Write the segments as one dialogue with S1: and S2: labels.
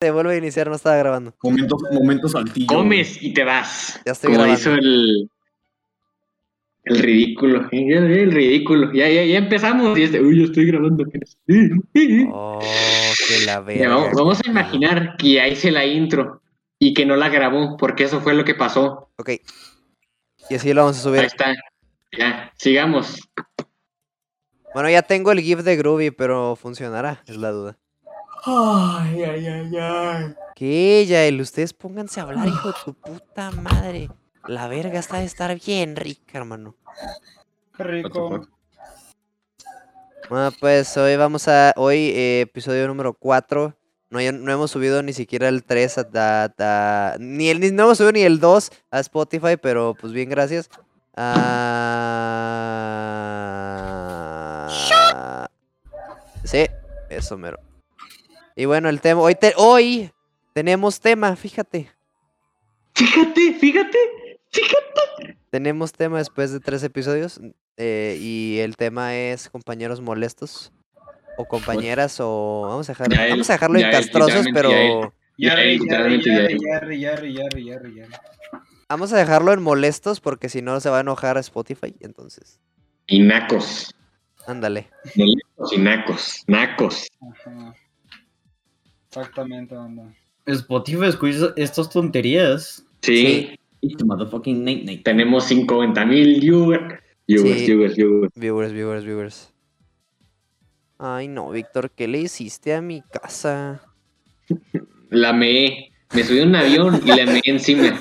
S1: Te vuelve a iniciar, no estaba grabando.
S2: Momentos, momentos altillo.
S3: Comes y te vas.
S1: Ya estoy
S3: Como
S1: grabando.
S3: hizo el. El ridículo. eh, El ridículo. Ya, ya, ya empezamos. Y este, uy, yo estoy grabando apenas.
S1: Oh, que la verga.
S3: Ya, vamos, vamos a imaginar que ya hice la intro y que no la grabó, porque eso fue lo que pasó.
S1: Ok. Y así lo vamos a
S3: Ahí
S1: subir.
S3: está. Ya, sigamos.
S1: Bueno, ya tengo el GIF de Groovy, pero ¿funcionará? Es la duda.
S2: Ay, ay, ay, ay.
S1: Que Yael, ustedes pónganse a hablar, hijo de tu puta madre. La verga está de estar bien rica, hermano.
S4: Rico.
S1: Bueno, pues hoy vamos a. Hoy, eh, episodio número 4. No, ya no hemos subido ni siquiera el 3 a. a- a- ni el, ni- no hemos subido ni el 2 a Spotify, pero pues bien, gracias. Ah, sí, eso mero. Y bueno, el tema. Hoy, te- hoy tenemos tema, fíjate.
S3: Fíjate, fíjate, fíjate.
S1: Tenemos tema después de tres episodios. eh, y el tema es compañeros molestos. O compañeras, o. Vamos a, dejar,
S3: Yael,
S1: vamos a dejarlo en
S3: Yael,
S1: castrosos,
S3: literalmente
S1: pero.
S3: Yael.
S4: Yarri, yarri,
S3: literalmente
S4: yarri,
S3: ya.
S4: yarri, yarri, yarri, yarri, yarri.
S1: Vamos a dejarlo en molestos porque si no se va a enojar a Spotify. Entonces,
S3: Y nacos.
S1: ándale.
S3: Y nacos. Nacos.
S4: Ajá. Exactamente, banda.
S5: Spotify escucha estas tonterías.
S3: Sí.
S5: It's motherfucking night night.
S3: Tenemos 50 mil viewers. Viewers,
S1: Sí.
S3: viewers, viewers.
S1: Viewers, viewers, viewers. Ay, no, Víctor, ¿qué le hiciste a mi casa?
S3: La meé. Me subí a un avión y la meé encima.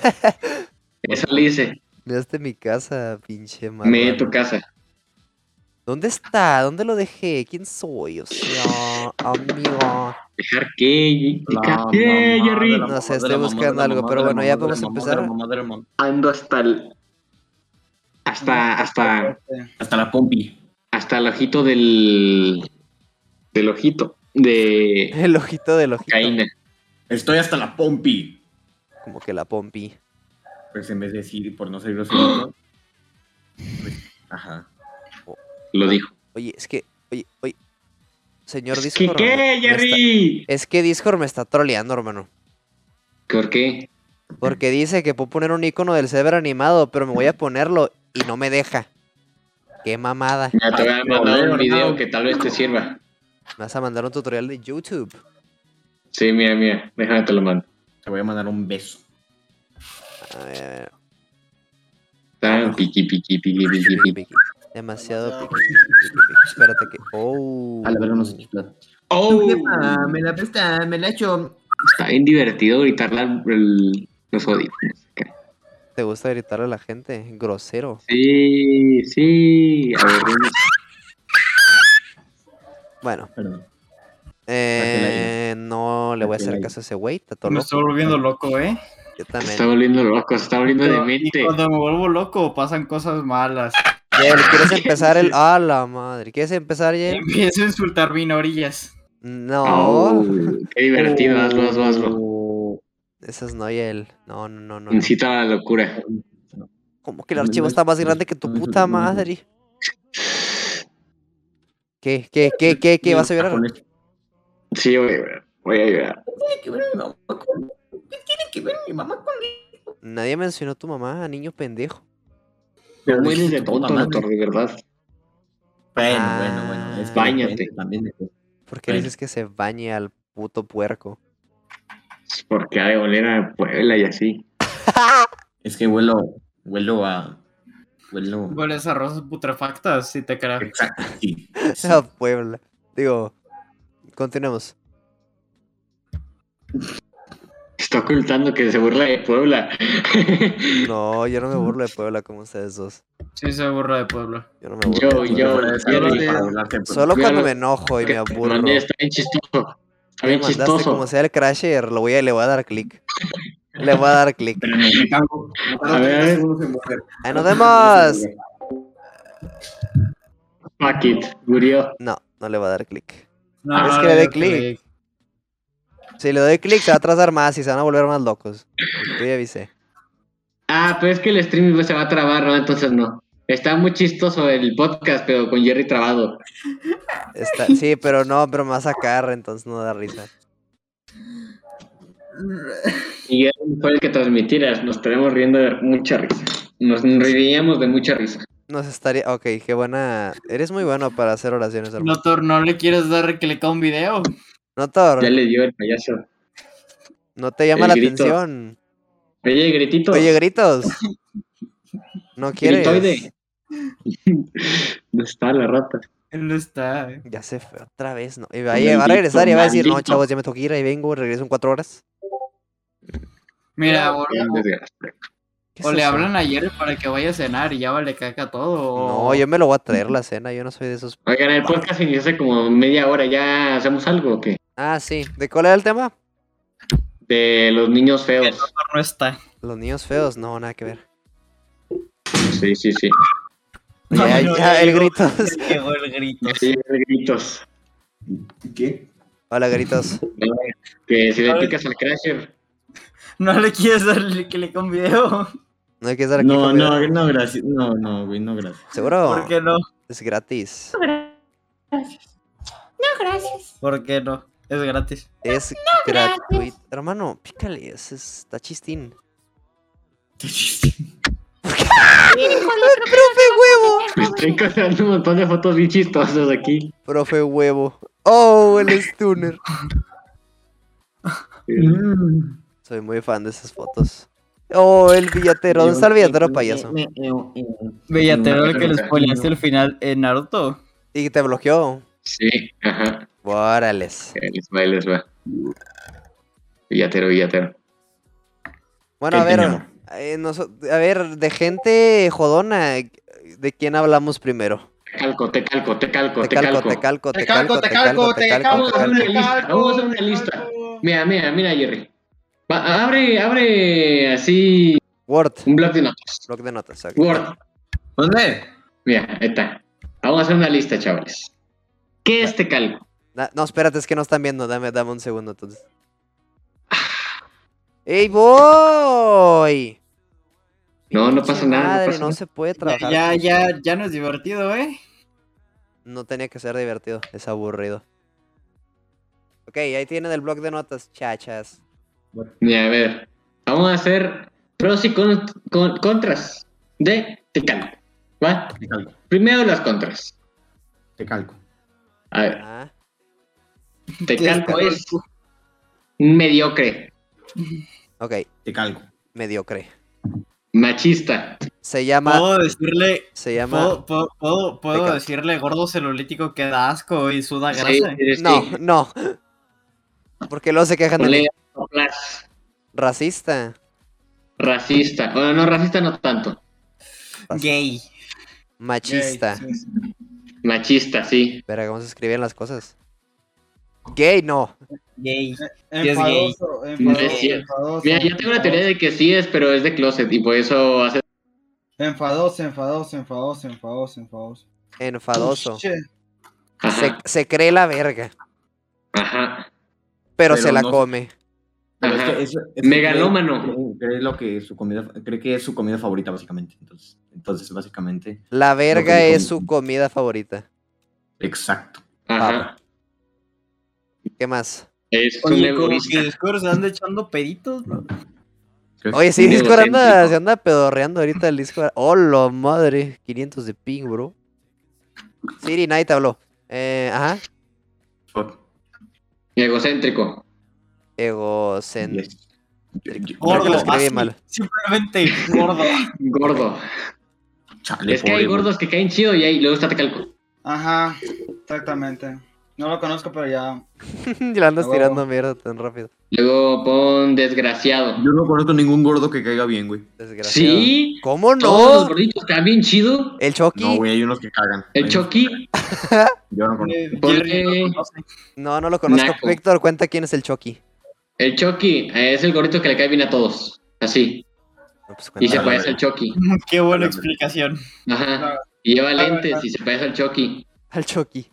S3: Eso le hice.
S1: Le daste mi casa, pinche
S3: Meé
S1: madre.
S3: tu casa.
S1: ¿Dónde está? ¿Dónde lo dejé? ¿Quién soy? O sea, amigo.
S3: Dejar que.
S5: mamá de
S3: Jerry.
S5: la
S1: No sé,
S5: mamá de la
S1: estoy
S5: mamá
S1: buscando
S5: de la
S1: algo,
S5: mamá
S1: pero
S5: de la
S1: bueno, ya
S5: mamá de la
S1: podemos
S5: mamá
S1: empezar.
S5: de la mamá de la mamá.
S3: Ando hasta el. Hasta, hasta,
S5: Hasta la pompi.
S3: hasta el ojito del. Del ojito. De
S1: El ojito del ojito.
S3: Caína.
S2: Estoy hasta la pompi.
S1: Como que la pompi.
S2: Pues en vez de decir por no ser
S5: ¡Ah!
S2: grosero. pues, ajá.
S3: Lo dijo.
S1: Oye, es que, oye, oye. Señor
S3: ¿Qué,
S1: Discord. me- me
S3: qué,
S1: está-
S3: Jerry?
S1: Es que Discord me está troleando, hermano.
S3: ¿Por qué?
S1: Porque dice que puedo poner un icono del server animado, pero me voy a ponerlo y no me deja. Qué mamada.
S3: Mira, te voy a
S2: Ay,
S3: mandar
S2: no,
S3: un video
S2: no.
S3: que tal vez te sirva.
S1: Me vas a mandar un tutorial de YouTube.
S3: Sí, mira, mira. Déjame te lo mando.
S2: Te voy a mandar un beso.
S1: A ver, a ver.
S3: Tan piqui, piqui, piqui, piqui,
S1: piqui,
S3: piqui.
S1: piqui. Demasiado piqui, piqui, piqui, piqui. Espérate que. Oh.
S5: A la verga no se chifla.
S3: ¡Oh!
S5: Me la presta, me la echo.
S3: Está bien divertido gritar la- el- los audífonos.
S1: ¿Te gusta gritarle a la gente? Grosero.
S3: Sí, sí. A ver, vamos.
S1: Bueno,
S2: Perdón.
S1: eh, no le voy a
S2: Sáquela
S1: hacer
S2: ahí.
S1: caso a ese güey. Está todo
S4: Me
S1: loco.
S4: estoy volviendo loco, ¿eh?
S1: Yo
S3: se
S1: también.
S3: está volviendo loco, se está volviendo
S4: Y
S3: demente.
S4: cuando me vuelvo loco, pasan cosas malas.
S1: Yael, ¿quieres empezar el.? ¡Ah, la madre! ¿Quieres empezar, Yael?
S4: Empiezo a insultar bien orillas.
S1: No.
S3: Oh, qué divertido,
S1: Oh.
S3: hazlo, hazlo, hazlo.
S1: Esas no, Yael. No, no, no, no. no.
S3: Incita a la locura.
S1: Como que el
S5: No,
S1: archivo
S5: no,
S1: está más
S3: este
S5: no,
S1: grande que tu
S5: no, no,
S1: puta
S5: no, no.
S1: madre. ¿Qué, qué, qué, qué, qué? ¿Vas a llorar?
S2: Tacones.
S3: Sí, voy a llorar, voy a llorar.
S5: Tiene que ver mi mamá con. ¿Qué tiene que ver mi mamá con
S1: Nadie mencionó a tu mamá, niño pendejo.
S3: ¿Cómo eres de
S5: tu puta
S3: tonto,
S5: madre.
S3: doctor? De verdad.
S2: Bueno,
S1: Ah.
S2: bueno, bueno. Es que
S3: Báñate.
S2: depende También de-
S1: ¿Por qué
S2: Bueno.
S1: dices que se bañe al puto puerco?
S3: Es Porque hay de oler a Puebla y así.
S2: Es que vuelo, vuelo a. Vuelo.
S4: Hueles a rosas putrefactas, si te creas.
S2: Exacto, sí. sí.
S1: A Puebla. Digo, continuemos.
S3: Está ocultando que se burla de Puebla.
S1: No, yo no me burlo de Puebla como ustedes dos.
S4: Sí, se burla de pueblo.
S1: Yo no me burlo.
S3: Yo, yo,
S2: Fuera de esa
S3: yo
S2: área
S3: le-
S2: para hablarte, pues.
S1: Solo
S3: Mira,
S1: cuando
S3: lo-
S1: me enojo y me
S3: que te
S1: aburro.
S3: mandé, está bien chistoso. Está
S1: Me
S3: bien
S1: mandaste
S3: chistoso.
S1: como sea el crasher, lo voy a, le voy a dar clic. Le voy a dar clic.
S4: Me cago.
S3: A ver,
S1: ¡Ahí nos vemos!
S3: fuck it, murió.
S1: No, no le voy a dar clic.
S4: No,
S1: Es
S4: no,
S1: que le
S4: no,
S1: dé
S4: no,
S1: clic. Si le doy clic, se va a atrasar más y se van a volver más locos. Yo ya avisé.
S3: Ah, pero es que el streaming pues, se va a trabar, ¿no? Entonces no. Está muy chistoso el podcast, pero con Jerry trabado.
S1: Está- sí, pero no, pero me va a sacar, entonces no da risa.
S3: Y fue el que transmitieras. Nos estaremos riendo de mucha risa. Nos reiríamos de mucha risa.
S1: Nos estaría. Ok, qué buena. Eres muy bueno para hacer oraciones, hermano.
S4: Notor, ¿no le quieres dar que le caiga un video?
S1: Notor,
S3: Ya le dio el payaso.
S1: no te llama
S3: el
S1: la
S3: grito.
S1: atención.
S3: Oye, gritito.
S1: Oye, gritos. No quieres.
S3: gritoide. ¿Dónde está la rata?
S4: Él no está. eh.
S1: Ya se fue otra vez, ¿no? Y va, a- va a regresar y va a decir, no,
S3: maldito.
S1: chavos, ya me tengo que ir, ahí vengo, regreso en cuatro horas.
S4: Mira, o,
S3: Desgracia.
S1: ¿Qué es
S4: o le
S1: eso?
S4: hablan ayer para que vaya a cenar y ya vale caca todo. o-
S1: No, yo me lo voy a traer la cena, yo no soy de esos.
S3: Oigan, el podcast inició hace como media hora. ¿Ya hacemos algo o qué?
S1: Ah, sí. ¿De cuál era el tema?
S3: De los niños feos.
S4: no está.
S1: Los niños feos, no, nada que ver.
S3: Sí, sí, sí.
S4: No,
S1: ya, ya,
S4: no, ya
S1: el
S4: llegó.
S1: gritos.
S4: Llegó el grito.
S3: Sí, gritos.
S2: ¿Qué?
S1: Hola, gritos.
S3: Que si le picas al crasher.
S4: No le quieres dar que le caiga un video.
S1: No hay que estar aquí.
S2: No,
S1: conmigo.
S2: no, no, gracias. No, no, güey, no, gracias.
S1: Seguro
S4: ¿Por qué no?
S1: es gratis.
S5: No, gracias.
S4: ¿Por qué no? Es gratis.
S1: Es gratuito. Hermano, pícale, ese es- está chistín. ¡Profe
S5: Pero
S3: Estoy encontrando Pues un montón de fotos bien chistosas aquí.
S1: huevo! Profe huevo. ¡Oh, el stunner! Soy muy fan de esas fotos. ¡Oh, el billetero! ¿Dónde está el billetero, payaso?
S2: eh,
S4: Bellatero, el que les
S3: No,
S4: spoileaste el final en Naruto.
S1: Y te bloqueó.
S3: Sí, ajá.
S1: Órales.
S3: Ahí Les va, ahí les va. Villatero, villatero.
S1: Bueno, a
S2: ¿Qué
S1: ver,
S2: teníamos?
S1: eh, noso- a ver, de gente jodona, ¿de quién hablamos primero?
S3: Te calco, te calco, te calco,
S1: Te
S3: te
S1: calco,
S3: calco.
S1: te calco, te calco, te calco, te calco,
S3: calco,
S1: te calco.
S3: una lista, vamos a hacer una lista. Mira, mira, mira, Jerry. Va, abre, abre así
S1: Word,
S3: un blog de notas.
S1: bloc de notas. ok.
S3: Word.
S2: ¿Dónde?
S3: Mira, ahí está. Vamos a hacer una lista, chavales. ¿Qué es te calco?
S1: Da- No, espérate, es que no están viendo. Dame, dame un segundo entonces. ¡Ey, voy!
S3: No, no pasa nada, no
S1: Madre,
S3: pasa
S1: no
S3: nada.
S1: se puede trabajar.
S4: Ya, ya, ya no es divertido, ¿eh?
S1: No tenía que ser divertido, es aburrido. Ok, ahí tienen el blog de notas, chachas.
S3: Mira, a ver. Vamos a hacer pros y con- con- contras de te calco. ¿Va?
S2: Te calco,
S3: Primero las contras.
S2: te calco.
S3: A ver.
S1: Ah,
S3: Te
S4: ¿Qué es
S1: Este,
S3: calco
S4: calco?
S3: es mediocre,
S1: ok,
S2: Te calco.
S1: mediocre.
S3: machista,
S1: Se llama.
S4: Puedo decirle,
S1: Se llama.
S4: puedo, puedo- puedo- puedo
S1: Venga.
S4: decirle gordo celulítico que da asco y suda grasa.
S3: Sí, sí, sí.
S1: No, no. Porque luego se quejan de mí.
S3: Colega, soplas,
S1: Racista.
S3: racista. Bueno, no, racista no tanto.
S4: Gay.
S1: Machista.
S4: Gay, sí, sí.
S3: Machista, sí.
S1: Verga, ¿cómo se escriben las cosas? Gay, no.
S4: Gay. es gay.
S6: Enfadoso,
S3: No
S6: enfadoso,
S3: es cierto.
S6: enfadoso,
S3: Mira, yo tengo una teoría de que sí es, pero es de closet y por eso hace.
S6: enfadoso, enfadoso, enfadoso, enfadoso, enfadoso.
S1: Enfadoso.
S6: Che,
S1: Se,
S3: Ajá.
S1: se cree la verga,
S3: Ajá.
S1: pero,
S2: Pero
S1: se la
S2: no-
S1: come.
S2: Pero es
S3: Ajá.
S2: que eso- eso
S3: Megalómano.
S2: Cree, cree lo que su comida, cree que es su comida favorita, básicamente. Entonces, entonces básicamente,
S1: La verga
S2: dijo
S1: es
S2: mi-
S1: su comida favorita.
S2: exacto.
S1: Ah.
S3: Ajá.
S1: ¿Qué más?
S3: Es un
S4: Oye, como que
S3: egoísta.
S4: Discord se anda echando peditos, ¿no?
S2: Creo que-
S1: Oye, sí,
S3: un
S1: Discord anda,
S3: egocéntrico.
S1: se anda pedorreando ahorita el Discord. ¡Hola, madre! 500 de ping, bro. Siri Knight habló. Eh, ajá.
S3: Egocéntrico.
S1: Egocéntrico.
S2: Yes. Yo- yo-
S1: Gordo.
S2: creo que
S1: escribí
S4: así,
S1: mal.
S4: Simplemente gordo.
S3: Gordo.
S2: los- chale,
S3: Es que hay
S2: pobre, güey.
S3: gordos que caen chido y ahí luego está te calco.
S6: Ajá, exactamente. No lo conozco, pero ya.
S1: Y le andas
S6: A
S1: tirando
S6: huevo.
S1: mierda tan rápido.
S3: Luego pon desgraciado.
S2: Yo no conozco ningún gordo que caiga bien, güey.
S1: Desgraciado.
S3: Sí.
S1: ¿Cómo
S3: Todos los
S1: no?
S3: gorditos caen bien chido.
S1: El Chucky.
S2: No, güey, hay unos que cagan. Hay
S3: El
S2: unos-
S3: Chucky.
S2: Yo no conozco.
S3: Porque-
S4: Jerry, no sé.
S1: No, no lo conozco.
S3: Naco.
S1: Víctor, cuenta quién es el Chucky.
S3: El Chucky eh, es el gorrito que le cae bien a todos. Así.
S1: No, pues,
S3: Y se
S1: cuéntalo.
S2: fue.
S3: parece al Chucky.
S4: Qué buena explicación.
S3: Ajá. Y lleva
S6: Claro,
S3: lentes
S6: claro.
S3: y se parece al Chucky.
S1: Al Chucky.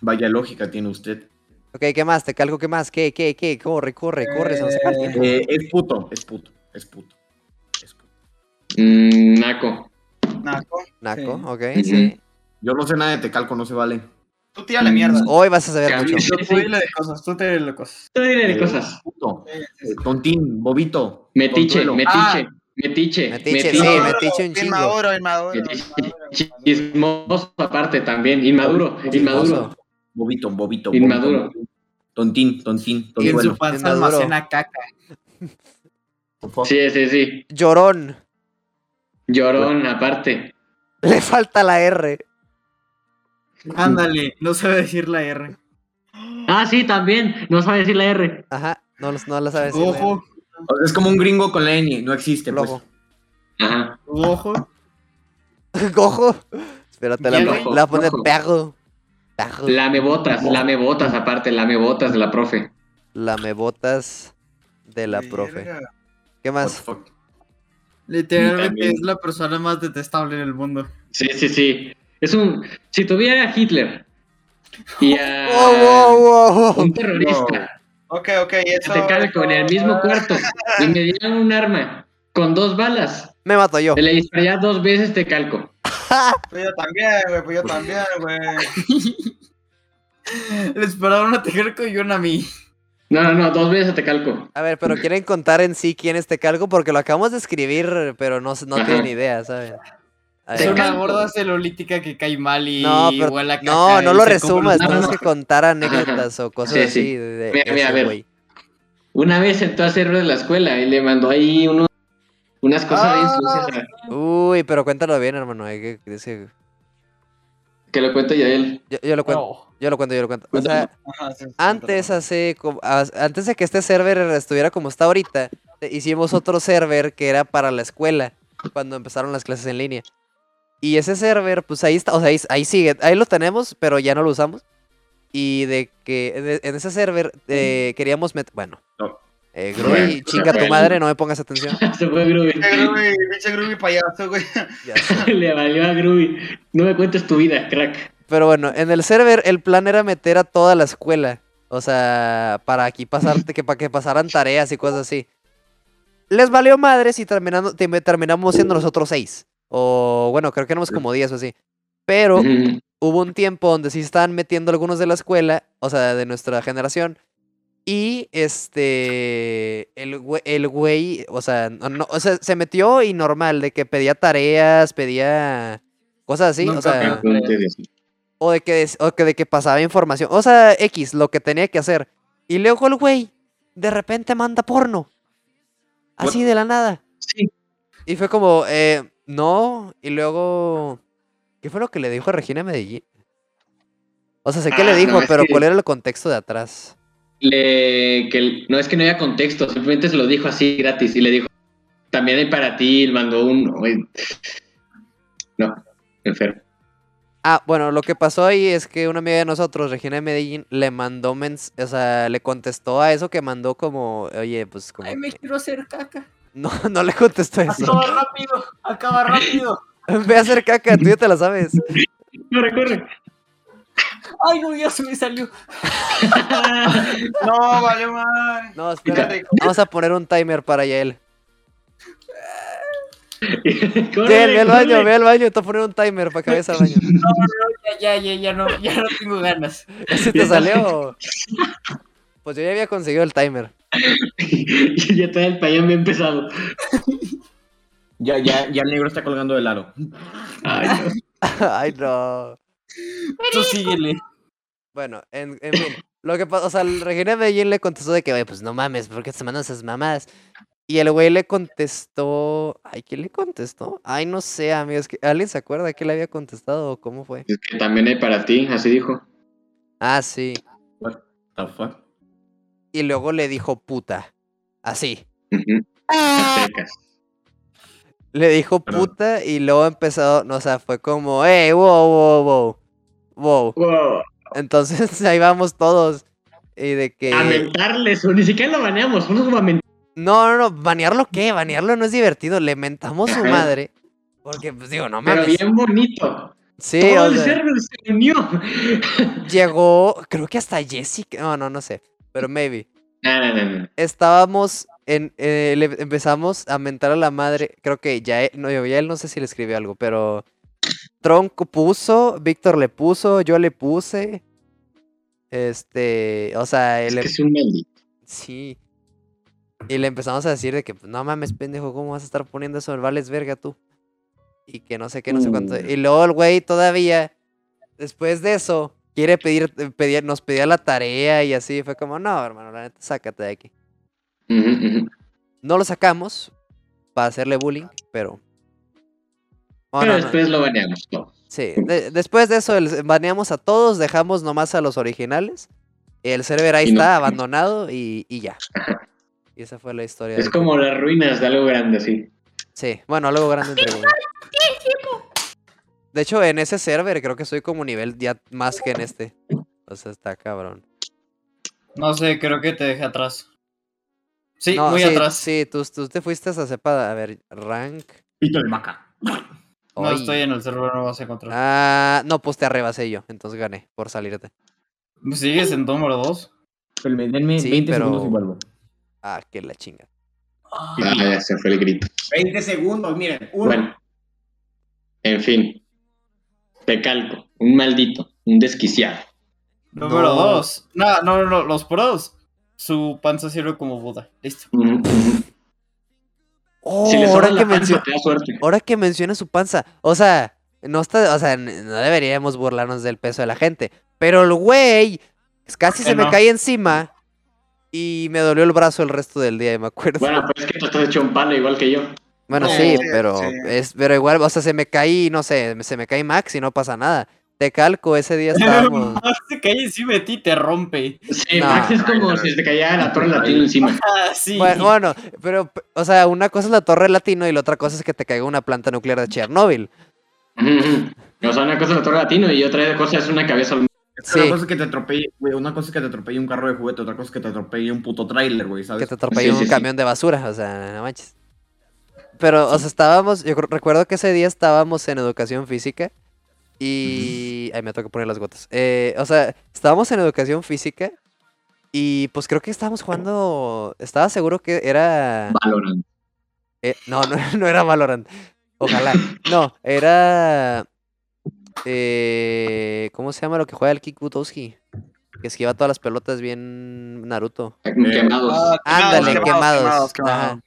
S2: Vaya lógica tiene usted.
S1: Ok, ¿qué más? Te calco, ¿qué más? ¿Qué, qué, qué? Corre, corre, corre, se nos acaba el tiempo.
S2: Eh, es puto, es puto, es puto. es puto.
S3: Mm, naco.
S6: Naco.
S1: Naco, ok,
S3: Ujú.
S1: sí.
S2: Yo no sé nada de Tecalco, no se vale.
S4: Tú tira la mierda.
S1: Hoy vas a saber mucho.
S3: Cambios.
S4: Tú tú dile de cosas, tú te dile de cosas.
S3: Tú dile de cosas.
S2: Puto. Eh, Tontín, bobito.
S3: Metiche,
S2: tontuelo.
S3: metiche,
S4: Ah.
S3: metiche.
S1: Metiche, sí,
S3: metiche.
S1: metiche un
S4: El
S1: chingo.
S4: Maduro, el Maduro. el
S3: Metiche.
S4: Maduro.
S3: Chismoso aparte también. Inmaduro, inmaduro.
S1: Chismoso.
S2: Bobito, bobito. bobito.
S3: Inmaduro.
S2: Tontín, tontín,
S4: Y en
S2: tontuelo.
S4: su panza
S1: el Maduro.
S4: almacena caca.
S3: Sí, sí, sí.
S1: Llorón.
S3: Llorón aparte.
S1: Le falta la R.
S4: Ándale, no sabe decir la R.
S3: Ah, sí, también. No sabe decir la R.
S1: Ajá, no, los- no la sabes.
S4: Ojo,
S2: O sea, Es como un gringo con la ñ, no existe. Pues.
S1: Loco.
S3: Ajá.
S4: ojo.
S1: Cojo. Espérate, la,
S3: ¿Quién,
S1: la
S3: güey?
S1: voy a poner
S3: Cojo.
S1: perro. Perro.
S3: Lame botas, lame botas aparte, lame botas de la profe.
S1: Lamebotas de la profe.
S6: Verga.
S1: ¿Qué
S2: What
S1: más?
S2: the fuck.
S4: Literalmente
S2: También.
S4: es la persona más detestable en el mundo.
S3: Sí, sí, sí. Es un. Si tuviera a Hitler y a
S1: Oh, Wow, wow, wow, wow.
S3: un terrorista
S6: Ok, ok,
S3: que
S6: eso.
S3: se cabe con el mismo cuarto y me dieran un arma con dos balas,
S1: Me mato yo.
S3: te le dispararía dos veces, te calco.
S6: Pues yo también, güey, pues yo también, güey.
S4: Le esperaron a Tejerco y una a mí.
S3: No, no, no, dos veces te calco.
S1: A ver, pero quieren contar en sí quién es Tecalco porque lo acabamos de escribir, pero no, se- no
S3: Ajá.
S1: tienen idea, ¿saben? A
S4: Es
S1: ver.
S4: una
S3: Tejalco.
S4: gorda celulítica que cae mal y
S1: No, pero-
S4: huele a caca
S1: No, no lo
S4: y se come
S1: resumas,
S4: una-
S3: no,
S1: tenemos
S3: no.
S1: que contar anécdotas o cosas
S3: Sí, sí.
S1: así. De, de
S3: Mira, mira,
S1: ese
S3: a ver.
S1: güey.
S3: Una vez entró a hacerlo de la escuela y le mandó ahí uno- unas cosas bien
S4: Ah.
S3: sucias.
S1: Uy, pero cuéntalo bien, hermano. hay que- es que-
S3: Que lo cuento yo a él.
S1: yo, yo lo cuento,
S4: No.
S1: yo lo cuento, yo lo cuento. O sea,
S3: Cuéntalo.
S6: Ajá, sí, sí,
S1: antes,
S6: sí.
S1: hace, como- as- antes de que este server estuviera como está ahorita, eh, hicimos otro server que era para la escuela, cuando empezaron las clases en línea. Y ese server, pues ahí está, o sea, ahí, ahí sigue, ahí lo tenemos, pero ya no lo usamos. Y de que en e- en ese server eh, queríamos meter, bueno,
S2: No.
S1: eh,
S3: No,
S1: Groovy,
S3: eh,
S1: chinga tu
S3: bueno.
S1: madre, no me pongas atención.
S3: Se fue Groovy.
S6: Pinche Groovy, pinche Groovy payaso, güey.
S1: Ya sé.
S3: le valió a Groovy. No me cuentes tu vida, crack.
S1: Pero bueno, en el server el plan era meter a toda la escuela. O sea, para aquí pasarte, que para que pasaran tareas y cosas así. Les valió madres y terminando, te- terminamos siendo nosotros seis. O bueno, creo que éramos como diez o así. Pero
S3: Ujú.
S1: hubo un tiempo donde sí estaban metiendo algunos de la escuela, o sea, de nuestra generación. Y este, el güe- el güey, o sea, no- no- o sea, se metió y normal, de que pedía tareas, pedía cosas así. o
S4: Nunca
S1: sea,
S4: pedía
S1: o de que, des- o que de que pasaba información. O sea, X, lo que tenía que hacer. Y luego el güey, de repente manda porno. Así de la nada.
S3: Sí.
S1: Y fue como, eh, no. Y luego, ¿qué fue lo que le dijo a Regina Medellín? O sea, sé que le
S3: Ah,
S1: dijo,
S3: no, es
S1: pero
S3: que-
S1: ¿cuál era el contexto de atrás?
S3: le, que el- no es que no haya contexto, simplemente se lo dijo así gratis y le dijo, también hay para ti, y le mandó uno. güey. No, enfermo.
S1: Ah, bueno, lo que pasó ahí es que una amiga de nosotros, Regina de Medellín, le mandó mens, o sea, le contestó a eso que mandó como, oye, pues como,
S4: Ay, me quiero hacer caca.
S1: no, no le contestó eso.
S4: Acaba rápido, acaba rápido.
S1: Ve a hacer caca, tú ya te la sabes.
S3: Corre, corre.
S4: Ay, no, ya se me salió.
S6: No, vale, madre.
S1: No,
S6: Qué
S1: espérate.
S6: rico.
S1: Vamos a poner un timer para Yael.
S3: corre,
S1: Yael, ve al baño,
S3: corre.
S1: ve al baño. Te voy a poner un timer para que vayas al baño.
S4: No, no, ya, ya, ya, ya no, ya no tengo ganas.
S1: ¿Ese te salió? Pues yo ya había conseguido el timer.
S3: Y ya trae el payán bien pesado.
S2: Ya, ya, ya el negro está colgando del aro.
S3: Ay, no.
S1: Ay, no.
S4: Tú síguele.
S1: Bueno, en, en fin. Lo que pasó, o sea, el Regina de Medellín le contestó de que, oye, pues no mames, ¿por qué te mandan esas mamadas? Y el güey le contestó. Ay, ¿quién le contestó? Ay, no sé, amigos. que- ¿Alguien se acuerda que le había contestado o cómo fue?
S3: Es que también hay para ti, así dijo.
S1: Ah, sí.
S2: What the fuck?
S1: Y luego le dijo puta. Así.
S3: Ujú.
S1: Ah.
S3: Aztecas.
S1: Le dijo
S2: Perdón.
S1: puta y luego empezó, no, o sea, fue como, hey, wow, wow, wow, wow.
S3: Wow.
S1: Entonces ahí vamos todos. Y de que...
S3: A mentarles, ni siquiera lo baneamos, uno lo mentamos.
S1: Eh. No, no, no, banearlo qué, banearlo no es divertido, le mentamos su
S3: Ajá.
S1: madre. Porque, pues digo, no
S3: Pero
S1: mames.
S3: bien bonito.
S1: Sí,
S3: Todo
S1: o
S3: el
S1: sea,
S3: server se unió.
S1: llegó, creo que hasta Jessica, no, no, no sé, pero maybe.
S3: No, no, no, no.
S1: Estábamos en, eh, le empezamos a mentar a la madre, creo que ya, él, no, yo- ya él no sé si le escribió algo, pero... Tronco puso, Víctor le puso, yo le puse. Este, o sea,
S3: Es
S1: le-
S3: que es un maldito.
S1: sí. Y le empezamos a decir de que, pues, no mames, pendejo, ¿cómo vas a estar poniendo eso? Vales verga tú. Y que no sé qué, no sé cuánto.
S3: Mm.
S1: Y luego el güey todavía, después de eso, quiere pedir, eh, pedía- nos pedía la tarea y así. Fue como, no, hermano, la neta, sácate de aquí.
S3: Ujú, ujú.
S1: No lo sacamos para hacerle bullying, pero. Bueno,
S3: Pero
S1: no,
S3: después lo baneamos. No.
S1: sí, de- después de eso el- baneamos a todos, dejamos nomás a los originales. El server ahí
S3: Y no-
S1: está, abandonado y, y ya. Y esa fue la historia.
S3: Es
S1: del-
S3: como las ruinas de algo grande así.
S1: Sí, bueno, algo grande entre comillas. De hecho, en ese server creo que soy como nivel ya más que en este. O sea, está cabrón.
S4: No sé, creo que te dejé atrás. Sí,
S1: No,
S4: muy
S1: sí,
S4: atrás.
S1: Sí, tú, tú te fuiste hasta cepa. A ver, rank.
S2: Pito de maca.
S4: No
S1: Oy.
S4: estoy en el servidor, no vas a encontrar.
S1: Ah, no, pues te arrebasé yo, entonces gané por salirte.
S4: ¿Sigues en número 2?
S2: Pero me denme
S1: Sí,
S2: 20
S1: pero-
S2: segundos y vuelvo.
S1: Ah, que la chinga.
S3: Ah, ya se fue el grito.
S5: 20 segundos, miren. Uno.
S3: Bueno. En fin. Te calco. Un maldito. Un desquiciado.
S4: Número
S1: No.
S4: 2. No, no, no, no, los pros. Su panza sirve como Buda. Listo.
S3: Ujú, ujú.
S1: Oh,
S3: si le
S1: ahora,
S3: sobra
S1: que
S3: la panza,
S1: mencio-
S3: te da suerte.
S1: ahora que menciona su panza. O sea, no está, o sea, n- no deberíamos burlarnos del peso de la gente. Pero el güey es- casi se
S4: Eh,
S1: me
S4: no.
S1: cae encima y me dolió el brazo el resto del día, me acuerdo. Bueno,
S3: Bueno, pues es que tú estás hecho un palo igual que yo.
S6: no,
S1: sí,
S6: sí,
S1: pero
S6: sí.
S1: es, pero igual, o sea, se me caí, no sé, se me cae Max y no pasa nada. Te calco, ese día estábamos.
S4: Se cae encima de ti y te rompe.
S3: Sí,
S1: No.
S3: Max es como si se te cayera la torre latina encima.
S4: Ah, sí.
S1: Bueno, bueno, pero, p- o sea, una cosa es la torre latino y la otra cosa es que te caiga una planta nuclear de Chernóbil.
S3: Ujú, ujú. O sea, una cosa es la torre latina y otra cosa es una cabeza. al-
S1: Sí.
S2: Una cosa es que te atropelle, güey, una cosa es que te atropelle un carro de juguete, otra cosa es que te atropelle un puto tráiler, güey,
S1: que
S2: ¿sabes?
S1: te atropelló
S3: Sí,
S1: un
S3: sí, sí.
S1: camión de basura, o sea, no manches. Pero, o sea, estábamos, yo cre- recuerdo que ese día estábamos en educación física y... Ay, me toca poner las gotas. Eh, o sea, estábamos en educación física y pues creo que estábamos jugando, estaba seguro que era...
S3: Valorant.
S1: eh, no, no, no era Valorant. Ojalá. No, era... eh, ¿Cómo se llama lo que juega el Kikutowski? Que esquiva todas las pelotas bien Naruto.
S3: Quemados.
S6: Quemados,
S1: Ándale,
S6: quemados,
S1: quemados.
S6: quemados, quemados.
S1: ajá.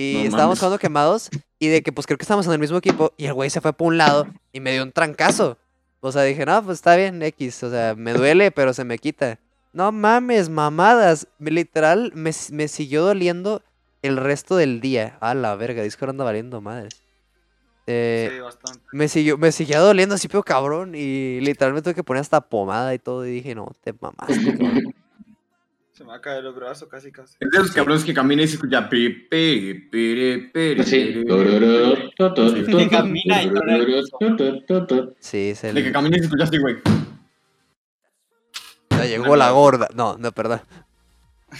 S1: Y
S2: No
S1: estábamos
S2: mames.
S1: jugando quemados y de que pues creo que estábamos en el mismo equipo y el güey se fue por un lado y me dio un trancazo. O sea, dije, no, pues está bien, X. O sea, me duele, pero se me quita. No mames, mamadas. me- Literal, me, s- me siguió doliendo el resto del día. A la verga, Discord anda valiendo madres. Eh,
S6: Sí, bastante.
S1: me siguió, me seguía doliendo así, pero cabrón. Y literalmente tuve que poner hasta pomada y todo. Y dije, no, te
S2: Pues,
S1: mamaste, cabrón".
S6: Se me va a caer los brazos casi, casi.
S2: Es de los cabrones que camina y se escucha pi, pi, pi, pi,
S3: Sí.
S2: pi,
S4: Que camina y torna el
S1: Sí, se
S2: De que camina y se escucha así, güey.
S1: Ya llegó la gorda. No, no, perdón.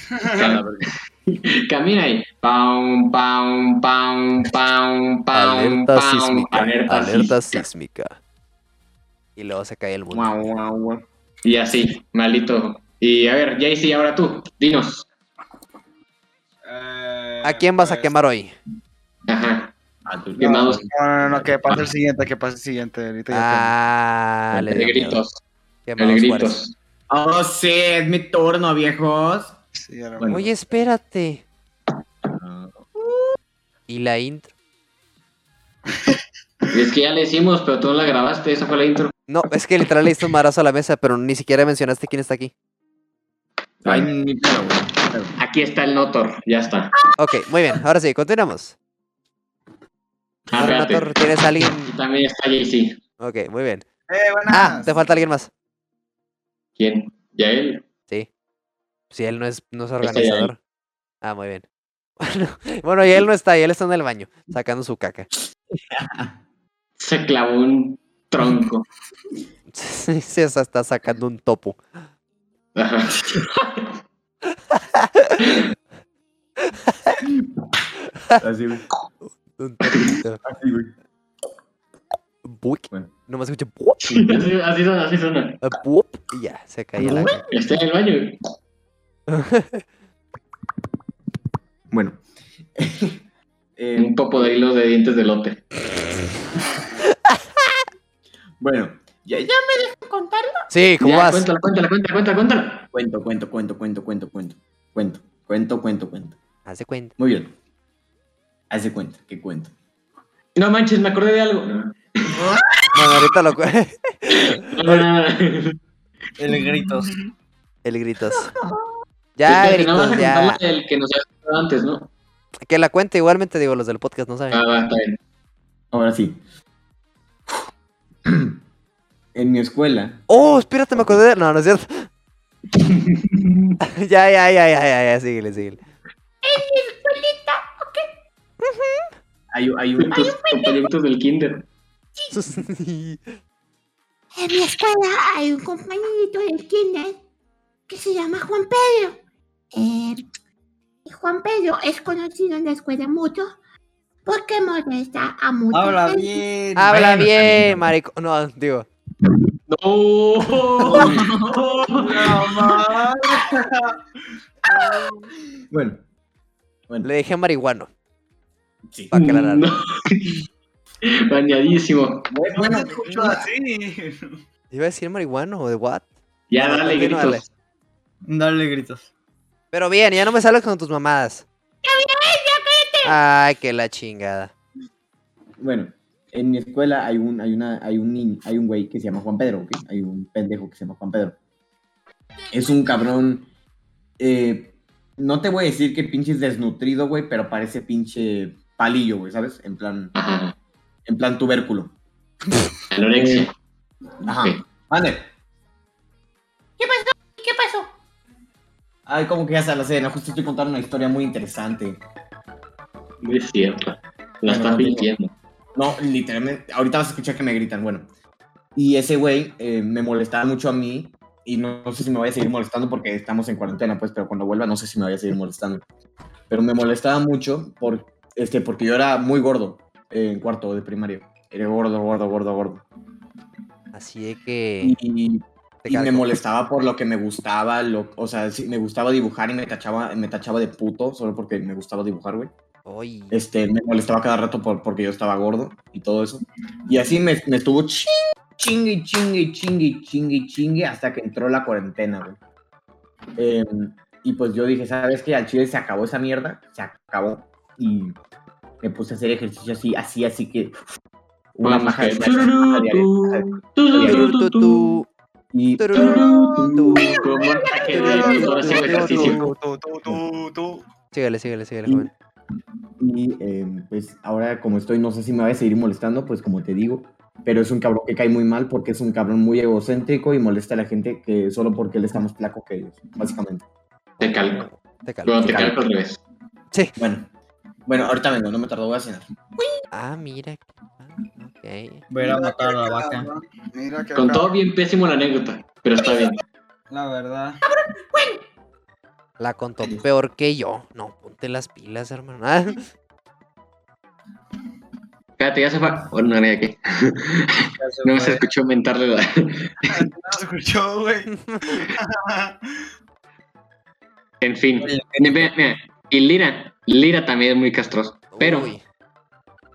S3: Camina ahí. Pam, pam, pam, pam, pam,
S1: Alerta
S3: pam.
S1: sísmica. Alerta,
S3: Alerta sísmica.
S1: sísmica. Y luego se cae el mundo.
S2: Guau, guau, guau.
S3: Y así, maldito. Y a ver, Jaycee, ahora tú, dinos.
S6: Eh,
S1: ¿A quién vas a
S6: pues,
S1: quemar hoy?
S3: Ajá.
S2: Ah, tú-
S6: No, no,
S3: Quemados.
S6: no, no, que pase el siguiente, que pase el siguiente. Ahorita ya
S1: Ah, le
S3: El
S1: dio miedo.
S3: gritos.
S1: Quemados
S3: El
S1: Juárez.
S3: gritos.
S2: Oh, sí, es mi turno, viejos.
S6: Sí, ya lo-
S2: Bueno.
S1: Oye, espérate. ¿Y la intro?
S3: Y es que ya le hicimos, pero tú no la grabaste, esa fue la intro.
S1: No, es que literal le hizo un marazo a la mesa, pero ni siquiera mencionaste quién está aquí.
S2: Ay, ni pedo, güey. ni pedo.
S3: Aquí está el Notor, ya está.
S1: Ok, muy bien, ahora sí, continuamos.
S3: Ah,
S1: Ahora,
S3: espérate.
S1: Nator, ¿Tienes a alguien?
S3: Y también está Jaycee.
S1: Ok, muy bien.
S6: Eh, buenas.
S1: Ah, te falta alguien más.
S3: ¿Quién? Yael.
S1: Sí. Si él no es, no es
S3: está Yael.
S1: organizador. Ah, muy bien. Bueno, bueno, y él no está, y él está en el baño, sacando su caca.
S3: Se clavó un tronco.
S1: Sí, sí, esa está sacando un topo.
S3: Ajá.
S2: Así, güey.
S1: Un topito.
S2: Así, güey.
S1: Buic.
S2: Bueno.
S1: Nomás escucha buop,
S3: Sí, así, así suena, así suena.
S1: eh, buop, y ya, se caía la caca.
S3: Está en el baño.
S2: Bueno. Eh,
S3: Un poco de hilos de dientes de lote.
S2: Bueno,
S5: ¿Ya, ya me dejan contarlo?
S1: Sí, ¿cómo
S3: Ya,
S1: vas?
S3: Cuéntala, cuéntala, cuéntala, cuéntala, cuéntala.
S2: cuento, cuento, cuento, cuento, cuento, cuento. Cuento, cuento, cuento, cuento.
S1: Haz de cuenta.
S2: Muy bien. Hace cuenta, que cuento.
S3: No manches, me acordé de algo. No,
S1: Bueno, ahorita lo cu-
S3: no, no, no.
S4: El gritos.
S1: El gritos. Ya,
S3: Entonces, nada
S1: gritos, ya.
S3: más contamos el que nos había contado antes, ¿no?
S1: Que la cuente igualmente, digo, los del podcast no saben.
S3: Ah, va, está bien.
S2: Ahora sí. En mi escuela,
S1: Oh, espérate, me acordé. de- No, no es cierto. ya, ya, ya, ya, ya, ya, síguele, síguele.
S5: Solita,
S3: Hay, hay un tus compañeritos del kinder.
S5: en mi escuela hay un compañerito del kinder que se llama Juan Pedro. Eh, Juan Pedro es conocido en la escuela mucho porque molesta a muchos.
S4: Habla
S5: niños.
S4: bien.
S1: Habla
S2: Bueno,
S1: bien,
S2: también.
S1: marico. No, digo.
S3: No.
S4: Mamá.
S2: bueno, bueno,
S1: Le dejé marihuano.
S2: sí.
S1: Para aclarar.
S3: No. Bañadísimo.
S6: Bueno, escucho así.
S1: Iba a decir marihuano o de what?
S3: Ya,
S1: Bueno,
S3: dale
S1: continúale.
S3: gritos.
S4: Dale gritos.
S1: Pero bien, ya no me sales con tus mamadas. Ay, que la chingada.
S2: Bueno, en mi escuela hay un, hay una, hay un niño, hay un güey que se llama Juan Pedro, ¿ok? Hay un pendejo que se llama Juan Pedro. Es un cabrón. eh, no te voy a decir que pinche es desnutrido, güey, pero parece pinche palillo, güey, ¿sabes? En plan,
S3: Ajá.
S2: en plan tubérculo.
S3: Ah, Anorexia.
S2: Ajá.
S3: Ok.
S2: Mande.
S5: ¿Qué pasó?
S2: Ay, como que ya se la cena. Justo estoy contando una historia muy interesante.
S3: No es cierto. La
S2: Bueno,
S3: estás
S2: continúa.
S3: mintiendo.
S2: No, literalmente, ahorita vas a escuchar que me gritan, bueno. Y ese güey eh, me molestaba mucho a mí y no, no sé si me vaya a seguir molestando porque estamos en cuarentena, pues, pero cuando vuelva no sé si me vaya a seguir molestando. Pero me molestaba mucho por, este, porque yo era muy gordo eh, en cuarto de primaria. Era gordo, gordo, gordo, gordo.
S1: Así es que.
S2: Y, y
S1: te
S2: me
S1: cargo.
S2: molestaba por lo que me gustaba, lo, o sea, sí, me gustaba dibujar y me tachaba, me tachaba de puto solo porque me gustaba dibujar, güey
S1: Oy.
S2: este, me molestaba cada rato por, porque yo estaba gordo y todo eso. Y así me, me estuvo ching, chingue, chingue, chingue, chingue, chingue, hasta que entró la cuarentena, güey. Em, y pues yo dije, ¿sabes qué? Al chile se acabó esa mierda, se acabó. Y me puse a hacer ejercicio así, así, así que... Una
S3: Vamos,
S2: maja
S3: que-
S2: de diaria.
S1: Tururú, tu, tu,
S2: Y
S1: tururú, tu.
S3: Como un ataque Eh, de tus horas sin ejercicio.
S1: Síguele, síguele, síguele,
S2: Y-
S1: joven.
S2: Y eh, pues ahora como estoy, no sé si me va a seguir molestando, pues como te digo, pero es un cabrón que cae muy mal porque es un cabrón muy egocéntrico y molesta a la gente que solo porque él está más flaco que ellos, básicamente.
S3: Te calco.
S1: Te calmo.
S3: Bueno, te calco al revés.
S2: Bueno, bueno, ahorita vengo, no me tardo, voy a cenar.
S1: Ah, mira. Ah, Ok.
S4: Voy a ir a
S6: Mira
S4: matar a
S6: qué
S4: la vaca.
S6: cabrón, Mira que
S3: Con todo bien pésimo la anécdota, pero está bien.
S6: La verdad.
S1: La contó peor que yo. No, ponte las pilas, hermano. Ah,
S3: Cállate, ya se fue. Bueno, no, ya que- No se escuchó mentarle la.
S6: No escuchó, güey.
S3: En fin. Mira, mira, Y Lira. Lira también es muy castroso. Pero,
S1: uy.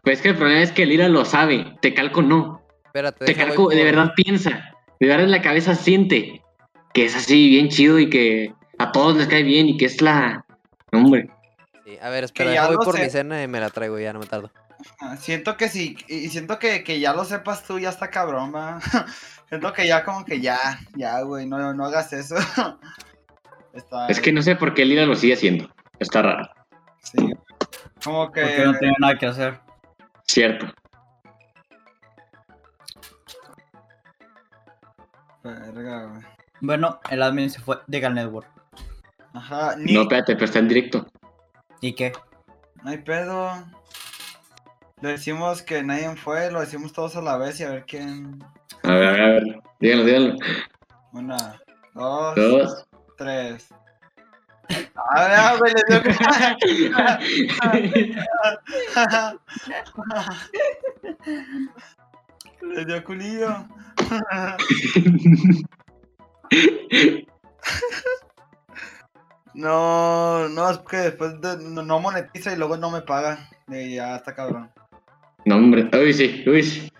S3: pues que el problema es que Lira lo sabe. Te calco no.
S1: Espérate.
S3: Te
S1: deja, Pues voy
S3: calco, de
S1: por-
S3: verdad piensa. De verdad en la cabeza siente que es así bien chido y que a todos les cae bien y que es la. No, hombre.
S1: Sí, A ver, espera,
S6: ya
S1: deja, voy
S6: lo
S1: por
S6: sé.
S1: mi cena y me la traigo, ya no me tardo.
S6: Ah, Siento que sí, y y siento que, que ya lo sepas tú, ya está cabrón, va. Siento que ya como que ya, ya, güey, no, no hagas eso. Está,
S3: Es que no sé por qué Lira lo sigue haciendo. Está raro.
S6: sí. Como que...
S4: Porque no tenía nada que hacer.
S3: Cierto.
S6: Verga, güey.
S4: Bueno, el admin se fue de Gal Network.
S6: Ajá, ni...
S3: No,
S6: No,
S3: espérate, pero está en directo.
S4: ¿Y qué?
S6: hay pedo. Le decimos que nadie fue, lo decimos todos a la vez y a ver quién...
S3: A ver, a ver, a ver. Díganlo, díganlo.
S6: Una, dos,
S3: Dos.
S6: tres. A ver, ah, güey, le dio Le dio culillo. No, no, es que después de- no, no monetiza y luego no me paga. Y ya está cabrón.
S3: No, hombre. Uy, sí, uy, sí.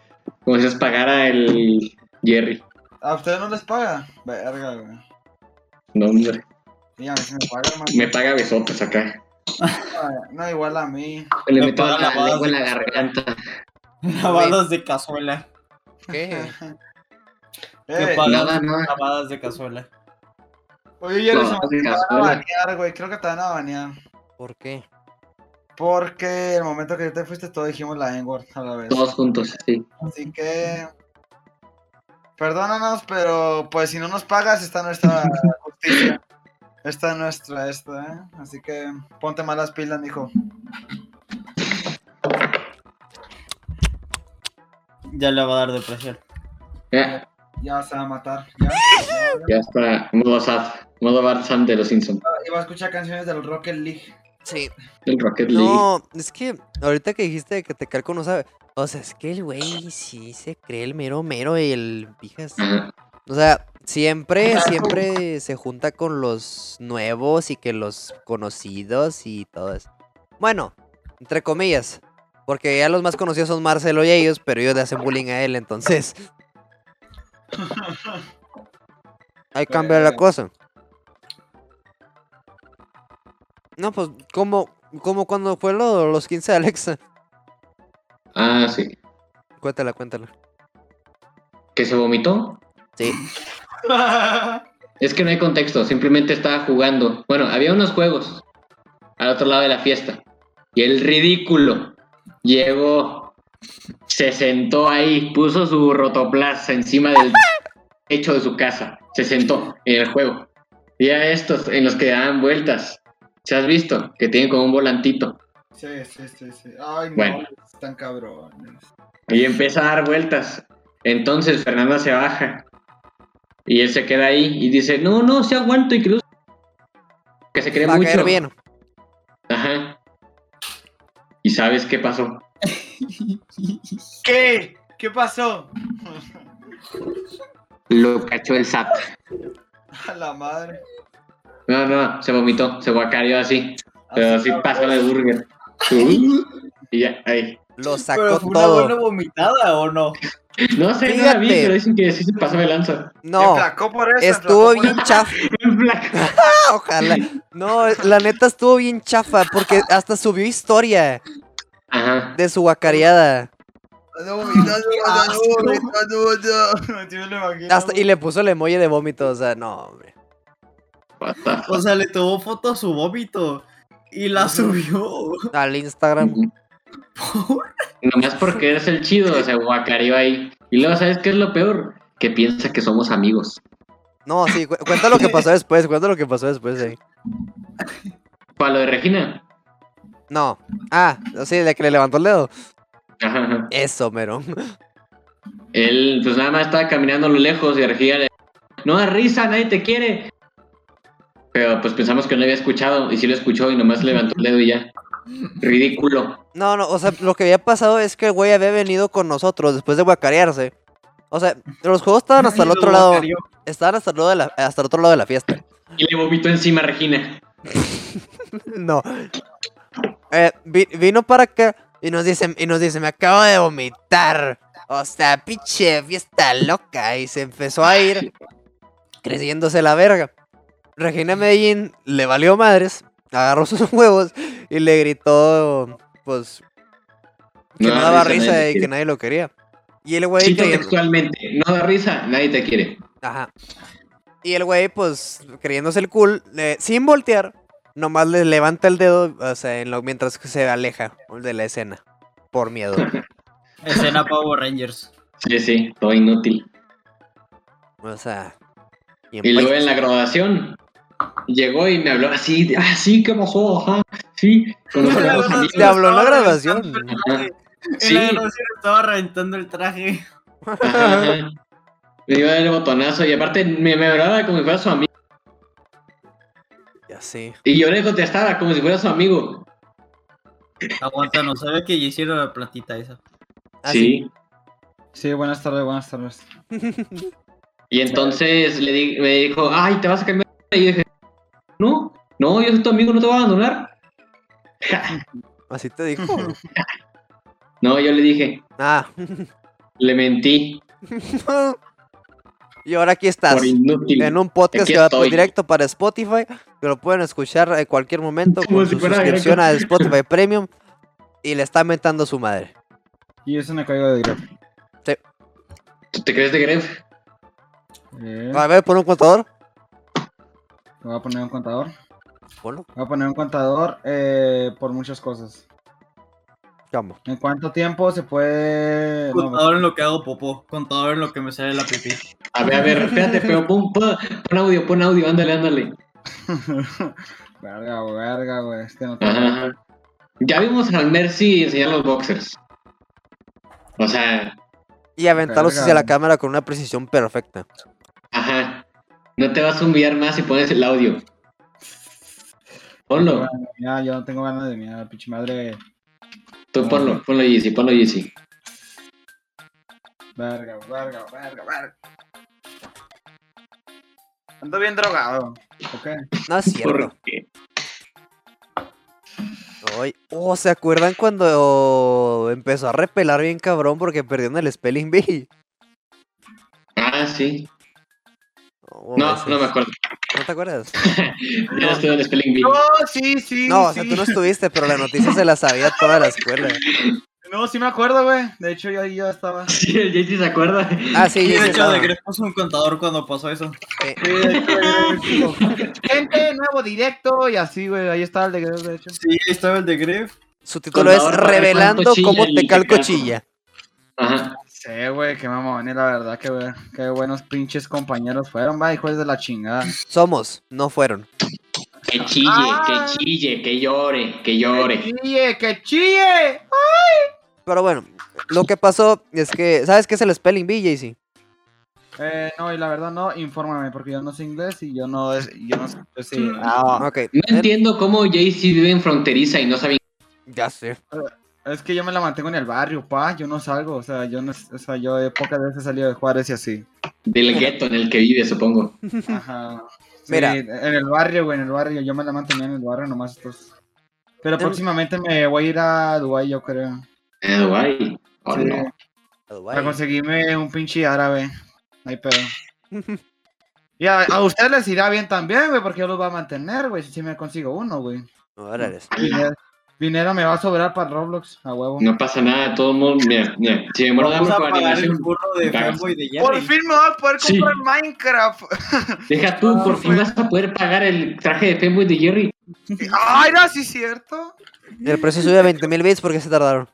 S3: Como si les pagara el Jerry.
S6: ¿A ustedes no les paga? Verga, güey.
S3: No, hombre.
S6: Dígame si me paga, hermano.
S3: Me paga besotes acá.
S6: No, igual a mí.
S3: Le
S4: Me
S3: meto
S4: paga
S3: la
S4: lavadas
S3: lengua en
S4: de
S3: la garganta.
S4: Lavadas de cazuela.
S1: ¿Qué?
S6: Eh,
S4: Me
S7: Ah.
S4: paga
S3: Nada, nada.
S4: lavadas de cazuela.
S6: oye, Jerry,
S3: No,
S6: se me-
S3: de
S6: te van a
S3: cazuela.
S6: banear, güey. Creo que te van a banear.
S1: ¿Por qué?
S6: Porque el momento que te fuiste, todos dijimos la N-word a la vez.
S3: Todos juntos, sí.
S6: Así que. Perdónanos, pero pues si no nos pagas, está nuestra justicia. Está nuestra esta, ¿eh? Así que ponte malas pilas, mijo.
S4: Ya le va a dar depresión.
S3: Ya,
S6: Ya se va a matar. Ya.
S3: ya está. Modo sad. Modo Bart Sand de los Simpsons.
S6: Y va a escuchar canciones del Rocket League.
S1: Sí.
S3: El Rocket League.
S1: No, es que ahorita que dijiste que te calco no sabe. O sea, es que el güey sí se cree el mero mero y el pijas.
S3: Ajá.
S1: O sea, siempre, siempre se junta con los nuevos y que los conocidos y todo eso. Bueno, entre comillas. Porque ya los más conocidos son Marcelo y ellos, pero ellos le hacen bullying a él, entonces. Ahí cambia la
S4: Eh.
S6: Verga.
S1: cosa. No, pues, como, como cuando fue lo- los 15 de Alexa.
S3: Ah, sí.
S1: Cuéntala, cuéntala.
S3: ¿Que se vomitó?
S1: Sí.
S3: Es que no hay contexto, simplemente estaba jugando. Bueno, había unos juegos al otro lado de la fiesta. Y el ridículo llegó, se sentó ahí, puso su rotoplas encima del techo de su casa. Se sentó en el juego. Y a estos en los que daban vueltas. ¿Se has visto? Que tienen como un volantito.
S6: Sí, sí, sí, sí. Ay, no,
S3: Bueno.
S6: están cabrones.
S3: Y empieza a dar vueltas. Entonces Fernanda se baja. Y él se queda ahí y dice, no, no, se aguanto incluso. Que se cree
S1: Va a
S3: mucho.
S1: caer bien.
S3: Ajá. ¿Y sabes qué pasó?
S6: ¿Qué? ¿Qué pasó?
S3: Lo cachó el SAT.
S6: A la madre.
S3: No, no, se vomitó, se guacarió así.
S7: Ah,
S3: Pero así pasó la de burger. Y ya, ahí.
S1: Lo sacó
S4: Pero fue una buena
S1: todo.
S4: vomitada o no?
S3: No sé, no la vi,
S1: Fíjate.
S3: pero dicen que sí se pasó de lanza.
S1: No,
S6: Enflacó por eso,
S1: estuvo
S6: enflacó por
S1: bien chafa.
S3: En blanco.
S1: Ojalá. No, la neta estuvo bien chafa porque hasta subió historia
S3: Ajá.
S1: de su guacareada.
S6: No, vomitando, vomitando, vomitando. Yo me lo imagino.
S1: Hasta- y le puso el emoji de vómito, o sea, no, hombre.
S3: What the fuck.
S4: O sea, le tomó foto a su vómito y la subió.
S1: Al Instagram.
S3: Nomás porque eres el chido, se guacarió ahí. Y luego, ¿sabes qué es lo peor? Que piensa que somos amigos.
S1: No, sí, cu- cuenta lo que pasó después, cuenta lo que pasó después, eh.
S3: Para lo de Regina.
S1: No. Ah, sí, de que le levantó el dedo.
S3: Ajá, ajá.
S1: Eso, mero.
S3: Él, pues nada más estaba caminando a lo lejos y Regina le no da risa, nadie te quiere. Pero pues pensamos que no había escuchado y sí lo escuchó y nomás levantó el dedo y ya. Ridículo.
S1: No, no, o sea, lo que había pasado es que el güey había venido con nosotros después de guacarearse. O sea, los juegos estaban hasta el
S4: Lo
S1: otro lado.
S4: guacareó.
S1: Estaban hasta el, lado de la- hasta el otro lado de la fiesta.
S3: Y le vomitó encima a Regina.
S1: No. Eh, vi- vino para acá y nos dice, y nos dice, me acabo de vomitar. O sea, pinche fiesta loca. Y se empezó a ir creciéndose la verga. Regina Medellín le valió madres, agarró sus huevos y le gritó, pues, que
S3: No
S1: no
S3: da
S1: daba
S3: risa,
S1: risa
S3: nadie
S1: y que
S3: quiere.
S1: nadie lo quería. Y el güey
S3: Cito
S1: creyendo-
S3: textualmente, no da risa, nadie te quiere.
S1: Ajá. Y el güey, pues, creyéndose el cool, le- sin voltear, nomás le levanta el dedo, o sea, en lo- mientras que se aleja de la escena. Por miedo.
S4: Escena Power Rangers.
S3: Sí, sí, todo inútil.
S1: O sea. bien
S3: Y luego
S1: paisas.
S3: en la graduación llegó y me habló así, de, ah, sí, ¿qué pasó? Ajá, sí, como
S4: En la
S3: somos
S4: graduación
S1: Te
S3: amigos.
S1: habló en la
S4: estaba
S1: graduación.
S4: reventando el
S3: Ajá.
S4: traje. En
S3: Sí,
S4: la graduación estaba reventando el traje.
S3: Ajá, ajá. Le iba a dar el botonazo y aparte me, me hablaba como si fuera su amigo.
S1: Ya sé.
S3: Y yo le contestaba como si fuera su amigo.
S4: Aguanta, no sabe que ya hicieron la platita esa.
S1: Ah,
S3: sí.
S6: Sí, buenas tardes, buenas tardes.
S3: Y entonces le di- me dijo, ay, te vas a cambiar. Y yo dije, no, no, yo soy tu amigo, no te voy a abandonar.
S1: Así te dijo.
S3: No, yo le dije,
S1: Ah,
S3: Le mentí
S1: Y ahora aquí estás.
S3: por inútil.
S1: En un podcast
S3: Aquí
S1: que va por
S3: estoy.
S1: directo para Spotify, que lo pueden escuchar en cualquier momento
S3: Como
S1: con
S3: si
S1: su
S3: fuera
S1: suscripción a
S3: gratis.
S1: Spotify Premium y le está mentando su madre.
S7: Y es una caída de Gref.
S3: ¿Tú te crees de Gref?
S7: Eh,
S1: A ver, pon un contador.
S7: voy a poner un contador.
S1: Ponlo.
S7: Voy a poner un contador eh, por muchas cosas.
S1: Vamos.
S7: ¿En cuánto tiempo se puede...? no, pues,
S4: Contador en lo que hago popó. Contador en lo que me sale la pipí.
S3: A ver, a ver, espérate, pero pon, pon, pon audio, pon audio, ándale, ándale.
S7: verga, güey, verga, güey. Es que no tengo...
S3: Ajá. Ya vimos al Mercy enseñar los boxers. O sea,
S1: Y aventarlos
S7: Verga.
S1: hacia la cámara con una precisión perfecta.
S3: ajá. No te vas a humillar más si pones el audio. Ponlo,
S7: Ya, yo no tengo ganas de mirar, pinche madre.
S3: tú ponlo, ponlo Yeezy, ponlo Yeezy.
S7: Verga, güey, verga, güey, verga, verga.
S6: Ando bien drogado.
S7: Ok.
S1: No es cierto.
S3: ¿Por qué?
S1: Ay, oh, ¿se acuerdan cuando empezó a repelar bien cabrón porque perdió en el Spelling Bee?
S3: Ah, sí.
S1: Oh,
S3: No,
S1: ese-
S3: no me acuerdo.
S1: ¿No te acuerdas?
S3: Ya no estoy en el Spelling Bee.
S6: No, sí, sí.
S1: No, o
S6: sí.
S1: sea, tú no estuviste, pero la noticia se la sabía toda la escuela.
S6: No, sí me acuerdo, güey. De hecho, yo ahí ya estaba.
S3: Sí, el Yeezy se acuerda.
S1: Ah, sí,
S4: Y
S1: sí,
S4: de
S1: sí,
S4: hecho,
S1: no.
S4: de Gref puso un contador cuando pasó eso.
S1: Sí.
S6: Sí, de hecho, güey, de hecho. Gente, nuevo directo y así, güey. Ahí estaba el de de hecho.
S4: Sí, ahí estaba el de Gref.
S1: Su título es
S3: Contador para ver
S1: Revelando
S3: cuánto chilla
S1: cómo
S3: y
S1: te
S3: qué
S1: calco
S3: calco.
S1: chilla.
S3: Ajá.
S7: Sí, güey, qué mamones, la verdad, qué, ver- qué buenos pinches compañeros fueron, va, hijos de la chingada.
S1: Somos, no fueron.
S3: Que chille,
S6: Ah.
S3: que chille, que llore, que llore.
S6: ¡Que chille, que chille!
S1: Pero bueno, lo que pasó es que, ¿sabes qué es el Spelling Bee, JC?
S7: Eh, no, y la verdad no, infórmame, porque yo no sé inglés y yo no... es- Yo no sé... yo sí,
S6: No.
S1: Ok, em,
S3: No
S1: en-
S3: entiendo cómo Jay-Z vive en fronteriza y no sabe
S1: ya sé.
S7: Es que yo me la mantengo en el barrio, pa, yo no salgo, o sea, yo no, o sea, yo eh, pocas veces he salido de Juárez y así.
S3: del gueto en el que vive, supongo.
S7: Ajá. Sí,
S1: Mira.
S7: en el barrio, güey, en el barrio, yo me la mantenía en el barrio nomás estos. Pero
S1: En-
S7: próximamente me voy a ir a Dubái, yo creo.
S3: Ah, guay. Oh,
S7: Sí,
S3: no.
S1: A Dubái.
S7: Para conseguirme un pinche árabe. No hay pedo. Y a, a ustedes les irá bien también, güey, porque yo los voy a mantener, güey, si me consigo uno, güey.
S1: Órale.
S3: Ala,
S7: Dinero, dinero me va a sobrar para Roblox, a huevo.
S3: No pasa nada, todo el mundo. Mira, mira, si me muero de
S4: Vamos
S3: hambre
S4: a
S3: con
S4: pagar el
S3: animación,
S4: burro de
S3: Cagas.
S4: Fanboy de
S6: Por
S4: Jerry.
S6: fin me voy a poder
S3: Sí.
S6: comprar Minecraft.
S3: deja tú, por fin vas a poder pagar el traje de Fanboy de Jerry.
S6: Ay, no, sí, es cierto.
S1: El precio sube a 20 mil bits porque se tardaron.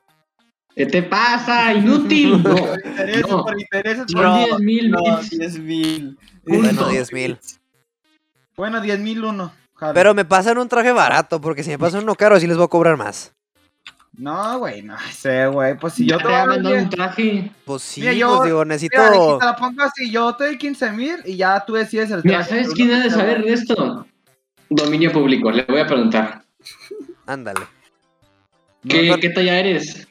S3: ¿Qué te pasa? ¡Inútil! No,
S7: Intereses
S3: No.
S7: por intereses.
S3: son
S4: No,
S3: 10 mil
S4: No, 10 mil.
S1: Bueno, 10 mil.
S7: Bueno, 10 mil uno. jalo.
S1: Pero me pasan un traje barato porque si me pasan uno caro, sí les voy a cobrar más.
S7: No, güey, no sé, güey. Pues si yo
S3: Yo te
S7: te
S3: voy a
S7: hago
S3: mandar un
S7: Mira,
S3: traje.
S1: Pues sí,
S7: Mira, yo-
S1: pues digo, necesito.
S7: Alex, te la pongo así, yo te doy 15 mil y ya tú decides el
S3: Mira,
S7: traje,
S3: ¿sabes
S7: uno
S3: quién
S7: que
S3: ha de
S7: sea,
S3: saber
S7: güey.
S3: de esto? Dominio público, le voy a preguntar.
S1: Ándale.
S3: ¿Qué,
S1: No, no-
S3: qué talla eres?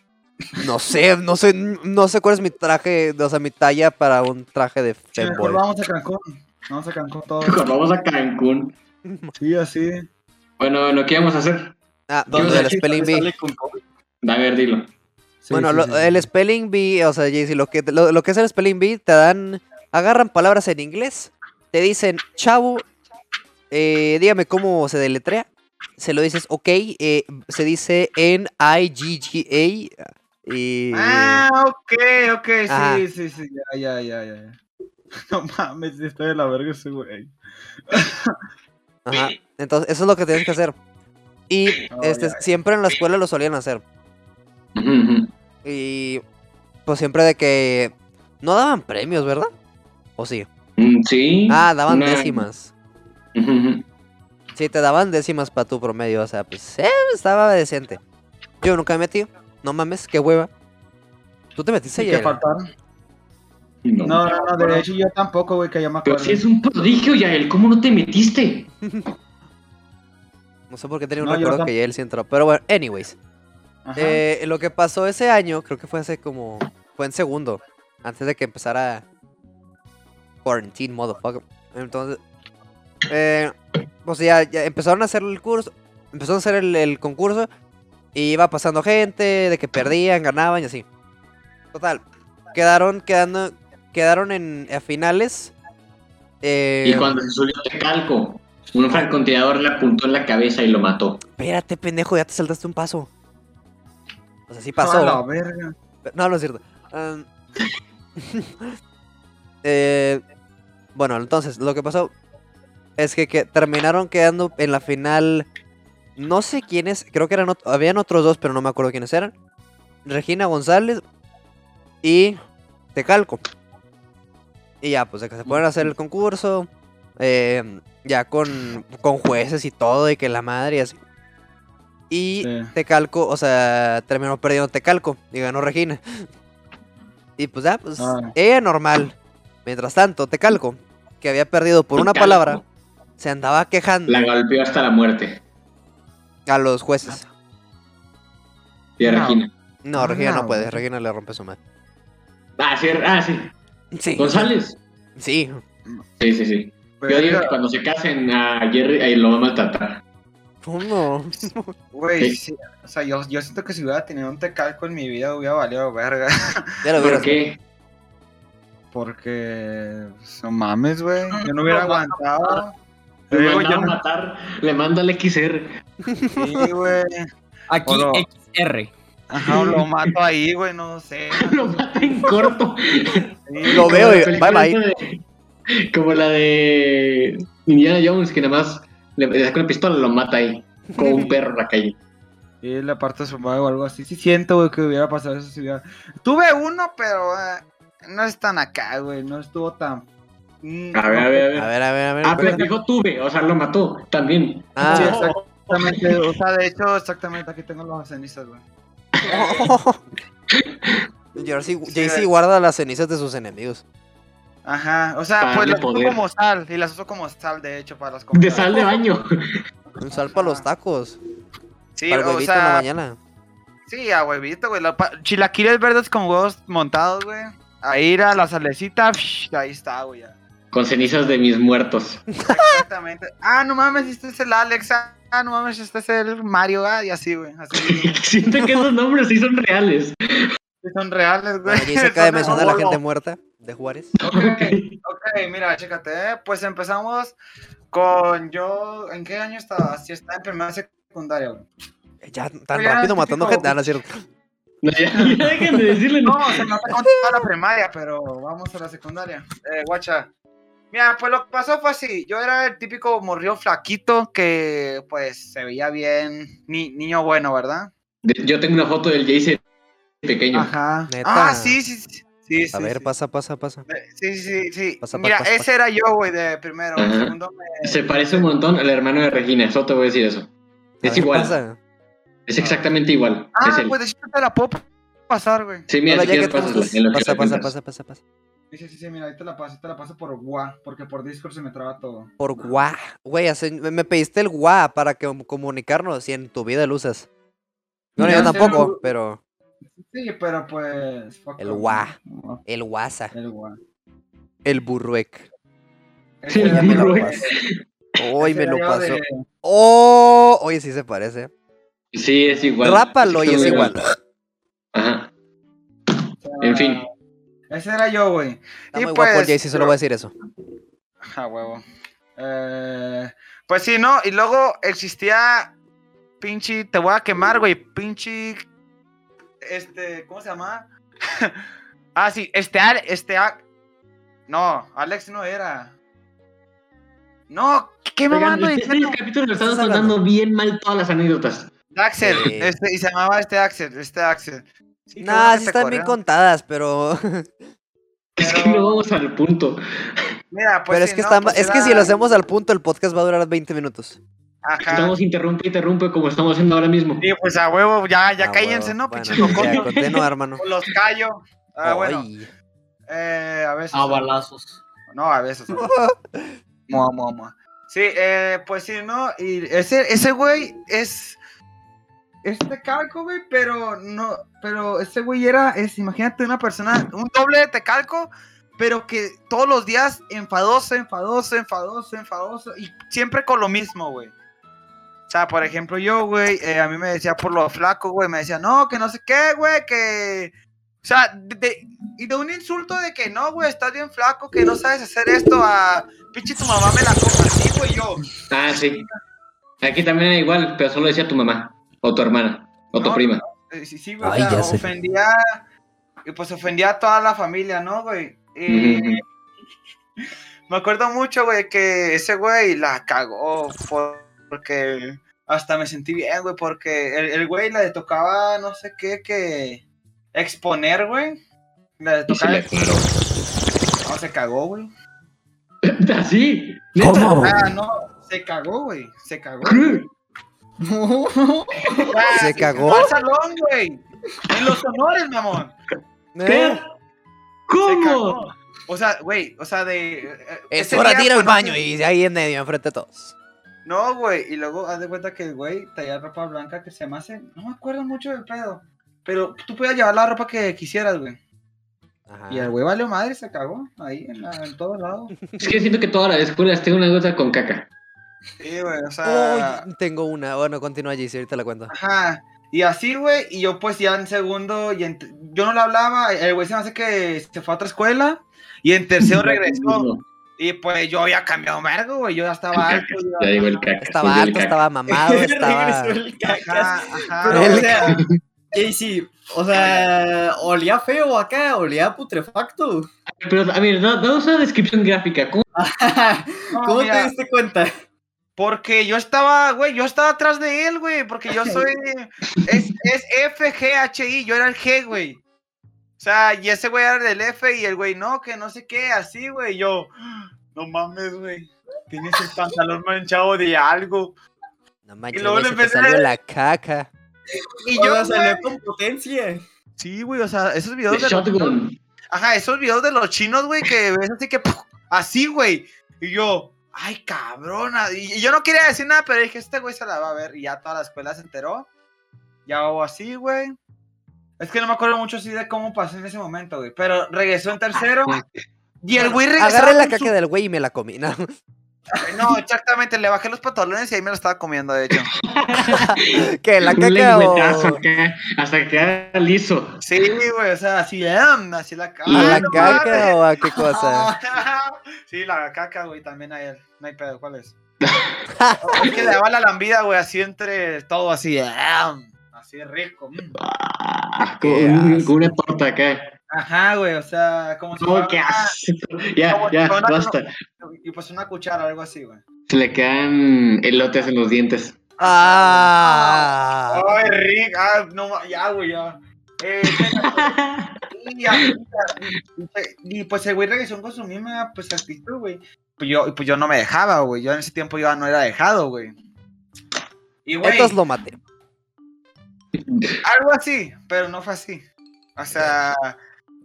S1: No sé, no sé, no sé cuál es mi traje, o sea, mi talla para un traje de
S7: Sí, mejor
S1: fanboy.
S7: vamos a Cancún. Vamos a Cancún todos.
S3: Vamos a Cancún.
S7: Sí, así.
S3: Bueno, bueno, ¿qué vamos a hacer?
S1: Ah,
S4: ¿Dónde
S1: lo del
S4: aquí
S1: Spelling
S4: sale
S1: Bee.
S4: con COVID?
S3: A ver, dilo.
S7: Sí,
S1: Bueno,
S7: sí,
S1: lo-
S7: sí, sí.
S1: el Spelling Bee, o sea, JC, lo que, lo, lo que es el Spelling Bee, te dan, agarran palabras en inglés, te dicen, chavo, eh, dígame cómo se deletrea. Se lo dices, ok, eh, se dice N-I-G-G-A. Y...
S7: Ah, ok, ok, sí,
S1: Ajá.
S7: sí, sí, ya, ya, ya, ya, ya. No mames, está de la verga ese güey.
S1: Ajá. Entonces, eso es lo que tienes que hacer. Y
S7: Oh,
S1: este,
S7: ya, ya.
S1: siempre en la escuela lo solían hacer.
S3: Ujú, ujú.
S1: Y pues siempre de que no daban premios, ¿verdad? ¿O sí?
S3: Mm, Sí.
S1: Ah, daban
S3: Una-
S1: décimas.
S3: Ujú, ujú.
S1: Sí, te daban décimas para tu promedio, o sea, pues eh, estaba decente. Yo nunca me metí, no mames, qué hueva. ¿Tú te metiste
S7: ¿Y qué
S1: ayer?
S7: faltaron?
S3: No.
S7: No, no, no, de hecho yo tampoco, güey, que yo me
S3: Pero
S7: acuerdo.
S3: si es un prodigio, Yael, ¿cómo no te metiste?
S1: No sé por qué tenía un
S7: No, yo
S1: recuerdo que ya él sí entró, pero bueno, anyways.
S7: Ajá.
S1: Eh, lo que pasó ese año, creo que fue hace como. Fue en segundo. Antes de que empezara. Quarantine, motherfucker. Entonces. Eh, pues ya, ya empezaron a hacer el curso. Empezaron a hacer el, el concurso. Y iba pasando gente, de que perdían, ganaban y así. Total. Quedaron, quedando, quedaron en a finales. eh,
S3: Y cuando se subió a Calco, un francotirador le apuntó en la cabeza y lo mató.
S1: Espérate, pendejo, ya te saltaste un paso. O sea, sí
S7: A
S1: pasó.
S7: Ah, la verga.
S1: Pero- No, no es cierto. Am, eh, bueno, entonces, lo que pasó es que, que terminaron quedando en la final. No sé quiénes, creo que eran ot- habían otros dos, pero no me acuerdo quiénes eran. Regina González y Tecalco. Y ya, pues de que se pueden hacer el concurso. eh, ya con, con jueces y todo, y que la madre y así. Y
S7: Sí.
S1: Tecalco, o sea, terminó perdiendo Tecalco y ganó Regina. Y pues ya, pues
S7: Ah.
S1: ella normal. Mientras tanto, Tecalco, que había perdido por una
S3: Tecalco.
S1: palabra, se andaba quejando
S3: La golpeó hasta la muerte.
S1: a los jueces.
S3: Y a
S7: No.
S3: Regina.
S1: No, Regina
S7: Ah,
S1: no puede,
S7: güey.
S1: Regina le rompe su madre.
S3: Ah, sí, ah, sí.
S1: Sí,
S3: ¿González?
S1: sí.
S3: Sí, sí, sí. Yo digo
S7: Verga,
S3: que cuando se casen a Jerry, ahí lo va a maltratar.
S1: ¿Cómo?
S7: Güey,
S3: Sí.
S7: sí, O sea, yo, yo siento que si hubiera tenido un tecalco en mi vida hubiera valido verga.
S1: Ya lo
S3: ¿Por
S1: vieron.
S3: qué?
S7: Porque. pues, No mames, güey. Yo no hubiera aguantado. Yo
S3: Le
S7: digo, yo
S3: mandaron
S7: no-
S3: matar, le manda al XR.
S7: Sí, güey.
S8: Aquí
S7: Hola.
S8: XR.
S7: Ajá, o lo mato ahí, güey, no sé.
S3: Lo mata en corto.
S7: Sí,
S1: Lo
S3: Como
S1: veo
S3: la
S1: y
S3: película
S1: bye,
S3: esa de- como la de Indiana Jones, que nada más le, le saca una pistola y lo mata ahí. Como un perro en la calle.
S7: Y la parte de su madre o algo así. Sí siento, güey, que hubiera pasado eso si hubiera... Tuve uno, pero eh, no es tan acá, güey. No estuvo tan... Mm,
S3: A ver, a ver, a ver.
S1: A ver, a ver, a ver.
S3: Ah, pero
S1: espérate.
S3: dijo tuve, o sea, lo mató también.
S1: Ah.
S7: Sí, exactamente. O sea, de hecho, exactamente. Aquí tengo las cenizas, güey.
S1: Jersey-
S7: Sí,
S1: Jay-Z
S7: güey.
S1: guarda las cenizas de sus enemigos.
S7: Ajá. O sea,
S3: Para
S7: pues
S3: darle
S7: las uso
S3: poder.
S7: como sal. Y las uso como sal, de hecho, para las comidas.
S3: De sal de baño.
S1: Un sal para los tacos.
S7: Sí,
S1: para el
S7: o
S1: huevito en la
S7: sea...
S1: mañana.
S7: Sí, a huevito, güey. la pa- Chilaquiles verdes con huevos montados, güey. Ahí era la salecita. psh, ahí está, güey. ya.
S3: Con cenizas de mis muertos.
S7: Exactamente. Ah, no mames, este es el Alex. Ah, no mames, este es el Mario. Ah, y así, güey. Así.
S3: Siento que esos nombres sí son reales.
S7: Sí, Son reales, güey.
S1: Bueno, Jay se acaba de
S7: Son
S1: mencionar a la gente
S7: reales.
S1: muerta de Juárez.
S7: Ok, ok, mira, chécate. eh, Pues empezamos con yo. ¿En qué año estaba? Si estaba en primera secundaria, güey.
S1: Ya, tan
S7: Oye, era
S1: rápido
S7: el
S1: matando
S7: típico-
S1: gente. Ah, no es cierto.
S3: No, ya, ya dejen de decirle. No.
S7: No, o sea, no te contaba la primaria, pero vamos a la secundaria. Eh, guacha. Mira, pues lo que pasó fue así. Yo era el típico morrió flaquito que, pues, se veía bien. Ni, niño bueno, ¿verdad?
S3: Yo tengo una foto del Jason pequeño.
S7: Ajá.
S1: Neta.
S7: Ah, sí, sí, sí. sí,
S1: A
S7: sí,
S1: ver,
S7: sí.
S1: pasa, pasa, pasa.
S7: Eh, Sí, sí, sí.
S1: Pasa, pa-
S7: Mira,
S1: pasa,
S7: ese
S1: pasa.
S7: era yo, güey, de primero.
S3: Ajá.
S7: Segundo me-
S3: Se parece un montón al hermano de Regina, solo te voy a decir eso.
S1: A
S3: Es
S1: ver,
S3: igual,
S1: pasa.
S3: es exactamente igual.
S7: Ah,
S3: es él.
S7: pues de hecho te la puedo pasar, güey.
S3: Sí, mira,
S1: Hola,
S3: si
S1: ya que
S3: quieres
S1: tenemos
S3: pásala,
S1: luz.
S3: en lo que
S1: Pasa,
S3: la
S1: pasa,
S3: cuentas.
S1: pasa, pasa, pasa.
S7: Sí, sí, sí, mira, ahí te la paso, te la paso por gua, porque por Discord se me traba todo.
S1: Por guá. Güey, hace- me me pediste el guá para que comunicarnos y en tu vida lo usas. Bueno,
S7: Ya
S1: yo
S7: sé,
S1: tampoco,
S7: güey.
S1: pero
S7: Sí, pero pues... fuck
S1: El
S7: off.
S1: gua. el guasa,
S7: El gua.
S1: el burruec.
S3: Sí,
S1: Hoy
S3: el
S1: me lo
S3: burruec.
S1: pasó. Hoy me lo pasó.
S7: De...
S1: Oh, oye, sí se parece.
S3: Sí, es igual.
S1: Rápalo y es
S3: Está muy
S1: igual.
S3: Ajá. En fin.
S7: ah, Ese era yo, güey.
S1: Está muy
S7: pues,
S1: guapo el Jay-Z, solo voy a decir eso.
S7: Ah, huevo. Eh, pues sí, ¿no? Y luego existía pinche, te voy a quemar, güey, pinche, este, ¿cómo se llama? ah, sí, este, Al- este, Al- no, Alex no era. No, ¿qué- ¿qué mamá
S3: Oigan,
S7: ando
S3: este, este
S7: diciendo?
S3: capítulo lo
S1: ¿Estás
S3: estamos
S1: hablando?
S3: contando bien mal todas las anécdotas.
S7: Axel,
S1: Sí.
S7: este, y se llamaba este Axel, este Axel. Sí, qué bueno
S1: Nah,
S7: que
S1: sí
S7: te Pues
S1: están bien
S7: corrieron.
S1: contadas, pero.
S3: Es que no vamos al punto.
S7: Mira, pues
S1: Pero
S7: sí,
S1: es que
S7: ¿no?
S1: está ma-
S7: Pues
S1: Es que
S7: era-
S1: si lo hacemos al punto, el podcast va a durar 20 minutos.
S7: Ajá.
S3: Estamos interrumpe, interrumpe como estamos haciendo ahora mismo.
S7: Sí, pues a huevo, ya, ya
S1: Ah,
S7: cállense,
S1: huevo.
S7: ¿no?
S1: Bueno,
S7: Pinche
S1: Ya,
S7: locoño.
S1: continúa, hermano.
S7: Los callo. Ah, bueno.
S1: Ay.
S7: Eh, a
S6: Ah,
S7: veces.
S8: A balazos.
S7: No, a veces. Mua, mua, mua. Sí, eh, pues sí, ¿no? Y ese, ese güey es. Este calco, güey, pero no. Pero ese güey era, es, imagínate, una persona, un doble de tecalco, pero que todos los días enfadoso, enfadoso, enfadoso, enfadoso, y siempre con lo mismo, güey. O sea, por ejemplo, yo, güey, eh, a mí me decía por lo flaco, güey, me decía, no, que no sé qué, güey, que O sea, de, de- y de un insulto de que no, güey, estás bien flaco, que no sabes hacer esto, a pinche tu mamá me la coja así, güey, yo.
S3: Ah, sí. Aquí también era igual, pero solo decía tu mamá, o tu hermana, o tu
S7: No,
S3: prima.
S7: Eh, Sí, sí, güey, o
S1: Ay,
S7: sea,
S1: ya sé.
S7: ofendía, y pues ofendía a toda la familia, ¿no, güey? Y
S3: Ujú.
S7: me acuerdo mucho, güey, que ese güey la cagó por- porque hasta me sentí bien, güey, porque el, el güey le tocaba no sé qué que exponer, güey. Le
S3: Y se
S7: tocaba
S3: le aclaró.
S7: No, se cagó, güey.
S3: ¿Así?
S1: ¿Cómo?
S7: Ah, no, se cagó, güey. Se cagó. Ah,
S1: ¿Se cagó?
S7: Al salón, güey. En los honores, mamón.
S1: ¿Eh?
S7: Se
S3: ¿Cómo?
S7: cagó. O sea, güey, o sea, de. eh,
S1: Es
S7: ese
S1: hora
S7: día
S1: de ir al
S7: conoces-
S1: baño y ahí en medio, enfrente de todos.
S7: No, güey. Y luego haz de cuenta que el güey traía ropa blanca que se me hace. No me acuerdo mucho del pedo. Pero tú podías llevar la ropa que quisieras, güey.
S1: Ajá.
S7: Y el güey valió madre, se cagó. Ahí, en, la- en todos lados.
S3: Es que siento que todas las escuelas tengo una gota con caca.
S7: Sí, güey, o sea.
S1: Uy, tengo una. Bueno, continúa allí, si ahorita la cuento.
S7: Ajá. Y así, güey, y yo pues ya en segundo, y en t- yo no le hablaba, el güey se me hace que se fue a otra escuela, y en tercero regresó, y pues yo había cambiado mergo, güey, yo ya estaba alto. yo-
S3: Ya digo el caca.
S1: Estaba
S3: volvió el
S1: alto,
S3: caca.
S1: estaba mamado, estaba.
S6: Regresó el
S7: Ajá,
S6: cacas.
S7: ajá.
S6: Pero, o
S1: El
S6: sea, Casey, o sea, olía feo acá, olía putrefacto.
S3: Pero, a ver, da- danos una descripción gráfica. ¿Cómo?
S7: No,
S6: ¿Cómo
S7: mira,
S6: te diste cuenta?
S7: Porque yo estaba, güey, yo estaba atrás de él, güey, porque yo soy, es, es F, G, H, I, yo era el G, güey. O sea, y ese güey era del F, y el güey, no, que no sé qué, así, güey, yo, no mames, güey. Tienes el pantalón manchado de algo.
S1: No manches,
S7: Y luego
S1: güey,
S7: le
S1: se te
S7: empecé a-
S1: salió la caca.
S7: Y
S6: O sea,
S7: yo, güey,
S6: salió con potencia.
S7: Sí, güey, o sea, esos
S3: De
S7: videos de los,
S3: shotgun.
S7: ajá, esos videos de los chinos, güey, que ves así que ¡puf! así, güey. Y yo, ay, cabrona. Y, y yo no quería decir nada, pero dije, este güey se la va a ver. Y ya toda la escuela se enteró. Ya hago así, güey. Es que no me acuerdo mucho así de cómo pasó en ese momento, güey. Pero regresó en tercero.
S1: Ah,
S7: Y el güey regresó.
S1: Agarré la caca del güey y me la comí. No,
S7: No, exactamente. Le bajé los pantalones y ahí me lo estaba comiendo, de hecho.
S1: que la
S3: Un
S1: caca
S3: lengüetazo
S1: o.
S3: acá, hasta que quedara liso.
S7: Sí, güey, o sea, así, ¡am! así la cara.
S1: ¿A la
S3: no
S1: caca o a qué cosa?
S7: sí, la caca, güey, también hay él. No hay pedo, ¿cuál es? Oh, es que le daba la lambida, güey, así entre todo, así. ¡am! Así rico. mm.
S3: Ah,
S1: Qué
S3: Con, un-
S1: asco.
S3: con una torta acá.
S7: Ajá, güey, o sea, como si
S3: Ah, No,
S7: fuera-
S3: qué asco. Ya, ya,
S7: Como-
S3: basta.
S7: Y pues una cuchara, algo así, güey.
S3: Se le quedan elotes en los dientes.
S1: Ah.
S7: Ay, rico. Ah, no, ma- ya, güey, ya. Eh, y, ya, y ya, y, y, pues el güey regresó con su misma pues, actitud, güey. Pues yo, pues yo no me dejaba, güey. Yo en ese tiempo ya no era dejado, güey. Y, güey,
S1: Entonces lo maté.
S7: algo así, pero no fue así. O sea,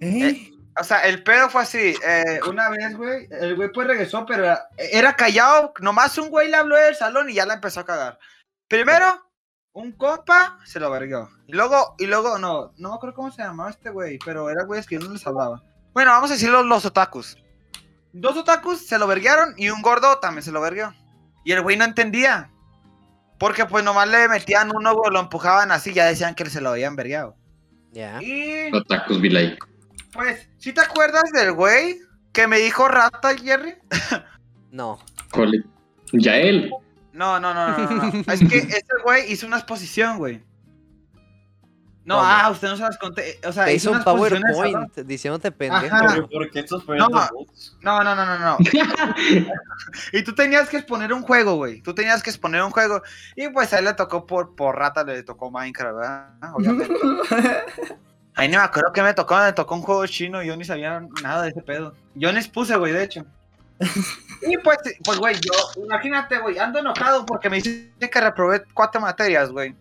S6: ¿Eh?
S7: o sea, el pedo fue así. eh, una vez, güey, el güey pues regresó, pero era, era callado. Nomás un güey le habló del salón y ya la empezó a cagar. Primero, un compa se lo verguió. Y luego, y luego, no, no me acuerdo cómo se llamaba este güey, pero era güey que yo no les hablaba. Bueno, vamos a decir los, los otakus. Dos otakus se lo verguearon y un gordo también se lo verguió. Y el güey no entendía. Porque pues nomás le metían uno, güey, lo empujaban así, ya decían que se lo habían vergueado.
S1: Ya.
S7: Y...
S3: Los tacos Vilay.
S7: Pues, ¿sí te acuerdas del güey que me dijo rata, Jerry? Ah,
S1: No.
S3: Cole. Ya él.
S7: No, no, no, no, no, no. Es que ese güey hizo una exposición, güey. No,
S1: ¿Cómo?
S7: ah, usted no se las conté. O sea,
S1: Te hizo
S7: hizo
S1: un
S7: una exposición en el salón.
S1: PowerPoint diciéndote pendejo.
S7: Ajá.
S6: Pero, ¿Por qué estás poniendo
S7: No.
S6: voz?
S7: No, no, no, no, no. y tú tenías que exponer un juego, güey. Tú tenías que exponer un juego. Y pues a él le tocó por, por rata, le tocó Minecraft, ¿verdad? Obviamente. Ahí no me acuerdo que me tocó, me tocó un juego chino y yo ni sabía nada de ese pedo. Yo ni expuse, güey, de hecho. Y pues, pues, güey, yo, imagínate, güey, ando enojado porque me dicen que reprobé cuatro materias, güey.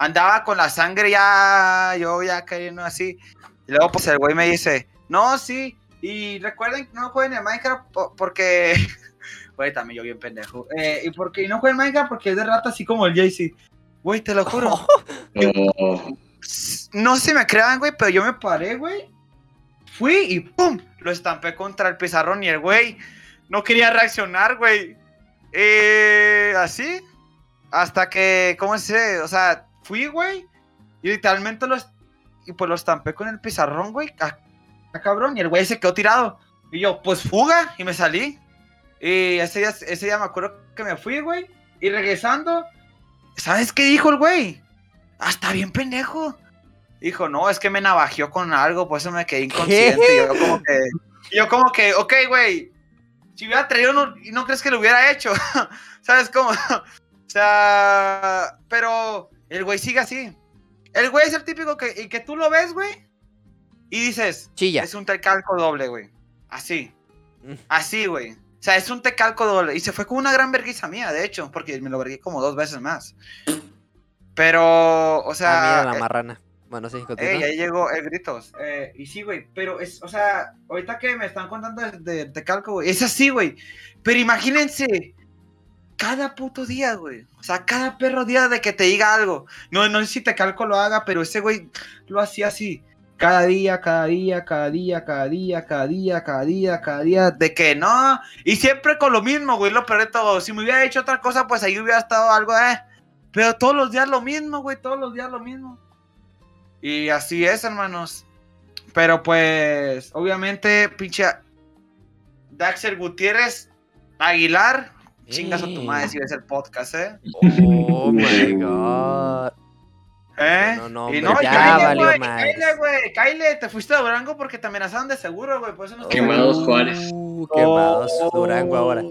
S7: Andaba con la sangre ya, yo ya cayendo así. Y luego, pues, el güey me dice, no, sí, y recuerden, no jueguen en Minecraft po- porque... Güey, también yo bien pendejo. Eh, y porque y no jueguen en Minecraft porque es de rata así como el Jaycee. Güey, te lo juro.
S3: Oh,
S7: No sé si me crean, güey, pero yo me paré, güey. Fui y ¡pum! Lo estampé contra el pizarrón y el güey no quería reaccionar, güey. Eh, así. Hasta que, ¿cómo se dice? O sea, fui, güey. Y literalmente lo... est- y pues lo estampé con el pizarrón, güey. Ah, ah, cabrón, y el güey se quedó tirado. Y yo, pues fuga, y me salí. Y ese día, ese día me acuerdo que me fui, güey. Y regresando, ¿sabes qué dijo el güey? Ah, está bien pendejo. Dijo, no, es que me navajeó con algo, por eso me quedé inconsciente. Y yo como que, y yo como que, ok, güey, si hubiera traído, no, no crees que lo hubiera hecho. ¿Sabes cómo? o sea, pero el güey sigue así. El güey es el típico que, y que tú lo ves, güey, y dices,
S1: Chilla.
S7: es un tecalco doble, güey. Así.
S1: Mm.
S7: Así, güey. O sea, es un tecalco doble. Y se fue con una gran vergüenza mía, de hecho, porque me lo vergué como dos veces más. Pero, o
S1: Ah,
S7: sea.
S1: mira la
S7: eh,
S1: marrana. Bueno, sí, continúa.
S7: Ey, ahí llegó el gritos. Eh, y sí, güey, pero es, o sea, ahorita que me están contando de, de, de calco, güey, es así, güey. Pero imagínense, cada puto día, güey. O sea, cada perro día de que te diga algo. No, no sé si te calco lo haga, pero ese güey lo hacía así. Cada día, cada día, cada día, cada día, cada día, cada día, cada día. De que no. Y siempre con lo mismo, güey, lo peor de todo. Si me hubiera hecho otra cosa, pues ahí hubiera estado algo, eh. Pero todos los días lo mismo, güey, todos los días lo mismo. Y así es, hermanos. Pero pues, obviamente, pinche Daxel Gutiérrez Aguilar, chingas a tu madre si ves el podcast, ¿eh?
S1: Oh my god.
S7: ¿Eh?
S1: No, no,
S7: y
S1: hombre,
S7: no, y
S1: ya
S7: Kyle,
S1: valió
S7: güey,
S1: madres.
S7: Kyle, güey, Kyle, te fuiste a Durango porque te amenazaron de seguro, güey, por eso no
S3: Quemados Juárez.
S1: Oh, Uh, quemados
S7: Oh.
S1: Durango ahora.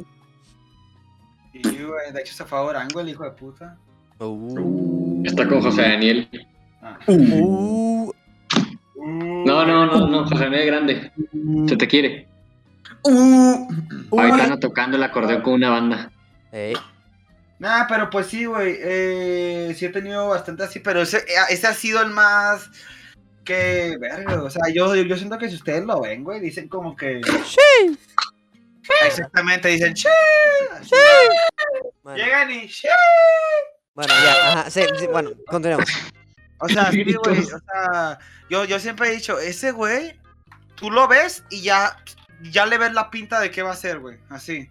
S7: Y, güey, de hecho se fue a Durango el hijo de puta.
S1: Uh.
S3: Está con José Daniel.
S1: Uh.
S3: No, no, no, no, José Daniel Grande. Se te quiere.
S6: Uh,
S3: Ahorita anda tocando el acordeón con una banda.
S1: Ey,
S7: Nah, pero pues sí, güey. Eh, sí he tenido bastante así, pero ese, eh, ese ha sido el más que, verga, o sea, yo, yo siento que si ustedes lo ven, güey, dicen como que... Exactamente, dicen, "Che", así.
S1: bueno,
S7: Llegan y, "Che".
S1: bueno, ya, ajá, sí, sí, bueno, continuemos.
S7: O sea, sí,
S3: Gritos.
S7: güey, o sea, yo, yo siempre he dicho, ese güey, tú lo ves y ya, ya le ves la pinta de qué va a ser, güey, así.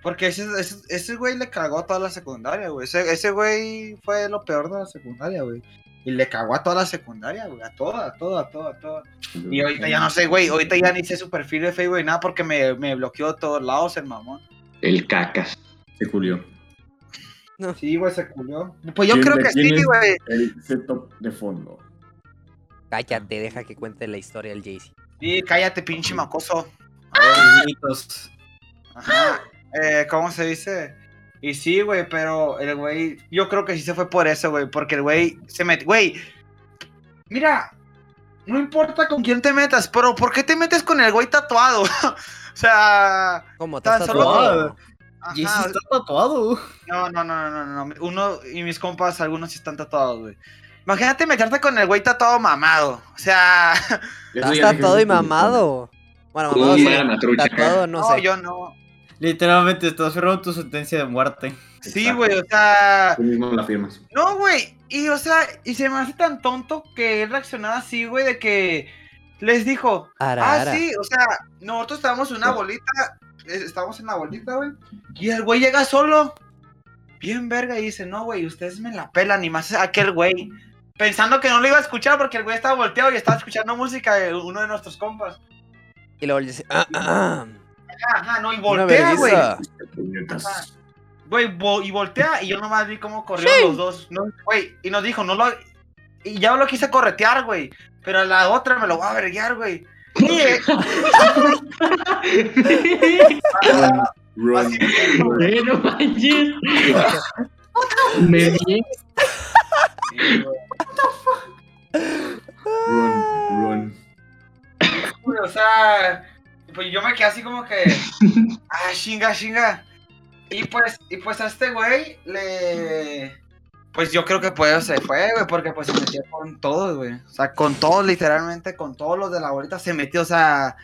S7: Porque ese, ese, ese güey le cagó a toda la secundaria, güey. Ese, ese güey fue lo peor de la secundaria, güey. Y le cagó a toda la secundaria, güey. A toda, a toda, a toda, a toda. Y ahorita ya no sé, güey. Ahorita ya ni sé su perfil de Facebook ni nada porque me, me bloqueó de todos lados el mamón.
S3: El cacas.
S2: Se culió.
S7: Sí, güey, se culió. Pues yo
S2: ¿Quién
S7: creo
S2: de-
S7: que
S2: quién
S7: sí,
S2: es
S7: güey.
S2: El setup de fondo.
S1: Cállate, deja que cuente la historia del Jay-Z.
S7: Sí, cállate, pinche macoso.
S4: Gritos.
S7: Ajá. Eh, ¿Cómo se dice? Y sí, güey, pero el güey, yo creo que sí se fue por eso, güey, porque el güey se metió, güey, mira, no importa con quién te metas, pero ¿por qué te metes con el güey tatuado? o sea,
S1: ¿Cómo te
S7: Tan
S1: has
S7: solo-
S1: tatuado?
S7: ajá,
S4: Jesse está tatuado.
S7: no, no, no, no, no, no, uno y mis compas, algunos sí están tatuados, güey. Imagínate meterte con el güey tatuado mamado, o sea,
S2: Eso
S1: Estás
S2: ya dejé
S1: tatuado
S2: de
S1: y mamado. Bueno,
S3: Como
S1: mamado
S3: un
S1: sí,
S3: mamatrucha.
S1: tatuado no
S7: no,
S1: sé.
S7: yo no.
S4: Literalmente estás firmando tu sentencia de muerte.
S7: Sí,
S2: Exacto.
S7: güey, o sea,
S2: Tú mismo la firmas.
S7: No, güey. Y, o sea, y se me hace tan tonto que él reaccionaba así, güey, de que les dijo,
S1: Ara,
S7: ah,
S1: ara.
S7: sí, o sea, nosotros estábamos en una bolita, eh, estábamos en la bolita, güey. Y el güey llega solo, bien verga, y dice, no, güey, ustedes me la pelan, y más aquel güey. Pensando que no lo iba a escuchar porque el güey estaba volteado y estaba escuchando música de uno de nuestros compas.
S1: Y luego le dice, ah, ah, ah,
S7: Ajá, ajá, no, y
S1: una
S7: voltea, güey.
S1: vergüenza.
S2: Puñetas.
S7: Güey, vo- y voltea y yo nomás vi cómo corrieron los dos. No, güey, y nos dijo, no lo. Y ya lo quise corretear, güey. Pero a la otra me lo va a verguear, güey. Y, eh,
S2: Run,
S3: Ah,
S2: run,
S7: así,
S2: run.
S3: Eh, no manches. Me
S9: Eh,
S3: vi.
S2: Run, run.
S7: güey, o sea, pues yo me quedé así como que. Ah, chinga, chinga. Y pues, y pues a este güey le. Pues yo creo que pues se fue, güey, porque pues se metió con todos, güey. O sea, con todos, literalmente, con todos los de la bolita se metió, o sea.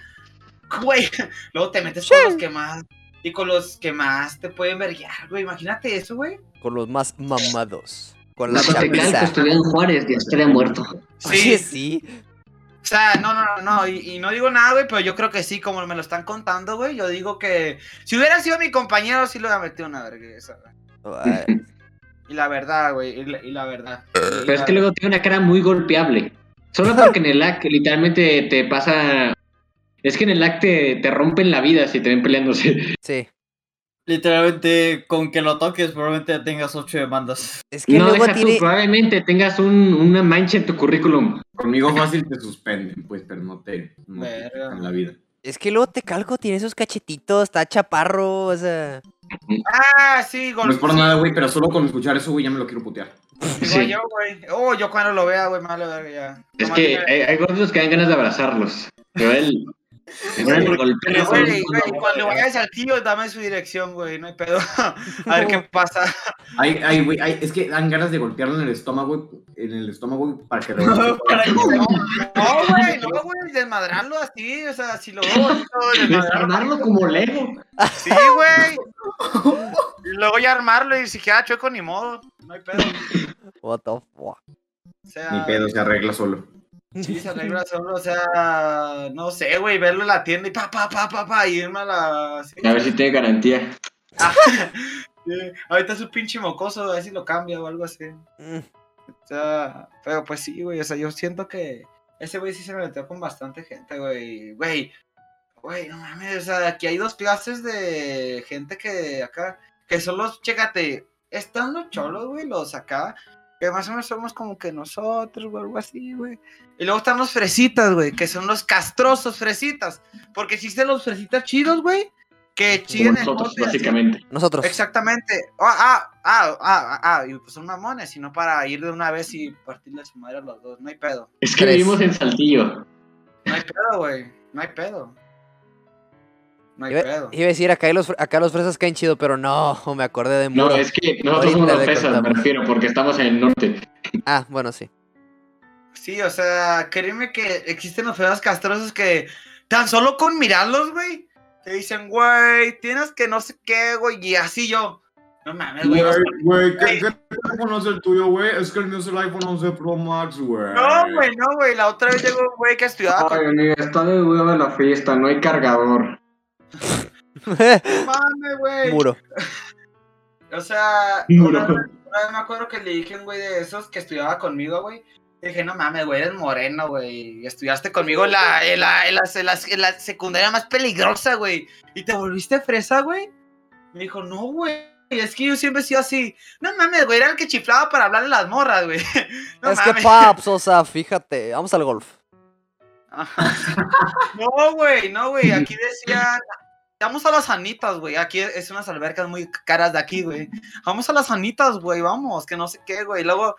S7: Güey, luego te metes con los que más. Y con los que más te pueden verguear, güey. Imagínate eso, güey.
S1: Con los más mamados. Con la
S3: Los tecalcos
S1: chaviza.
S3: estuvieron en Juárez, ya estaría muerto.
S1: Oye, sí.
S7: O sea, no, no, no, no, y, y no digo nada, güey, pero yo creo que sí, como me lo están contando, güey, yo digo que si hubiera sido mi compañero, sí lo hubiera metido una vergüenza, güey.
S1: Ay,
S7: Y la verdad, güey, y, la- y la verdad. Y
S3: Pero es
S2: Eh,
S7: la-
S3: que luego tiene una cara muy golpeable. Solo porque en el LAC literalmente te pasa. Es que en el LAC te, te rompen la vida si te ven peleándose.
S1: Sí.
S4: Literalmente, con que lo toques, probablemente tengas ocho demandas.
S1: Es que
S3: No,
S1: luego
S3: deja tú,
S1: tiene.
S3: probablemente tengas un- una mancha en tu currículum.
S2: Conmigo fácil te suspenden, pues, pero no te. No te quitan la vida.
S1: Es que luego te calco, tiene esos cachetitos, está chaparro, o sea.
S7: Ah, sí,
S2: No es
S7: golpe.
S2: por nada, güey, pero solo con escuchar eso, güey, ya me lo quiero putear.
S7: Igual
S3: Sí.
S7: yo, güey. Oh, yo cuando lo vea, güey, malo, verga, ya.
S3: Es
S7: Nomás
S3: que
S7: dime-
S3: hay, hay gordos que dan ganas de abrazarlos. Pero él. pero él golpea,
S7: Güey,
S3: güey.
S7: güey, cuando vayas al tío, dame su dirección, güey, no hay pedo. A ver qué pasa.
S2: Ay, ay, güey, ay, es que dan ganas de golpearlo en el estómago, en el estómago, güey, para que rebote.
S4: Para que-
S7: No, güey, no, güey, desmadrarlo así, o sea, si lo veo, bonito, desmadrarlo.
S3: Desarmarlo como Lego.
S7: Sí, güey. Y luego ya armarlo y si queda chueco, ni modo. No hay pedo.
S1: What the fuck.
S7: O sea,
S2: Ni pedo, se arregla solo.
S7: Sí, se arregla solo, o sea, no sé, güey, verlo en la tienda y pa, pa, pa, pa, pa, y irme a la... sí.
S3: A ver si tiene garantía.
S7: Ah, sí, Ahorita es un pinche mocoso, a ver si lo cambia o algo así.
S1: Mm.
S7: O sea, pero pues sí, güey, o sea, yo siento que ese güey sí se metió con bastante gente, güey. Güey, güey, no mames, o sea, aquí hay dos clases de gente que acá, que son los, chécate, están los cholos, güey, los acá, que más o menos somos como que nosotros, o algo así, güey. Y luego están los fresitas, güey, que son los castrosos fresitas, porque existen los fresitas chidos, güey, que
S3: Como
S7: chiden el
S3: nosotros,
S7: bote así.
S3: básicamente.
S1: Nosotros.
S7: Exactamente. Ah, ah, ah, ah, ah, ah, y pues son mamones, sino para ir de una vez y partirle a su madre a los dos. No hay pedo.
S3: Es que
S1: Tres.
S3: vivimos en Saltillo.
S7: No hay pedo, güey. No hay pedo. No hay
S1: Iba,
S7: pedo.
S1: iba a decir, acá, hay los, fre- acá los fresas caen chido, pero no, me acordé de
S3: No,
S1: Muro.
S3: es que nosotros somos
S1: Ahorita
S3: los
S1: le
S3: pesas, me
S1: contamos.
S3: refiero, porque estamos en el norte.
S1: Ah, bueno, sí.
S7: Sí, o sea, créeme que existen los feos castrosos que tan solo con mirarlos, güey, te dicen, güey, tienes que no sé qué, güey, y así yo. No mames, güey. o sea,
S2: güey,
S7: ¿qué-
S2: teléfono es el tuyo, güey? Es que el mío es el iPhone 11 Pro Max, güey.
S7: No, güey, no, güey. La otra vez llegó un güey que estudiaba con
S3: está de huevo la fiesta, no hay cargador.
S7: No mames, güey.
S1: Muro.
S7: O sea,
S3: Muro.
S7: una, vez- una vez me acuerdo que le dije a un güey de esos que estudiaba conmigo, güey. Le dije, no mames, güey, eres moreno, güey. Estudiaste conmigo en la, en la, en la, en la- en la secundaria más peligrosa, güey. ¿Y te volviste fresa, güey? Me dijo, no, güey. Es que yo siempre he sido así. No mames, güey, era el que chiflaba para hablar de las morras, güey. No
S1: es que
S7: mames.
S1: paps, o sea, fíjate. Vamos al golf.
S7: No, güey, no, güey. Aquí decían, vamos a las anitas, güey. Aquí es unas albercas muy caras de aquí, güey. Vamos a las anitas, güey, vamos, que no sé qué, güey. Luego,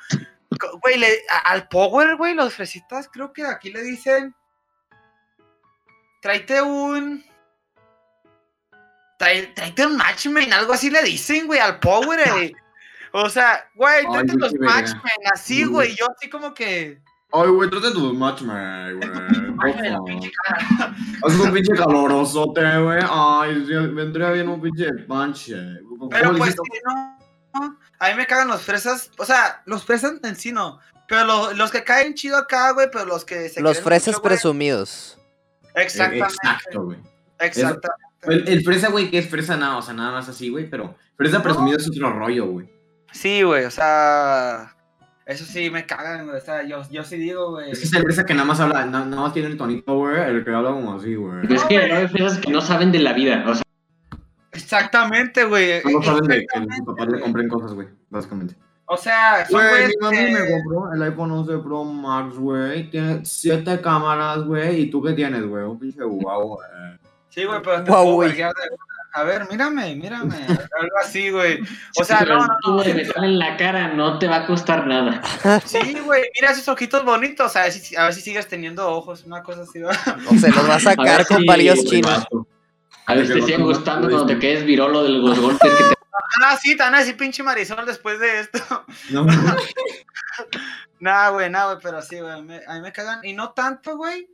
S7: co- güey, le- a- al Power, güey, los fresitas, creo que aquí le dicen, tráete un... tráe- Tráete un matchman, algo así le dicen, güey, al Power, güey. O sea, güey,
S2: Ay,
S7: tráete los
S2: qué verga.
S7: matchmen, así, güey. Yo así como que...
S2: Ay, güey, trate tu matchmaker, güey. Es un pinche calorosote, güey. Ay, sí, vendría bien un pinche panche.
S7: Pero pues sí, no, no. A mí me cagan los fresas. O sea, los fresas en sí no. Pero lo- los, que caen chido acá, güey, pero los que se
S1: Los
S7: quieren
S1: fresas
S7: mucho, güey.
S1: presumidos.
S7: Exactamente.
S2: Eh, Exacto, güey.
S7: Exactamente.
S2: El, el fresa, güey, que es fresa nada, o sea, nada más así, güey, pero fresa presumido es otro rollo, güey.
S7: Sí, güey, o sea. Eso sí me cagan, güey. O sea, yo, yo sí digo, güey.
S2: Es que es el fresa que nada más habla, na- nada más tiene el tonito, güey, el que habla como así, güey.
S3: Es que hay
S7: pues,
S3: fresas que no saben de la vida. O sea,
S7: Exactamente, güey.
S2: No saben de que
S7: Exactamente,
S2: sus papás le
S7: güey.
S2: compren cosas, güey, básicamente.
S7: O sea, son
S2: Güey,
S7: güeyes
S2: mi mami
S7: que-
S2: me compró el iPhone 11 Pro Max, güey. Tiene siete cámaras, güey. ¿Y tú qué tienes, güey? Un pinche guau, güey.
S7: Sí, güey, pero. te
S1: Guau,
S7: puedo
S1: güey.
S7: verguear de- A ver, mírame, mírame. Algo así, güey. O sea, no, no,
S3: tú de metal en la cara no te va a costar nada.
S7: Sí, güey, mira esos ojitos bonitos. A ver si, a ver si sigues teniendo ojos, una cosa así. ¿va?
S1: O se los va a
S3: A
S1: sacar
S3: ver
S1: con
S3: si-
S1: palillos
S3: Sí,
S1: chinos.
S3: A ver si te siguen gustando cuando te quedes virolo de los golpes que te
S7: Ah, sí, tan así pinche Marisol después de esto.
S2: No, no.
S7: Nah, güey, nah, güey, pero sí, güey, me- a mí me cagan. Y no tanto, güey,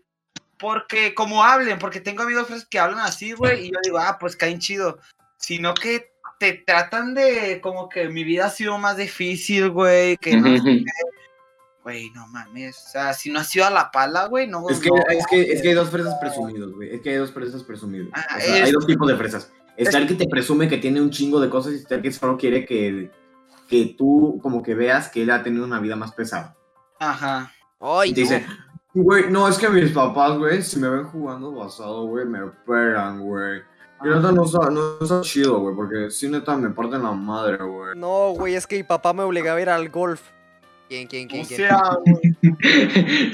S7: porque como hablen, porque tengo amigos pues, que hablan así, güey, y yo digo, ah, pues caen chido. Sino que te tratan de, como que mi vida ha sido más difícil, güey, que no, güey, no mames. O sea, si no has sido a la pala, güey, Pues no,
S2: Es que,
S7: no.
S2: es, que, es que hay dos fresas presumidos, güey. Es que hay dos fresas presumidos.
S7: Ah,
S2: O sea,
S7: es-
S2: hay dos tipos de fresas. Está el que te presume que tiene un chingo de cosas y está el que solo quiere que, que tú como que veas que él ha tenido una vida más pesada.
S7: Ajá.
S2: Y
S1: Ay,
S2: te
S1: no.
S2: dice, Güey, no, es que mis papás, güey, si me ven jugando basado, güey, me pegan, güey. Y neta no está, no está chido, güey, porque si neta me parten la madre, güey.
S1: No, güey, es que mi papá me obligaba a ir al golf. ¿Quién, quién, quién?
S7: O
S1: quién?
S7: sea, güey.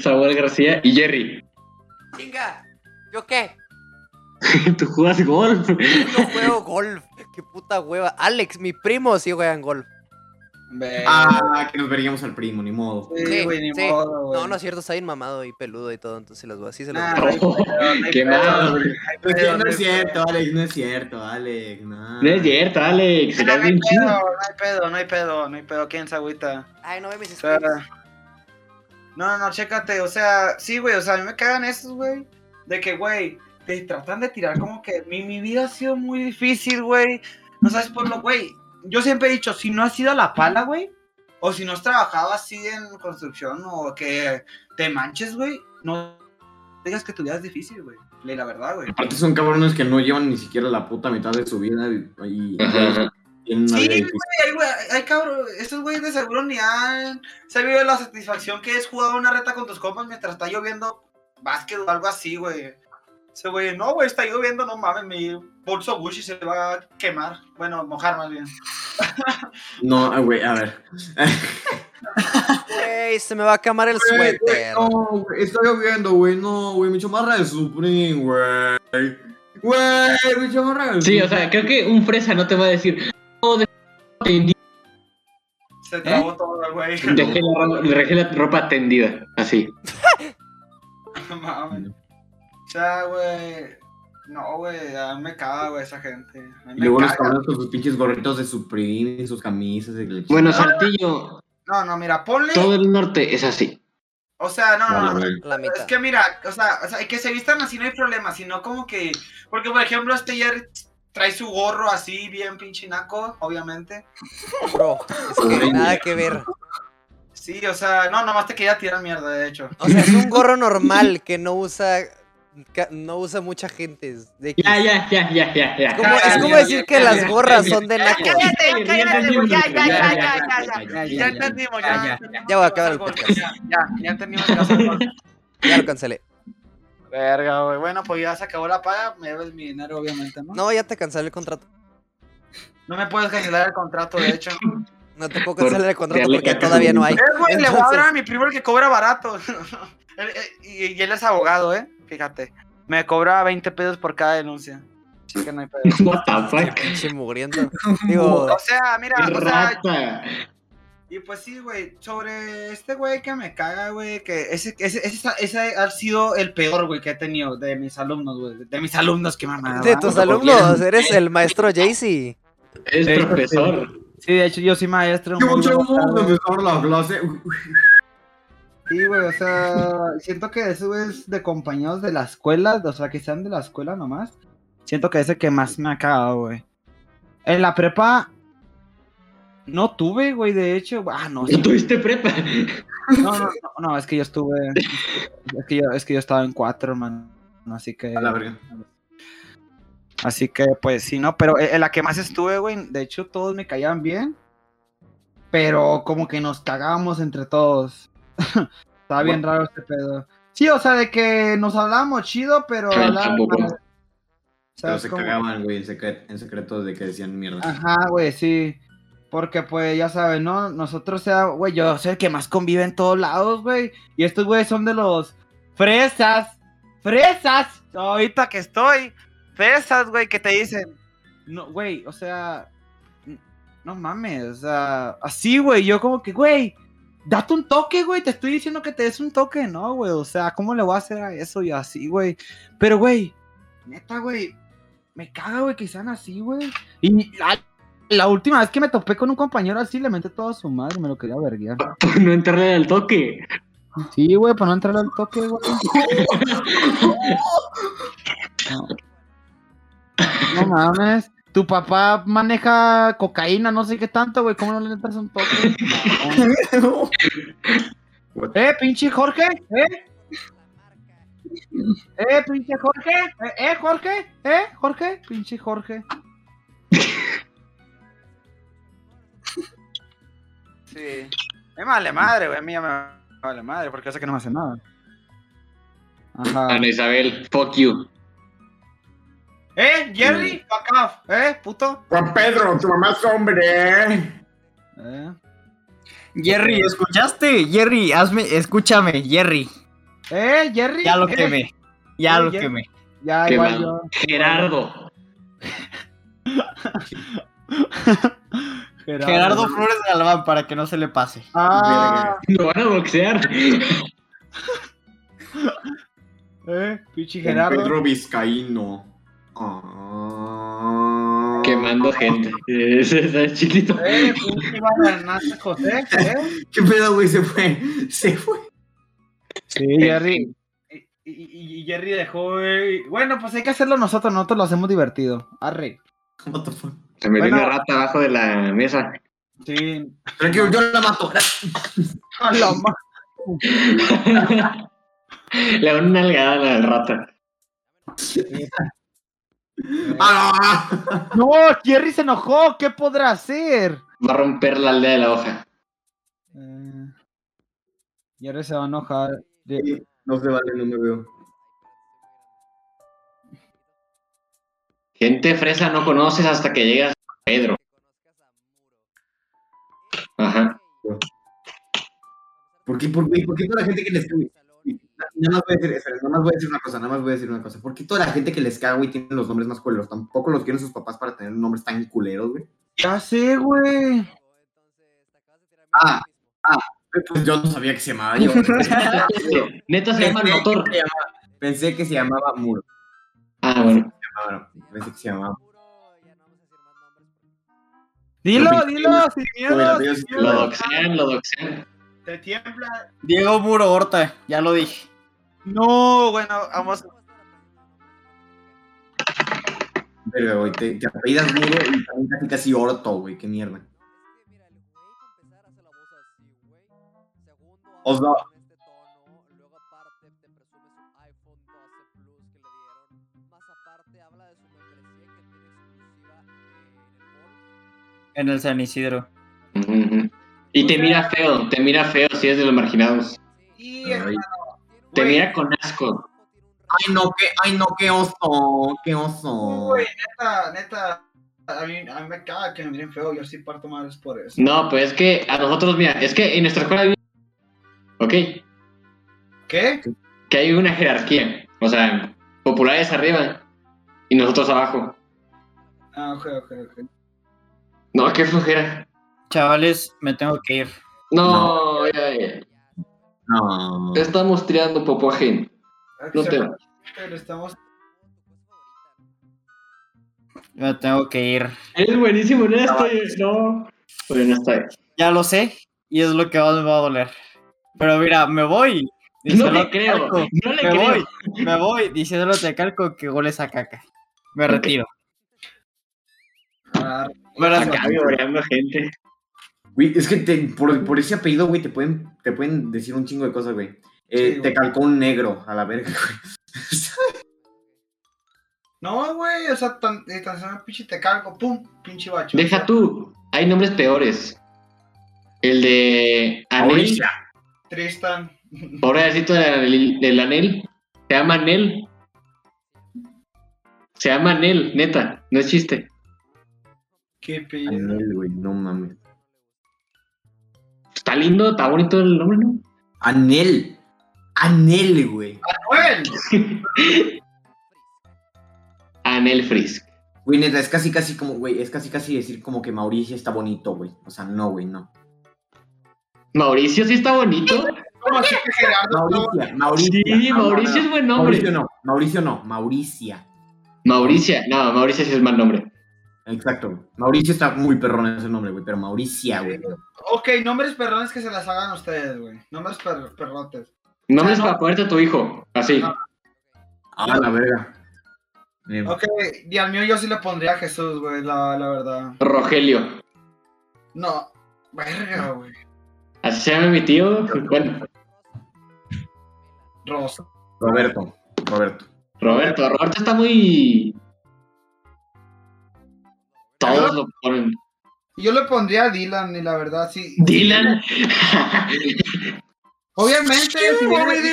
S3: Samuel García y Jerry.
S1: ¡Chinga! ¿Yo qué?
S3: Tú juegas golf.
S1: No juego golf. ¡Qué puta hueva! Alex, mi primo sí juegan golf.
S7: Ve,
S2: Ah, que nos veríamos al primo, ni modo.
S1: sí,
S7: Sí, güey, ni
S1: sí.
S7: modo, güey.
S1: No, no es cierto, está bien mamado y peludo y todo, entonces las voy así se los
S7: Nah,
S1: voy a-
S7: no hay pedo, no hay
S3: Qué
S7: pedo,
S3: mal.
S7: güey.
S2: No, es
S7: pedo,
S2: que no
S7: no
S2: es
S7: hay
S2: cierto, Alex, no es cierto, Alex, no.
S3: No es cierto, Alex.
S7: No
S3: Serás
S7: hay
S3: bien
S7: pedo,
S3: chido.
S7: no hay pedo, no hay pedo, no hay pedo. ¿Quién se agüita?
S1: Ay, no ve mis
S7: O sea,
S1: screens.
S7: no, no, chécate, o sea, sí, güey, o sea, a mí me cagan estos, güey, de que, güey, te tratan de tirar como que mi, mi vida ha sido muy difícil, güey, no sabes por lo, güey, yo siempre he dicho, si no has ido a la pala, güey, o si no has trabajado así en construcción o que te manches, güey, no digas que tu vida es difícil, güey, Ley, la verdad, güey.
S2: Aparte son cabrones que no llevan ni siquiera la puta mitad de su vida y, y-
S3: Ajá, ajá.
S2: tienen una vida
S7: Sí, güey,
S2: difícil.
S7: hay, güey, hay cabrón, esos güeyes de seguro ni han sabido la satisfacción que es jugar una reta con tus compas mientras está lloviendo básquet o algo así, güey. Ese güey, no, güey, está lloviendo, no mames, mi bolso Gucci se va a quemar. Bueno, mojar más bien.
S2: No, ah, güey, a ver.
S1: Güey, se me va a quemar el
S2: Güey, güey,
S1: suéter.
S2: No, güey, está lloviendo, güey, no, güey, mi chamarra de Supreme, güey. Güey, mi chamarra de
S3: Sí, o
S2: Supreme.
S3: sea, creo que un fresa no te va a decir. No, de- te indi-
S2: ¿Eh?
S7: Se trabó todo, güey.
S3: dejé la, ro- dejé la ropa tendida. Así.
S7: No mames. O sea, güey. No, güey, a mí me caga, güey, esa gente. A mí
S2: Y
S7: me
S2: luego los
S7: caga.
S2: cabrones con sus pinches gorritos de Supreme y sus camisas. y la
S7: Ah.
S3: Bueno,
S2: chingada.
S3: Saltillo,
S7: No, no, mira, ponle.
S3: todo el norte es así.
S7: O sea, no, no,
S2: Vale,
S7: no.
S2: güey.
S1: La mitad.
S7: Es que mira, o sea, o sea, que se vistan así no hay problema, sino como que. Porque, por ejemplo, este Jerry trae su gorro así, bien pinche naco, obviamente.
S1: Bro, es que nada que ver.
S7: Sí, o sea, no, nomás te quería tirar mierda, de hecho.
S1: O sea, es un gorro normal que no usa ca- no usa mucha gente. es de X.
S3: Ya, ya, ya, ya, ya. ya.
S1: Es como, es como decir que las gorras son de naco.
S7: Cállate, cállate, güey, ya, ya, ya, ya, ya, ya, ya.
S8: Ya, ya,
S7: Ya
S8: ya,
S7: entendimos,
S8: ya,
S7: ya.
S8: ya.
S7: entendimos
S1: Ya voy a acabar el
S7: algo,
S1: podcast.
S7: Ya, ya, ya entendimos que vas a acabar.
S1: Ya lo cancelé.
S7: Verga, güey. Bueno, pues ya se acabó la paga, me debes mi dinero, obviamente, ¿no?
S1: No, ya te cancelé el contrato.
S7: No me puedes cancelar el contrato, de hecho.
S1: No te puedo
S3: Por
S1: cancelar el contrato
S3: darle
S1: porque
S3: caca a
S1: todavía
S3: mi
S1: no hay.
S7: Eh, güey, le voy a
S1: Entonces-
S7: hablar a mi primo el que cobra barato. Él- eh, y, y él es abogado, ¿eh? Fíjate. Me cobra 20 pesos por cada denuncia. Así que no hay pedo.
S3: What the fuck?
S1: Pinche mugriento. Digo,
S7: O sea, mira, o sea,
S3: Rata.
S7: y pues sí, güey, sobre este güey que me caga, güey, que ese, ese, ese, ese ha sido el peor, güey, que he tenido de mis alumnos, güey, de mis alumnos que mamá.
S1: de tus alumnos, eres el maestro Jaycee.
S3: Es
S7: Sí,
S3: profesor.
S7: Sí, de hecho, yo soy maestro.
S2: ¿Qué
S7: muy
S2: mucho
S7: buenas
S2: vamos a
S7: tardes.
S2: empezar la clase?
S7: Sí, güey, o sea, siento que eso es de compañeros de la escuela, o sea, que sean de la escuela nomás. Siento que es el que más me ha cagado, güey. En la prepa no tuve, güey, de hecho. Ah, no, sí,
S3: ¿No tuviste prepa?
S7: no, no, no, no, es que yo estuve. Es que yo, es que yo estaba en cuatro, hermano. Así que.
S2: A la verga.
S7: Así que, pues sí, no, pero en en la que más estuve, güey, de hecho todos me caían bien, pero como que nos cagábamos entre todos. Estaba bien raro este pedo. Sí, o sea, de que nos hablábamos chido, pero
S3: Ay,
S7: hablábamos
S3: tampoco.
S7: mal. O sea,
S2: Pero
S7: es
S2: se
S7: como-
S2: cagaban, güey, en secre- en secreto de que decían mierda.
S7: Ajá, güey, sí. Porque, pues, ya sabes, ¿no? Nosotros, o sea, güey, yo soy el que más convive en todos lados, güey. Y estos, güey, son de los fresas. ¡Fresas! Ahorita que estoy. Fresas, güey, que te dicen. No, güey, o sea. n- No mames, o sea. Así, güey, yo como que, güey. Date un toque, güey. Te estoy diciendo que te des un toque, ¿no, güey? O sea, ¿cómo le voy a hacer a eso y así, güey? Pero, güey, neta, güey. Me caga, güey, que sean así, güey. Y la, la última vez que me topé con un compañero así, le menté todo a su madre, me lo quería verguiar.
S3: Por no entrarle al toque.
S7: Sí, güey, para no entrarle al toque, güey. No, no mames. Tu papá maneja cocaína, no sé qué tanto, güey. ¿Cómo no le entras un toque? eh, pinche Jorge, eh. Eh, pinche Jorge, eh, eh, Jorge, eh, Jorge, pinche Jorge. Sí. Me vale madre, güey. A mí ya me vale madre, porque yo sé que no me hace nada.
S1: Ah.
S7: Ajá.
S3: Ana Isabel, fuck you.
S7: ¿Eh, Jerry? Fuck off, ¿eh, puto?
S2: Juan Pedro, tu mamá es hombre. ¿eh?
S7: ¿Eh?
S4: Jerry, ¿escuchaste? Jerry, hazme, escúchame, Jerry.
S7: ¿Eh, Jerry?
S4: Ya lo
S7: ¿Eh?
S4: quemé. Ya
S7: Eh,
S4: lo
S7: ya.
S4: quemé.
S7: Ya,
S3: Qué
S7: igual
S3: mal.
S7: yo.
S3: Gerardo.
S7: Gerardo.
S4: Gerardo Flores de Galván, para que no se le pase.
S7: Ah,
S3: Lo van a boxear.
S7: ¿eh? Pichi
S2: Juan
S7: Gerardo.
S2: Pedro Vizcaíno. Ah.
S3: Quemando gente. Ese está chiquito.
S7: ¿Eh, Pichi Bananaza José? ¿Eh?
S2: ¿Qué pedo, güey? Se fue. Se fue.
S7: Sí, Jerry. Y, y- y Jerry dejó. eh, Bueno, pues hay que hacerlo nosotros, nosotros lo hacemos divertido. Arre.
S2: What the fuck?
S3: Se metió
S7: Bueno.
S3: una rata abajo de la mesa.
S7: Sí.
S2: Tranquilo, yo la mato.
S7: A la ma-
S3: Le da una nalgada a la rata.
S2: Ah.
S7: No, Jerry se enojó. ¿Qué podrá hacer?
S3: Va a romper la aldea de la hoja.
S7: Eh, Jerry se va a enojar. de-
S2: No se vale, no me veo.
S3: Gente fresa no conoces hasta que llegas a Pedro. Ajá.
S2: ¿Por qué, por, qué- por qué toda la gente que les cae? Nada más, voy a decir, espera, nada más voy a decir una cosa, nada más voy a decir una cosa. ¿Por qué toda la gente que les caga, güey, tiene los nombres más culeros? Tampoco los quieren sus papás para tener nombres tan culeros, güey.
S7: Ya sé, güey.
S2: Ah, ah, pues yo no sabía que se llamaba yo.
S3: Neta se llama el motor.
S2: Pensé que se llamaba Muro.
S3: Ah, bueno.
S2: Claro, pensé que se llamaba.
S7: Dilo,
S2: Lo pinté,
S7: dilo,
S2: güey.
S7: sin
S2: Bueno,
S7: miedo.
S2: Dios,
S7: sin
S3: Lo
S7: miedo.
S3: doxean, lo doxean.
S7: Te tiembla.
S4: Diego Muro Horta, ya lo dije.
S7: No, bueno, vamos.
S2: Pero, güey, te, te apellidas Muro y también casi casi Orto, güey, qué mierda. O sea,
S1: este
S4: En el San Isidro.
S3: Ujú, ujú. Y te mira feo, te mira feo si es de los marginados.
S7: Y
S2: ay,
S3: Te mira con asco.
S2: ay, no, qué, ay, no, qué oso, qué oso.
S7: Güey, neta, neta. A mí, a mí me caga que me miren feo. Yo sí parto madres por eso.
S3: No, pues es que a nosotros, mira, es que en nuestra escuela. hay- Ok,
S7: ¿Qué?
S3: que hay una jerarquía. O sea, populares arriba y nosotros abajo.
S7: Ah, ok, ok, ok.
S3: No, qué flojera.
S4: Chavales, me tengo que ir.
S3: No, ya, ya.
S2: No.
S3: estamos tirando popo ajeno.
S7: Ah,
S3: No te va.
S7: Pero estamos.
S4: Me tengo que ir.
S3: Eres buenísimo en esto. y- No. Oye, no pues, está.
S4: Ya lo sé, y es lo que más me va a doler. Pero mira, me voy.
S3: No
S4: Díselo
S3: le
S4: a
S3: creo.
S4: Calco.
S3: No le
S4: me
S3: creo.
S4: voy, me voy diciéndolo te calco que goles a caca. Me
S3: Ok.
S4: retiro.
S7: Ah,
S4: Bueno,
S3: Acá vivoreando gente.
S2: Güey, es que te- por, por ese apellido, güey, te pueden, te pueden decir un chingo de cosas, güey. Eh,
S7: Sí,
S2: te
S7: güey.
S2: calcó un negro a la verga, güey.
S7: No, güey, o sea, tan, eh, tan solo pinche te cargo, pum, pinche bacho.
S3: Deja tú. Hay nombres peores. El de Anel.
S2: Mauricio.
S7: Tristan.
S3: Ahora el del, del Anel. Se llama Anel. Se llama Anel, neta. No es chiste.
S7: Qué pedo.
S2: Anel, güey, no mames.
S3: Está lindo, está bonito el nombre, ¿no?
S2: Anel. Anel, güey.
S7: ¡Manuel!
S3: Anel Frisk.
S2: Güey, neta, es casi casi como, güey, es casi casi decir como que Mauricio está bonito, güey. O sea, no, güey, no.
S3: Mauricio sí está bonito.
S7: ¿Cómo así que Gerardo?
S2: Mauricia, Mauricia.
S3: Sí,
S2: No, no,
S3: Mauricio es
S2: no.
S3: buen nombre.
S2: Mauricio no, Mauricio no, Mauricia.
S3: Mauricia, no, Mauricio sí es mal nombre.
S2: Exacto, güey. Mauricio está muy perrón ese nombre, güey, pero Mauricia, güey. no.
S7: Ok, nombres perrones que se las hagan ustedes, güey. Nombres per- perrotes.
S3: Nombres
S7: Ah, no.
S3: para ponerte a tu hijo, así.
S7: Ah.
S2: Ah, la verga. Eh,
S7: Ok, y al mío yo sí le pondría a Jesús, güey, la, la verdad.
S3: Rogelio.
S7: No, verga, güey.
S3: Así se llama mi tío. Bueno,
S7: Rosa.
S2: Roberto, Roberto.
S3: Roberto. Roberto está muy. Todos lo ponen.
S7: Yo le pondría a Dylan, y la verdad sí.
S3: Dylan.
S7: Obviamente, si viene,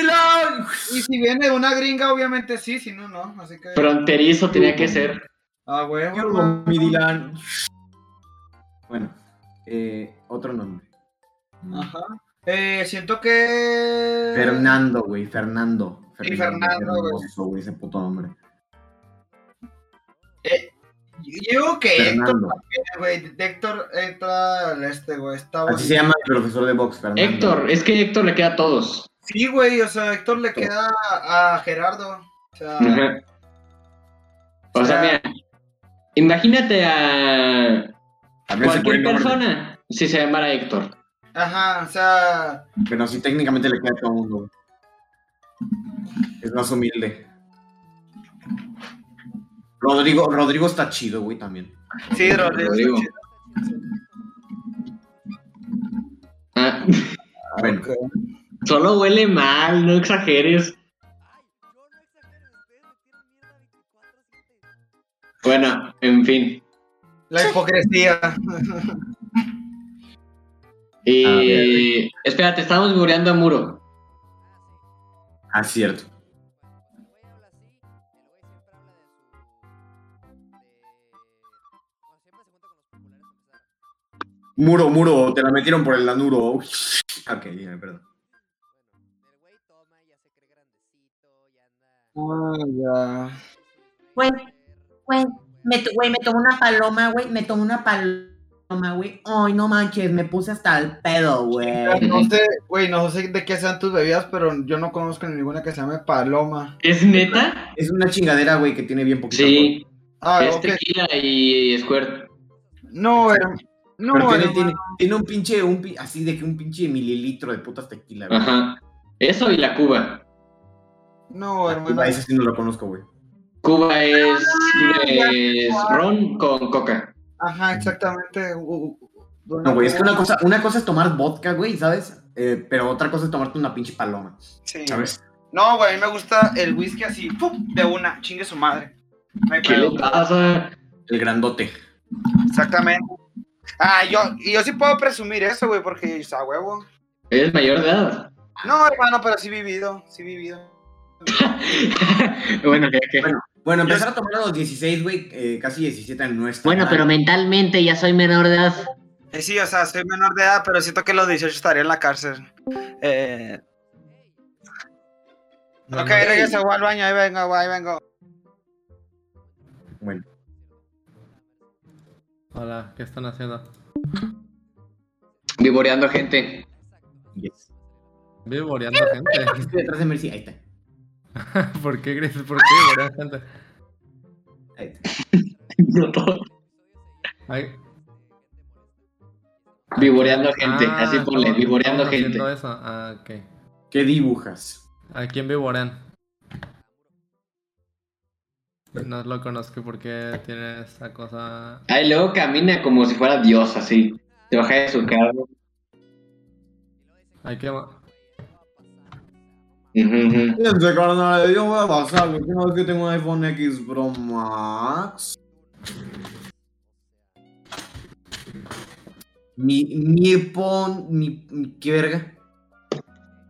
S7: y si viene una gringa, obviamente sí, si no, no. Así que.
S3: Fronterizo tenía que ser.
S7: Ah, güey.
S2: Mi Dylan. Bueno, eh, otro nombre.
S7: Ajá. Eh, siento que.
S2: Fernando, güey, Fernando.
S7: Sí, Fernando, güey.
S2: hermoso, güey. Ese puto nombre.
S7: Yo creo que
S2: Fernando.
S7: Héctor, güey. Héctor, Héctor, este, güey. Está
S2: Así se llama el profesor de box, Fernando.
S3: Héctor, es que Héctor le queda a todos.
S7: Sí, güey, o sea, Héctor le queda a Gerardo. O sea,
S3: Ajá. O sea,
S7: O sea-
S3: mira, imagínate a
S2: También se
S3: cualquier
S2: puede nombre,
S3: persona si se llamara Héctor.
S7: ajá, o sea,
S2: Pero sí, técnicamente le queda a todo el mundo. güey. Es más humilde. Rodrigo, Rodrigo está chido, güey, también.
S7: sí, Rodrigo.
S3: Rodrigo. Ah,
S2: Bueno,
S3: solo huele mal, no exageres. Bueno, en fin.
S7: La hipocresía.
S3: Y
S2: A ver.
S3: Eh, espérate, estamos muriendo a Muro.
S2: ah, cierto. Muro, muro, te la metieron por el lanuro. Uy, Ok, dime, perdón.
S5: Güey, güey, me, to- güey, me tomó una paloma, güey, me tomó una paloma, güey. Ay, no manches, me puse hasta el pedo, güey.
S7: No sé, güey, no sé de qué sean tus bebidas, pero yo no conozco ninguna que se llame Paloma.
S3: ¿Es neta?
S2: Es una chingadera, güey, que tiene bien poquito. alcohol.
S3: Sí,
S7: Ah,
S3: es
S7: ok.
S3: tequila y Squirt.
S7: No, güey. No,
S2: Pero tiene,
S7: güey.
S2: tiene- tiene un pinche, un, pi- así de que un pinche mililitro de putas tequila, güey.
S3: Ajá. Eso y la Cuba.
S7: No, hermano.
S2: Ah, Ese sí no lo conozco, güey.
S3: Cuba es, es ron con coca.
S7: Ajá, exactamente. u- u- u-
S2: No, güey, es que una cosa, una cosa es tomar vodka, güey, ¿sabes? Eh, pero otra cosa es tomarte una pinche paloma,
S7: Sí.
S2: ¿sabes?
S7: No, güey, a mí me gusta el whisky así, ¡pum! de una, chingue su madre. No hay
S3: ¿Qué
S7: pedo.
S3: le pasa?
S2: El grandote.
S7: Exactamente. Ah, yo, y yo sí puedo presumir eso, güey, porque está huevo.
S3: Eres mayor de edad.
S7: No, hermano, pero sí vivido, sí vivido.
S3: bueno, ya que-
S2: Bueno, Bueno, empezar a tomar a los 16, güey, eh, casi 17 no está
S10: Bueno,
S2: mal.
S10: pero mentalmente ya soy menor de edad.
S7: Eh, Sí, o sea, soy menor de edad, pero siento que los 18 estaría en la cárcel. Eh... ok, regresa, voy al baño, ahí vengo, güey, ahí vengo.
S2: Bueno,
S9: Hola, ¿qué están haciendo?
S3: Vivoreando gente.
S2: yes.
S9: Vivoreando gente.
S2: Estoy detrás de Mercy, ahí está.
S9: ¿Por qué gritas? ¿Por qué vivoreas gente?
S2: Ahí está.
S9: Ay,
S3: Vivoreando gente.
S9: ah,
S3: así ponle,
S9: estamos-
S3: vivoreando
S9: estamos
S3: gente.
S9: haciendo eso. Ah, ok.
S2: ¿Qué dibujas?
S9: ¿A quién vivorean? No lo conozco porque tiene esa cosa.
S3: Ay, luego camina como si fuera Dios, así. Te baja de su carro.
S9: Hay que.
S3: Ujú, ujú.
S2: Fíjense, carnal, yo voy a pasar, güey. Una vez que tengo un iPhone X Pro Max. Mi, mi pon, mi, mi- ¿qué verga?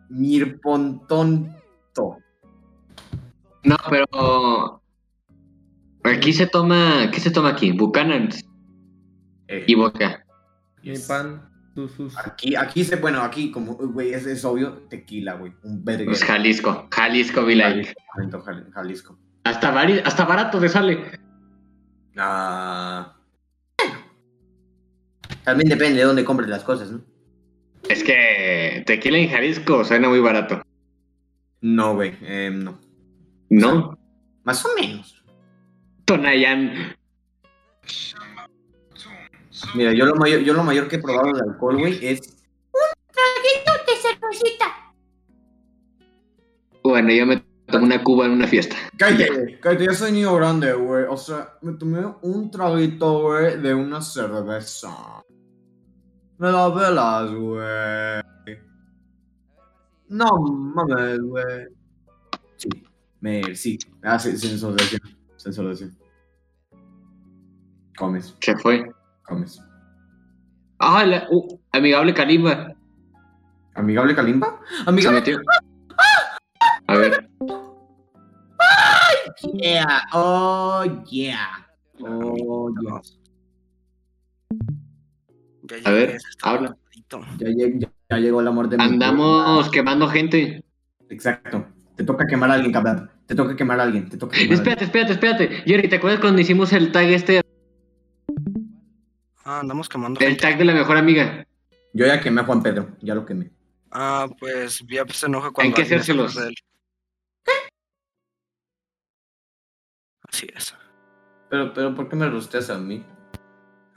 S2: Mirpontonto.
S3: No, pero. Aquí se toma. ¿Qué se toma aquí? Buchanan
S2: Eh,
S3: y vodka.
S9: Mi pan. Su, su, su.
S2: Aquí, aquí se, bueno, aquí como, güey, es, es obvio, tequila, güey. Un verga.
S3: Pues Jalisco. Jalisco, be like.
S2: Jalisco, Jal- Jalisco.
S3: Hasta, vari- hasta barato te sale.
S2: Ah. También depende de dónde compres las cosas, ¿no?
S3: Es que tequila en Jalisco suena muy barato.
S2: No, güey, eh, no.
S3: ¿No?
S2: Más o menos.
S3: Tonayán.
S2: Mira, yo lo mayor, yo lo mayor que he probado de alcohol, güey, es.
S5: Traguito de cervecita.
S3: Bueno, yo me tomo una cuba en una fiesta.
S2: Cállate, güey, cállate, yo soy niño grande, güey. O sea, me tomé un traguito, güey, de una cerveza. Me la velas, güey. No mames, güey. Sí, me, sí. Ah, sí, sensorización. Sensorización. Comes,
S3: Se fue.
S2: comes.
S3: Ah, la- uh, amigable Kalimba.
S2: ¿Amigable Kalimba? ¿Amigable?
S3: A ver.
S2: Yeah, oh yeah. Oh yeah.
S3: A ver, habla.
S2: Ya, lleg- ya- ya llegó la muerte.
S3: Andamos quemando gente.
S2: Exacto. Te toca quemar a alguien, cabrón. Te toca quemar a alguien. Te toca quemar a alguien.
S3: Espérate, espérate, espérate. Jerry, ¿te acuerdas cuando hicimos el tag este?
S11: Ah, andamos quemando.
S3: El tag de la mejor amiga.
S2: Yo ya quemé a Juan Pedro. Ya lo quemé.
S11: Ah, pues ya se enoja cuando.
S3: que
S11: alguien
S3: hacérselos.
S11: abusa de él. Así es.
S2: Pero, pero, ¿por qué me rosteas a mí?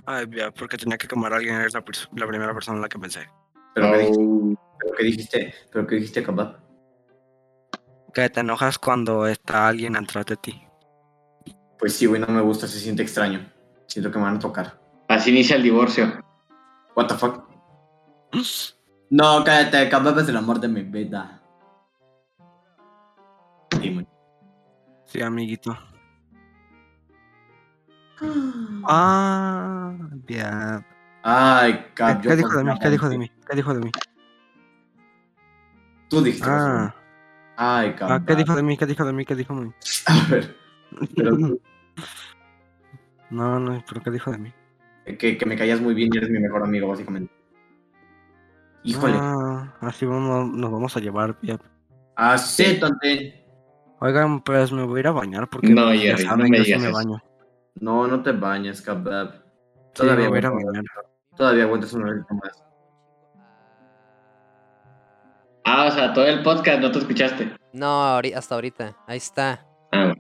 S11: Ay, ya, porque tenía que quemar a alguien, eres la, pers- la primera persona en la que pensé.
S2: Pero, ¿qué dijiste? ¿Pero
S11: Oh.
S2: qué dijiste? ¿Pero qué dijiste, cabrón?
S11: Que te enojas cuando está alguien atrás de ti.
S2: Pues sí, güey, no me gusta. Se siente extraño. Siento que me van a tocar.
S3: Así inicia el divorcio.
S2: What the fuck? No, cállate. Kebab es el amor de mi vida. Demon.
S11: Sí, amiguito. Ah, ya.
S2: Ay, cabrón.
S11: ¿Qué, qué dijo de mí? ¿Qué dijo de mí? ¿Qué dijo de mí?
S2: Tú dijiste.
S11: Ah,
S2: Ay,
S11: ah,
S2: cabrón.
S11: ¿qué dijo de mí? ¿Qué dijo de mí? ¿Qué dijo de mí?
S2: A ver. Pero tú-
S11: No, no, pero ¿qué dijo de mí?
S2: que, que me callas muy bien y eres mi mejor amigo, básicamente. Híjole.
S11: Ah, así vamos, nos vamos a llevar. ya.
S2: Ah, Acéptate.
S11: Oigan, pues me voy a ir a bañar porque
S3: No,
S11: pues,
S3: Jerry, no me
S11: yo sí
S3: digas
S11: me
S3: eso.
S11: baño.
S2: No, no te bañes, kebab.
S11: Sí, me
S2: Todavía,
S11: voy a ir a
S2: aguantas-
S11: bañar.
S2: todavía aguantas un ratito más.
S3: Ah, o sea, todo el podcast no te escuchaste.
S1: No, ahori- hasta ahorita. Ahí está.
S3: Ah,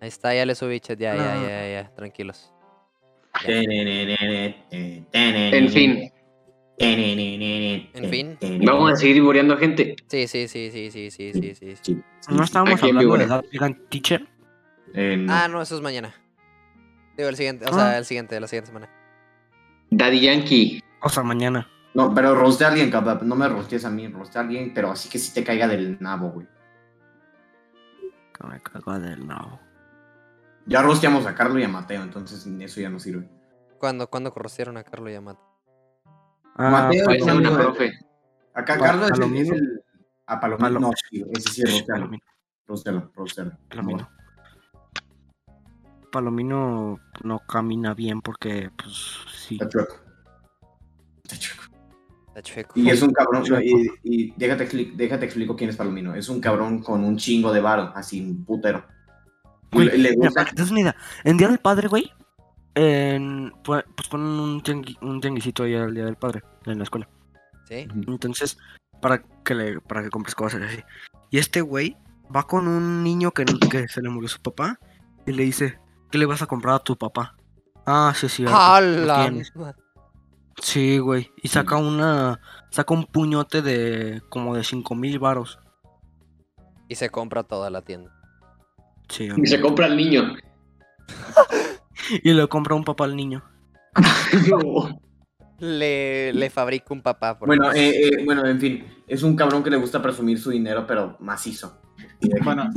S1: Ahí está, ya le subí, chat. Ya, ya,
S11: No.
S1: ya, ya, ya. Tranquilos.
S3: en
S2: En
S3: fin,
S2: En
S1: En fin.
S3: vamos a seguir divorciando gente.
S1: Sí, sí, sí, sí, sí, sí, sí, sí. sí.
S11: No estábamos
S3: Aquí en
S11: hablando
S3: Víbora.
S11: de edad, oigan, teacher.
S2: Eh,
S1: Ah, no, eso es mañana. Digo, el siguiente, o sea, el siguiente, la siguiente semana.
S3: Daddy Yankee.
S11: O sea, mañana.
S2: No, pero roste a alguien, kebab. No me rostees a mí, roste a alguien, pero así que sí te caiga del nabo, güey.
S11: Que me cago del nabo.
S2: Ya rosteamos a Carlos y a Mateo, entonces eso ya no sirve.
S1: ¿Cuándo, cuándo corrosieron a Carlos y a Matt?
S11: Ah,
S2: Mateo,
S11: pues,
S3: Ahí está una
S2: no, no.
S3: profe.
S2: Acá
S11: Pa-
S2: Carlos es el- es
S11: Palomino.
S2: el. A Palomino.
S11: Palomino.
S2: No, sí, ese sí, rostealo.
S11: Palomino,
S2: Rostealo, rostealo.
S11: Palomino. Palomino no camina bien porque, pues, sí.
S2: Está chueco. Está chueco.
S1: Está chueco.
S2: Y es un cabrón, y, y déjate, expli- déjate explico quién es Palomino. Es un cabrón con un chingo de varo, así un putero. Y
S11: Güey,
S2: le- le
S11: mira,
S2: gusta-
S11: para que te des una idea, en Día del Padre, güey, en- pues, pues ponen un, tiangui- un tianguisito ahí al Día del Padre, en la escuela.
S1: ¿Sí?
S11: Entonces, para que le, para que compres cosas y así. Y este güey va con un niño que, no- que se le murió su papá y le dice, ¿qué le vas a comprar a tu papá? Ah, sí, sí.
S1: ¡Hala!
S11: Sí, güey. Y saca una, saca un puñote de como de cinco mil varos.
S1: Y se compra toda la tienda.
S11: Sí,
S3: Y
S11: güey.
S3: se compra al niño.
S11: y le compra un papá al niño.
S1: Le, le fabrica un papá. por
S2: Bueno,
S1: ejemplo.
S2: eh, eh, bueno, en fin, es un cabrón que le gusta presumir su dinero, pero macizo. Y, de-
S7: Bueno.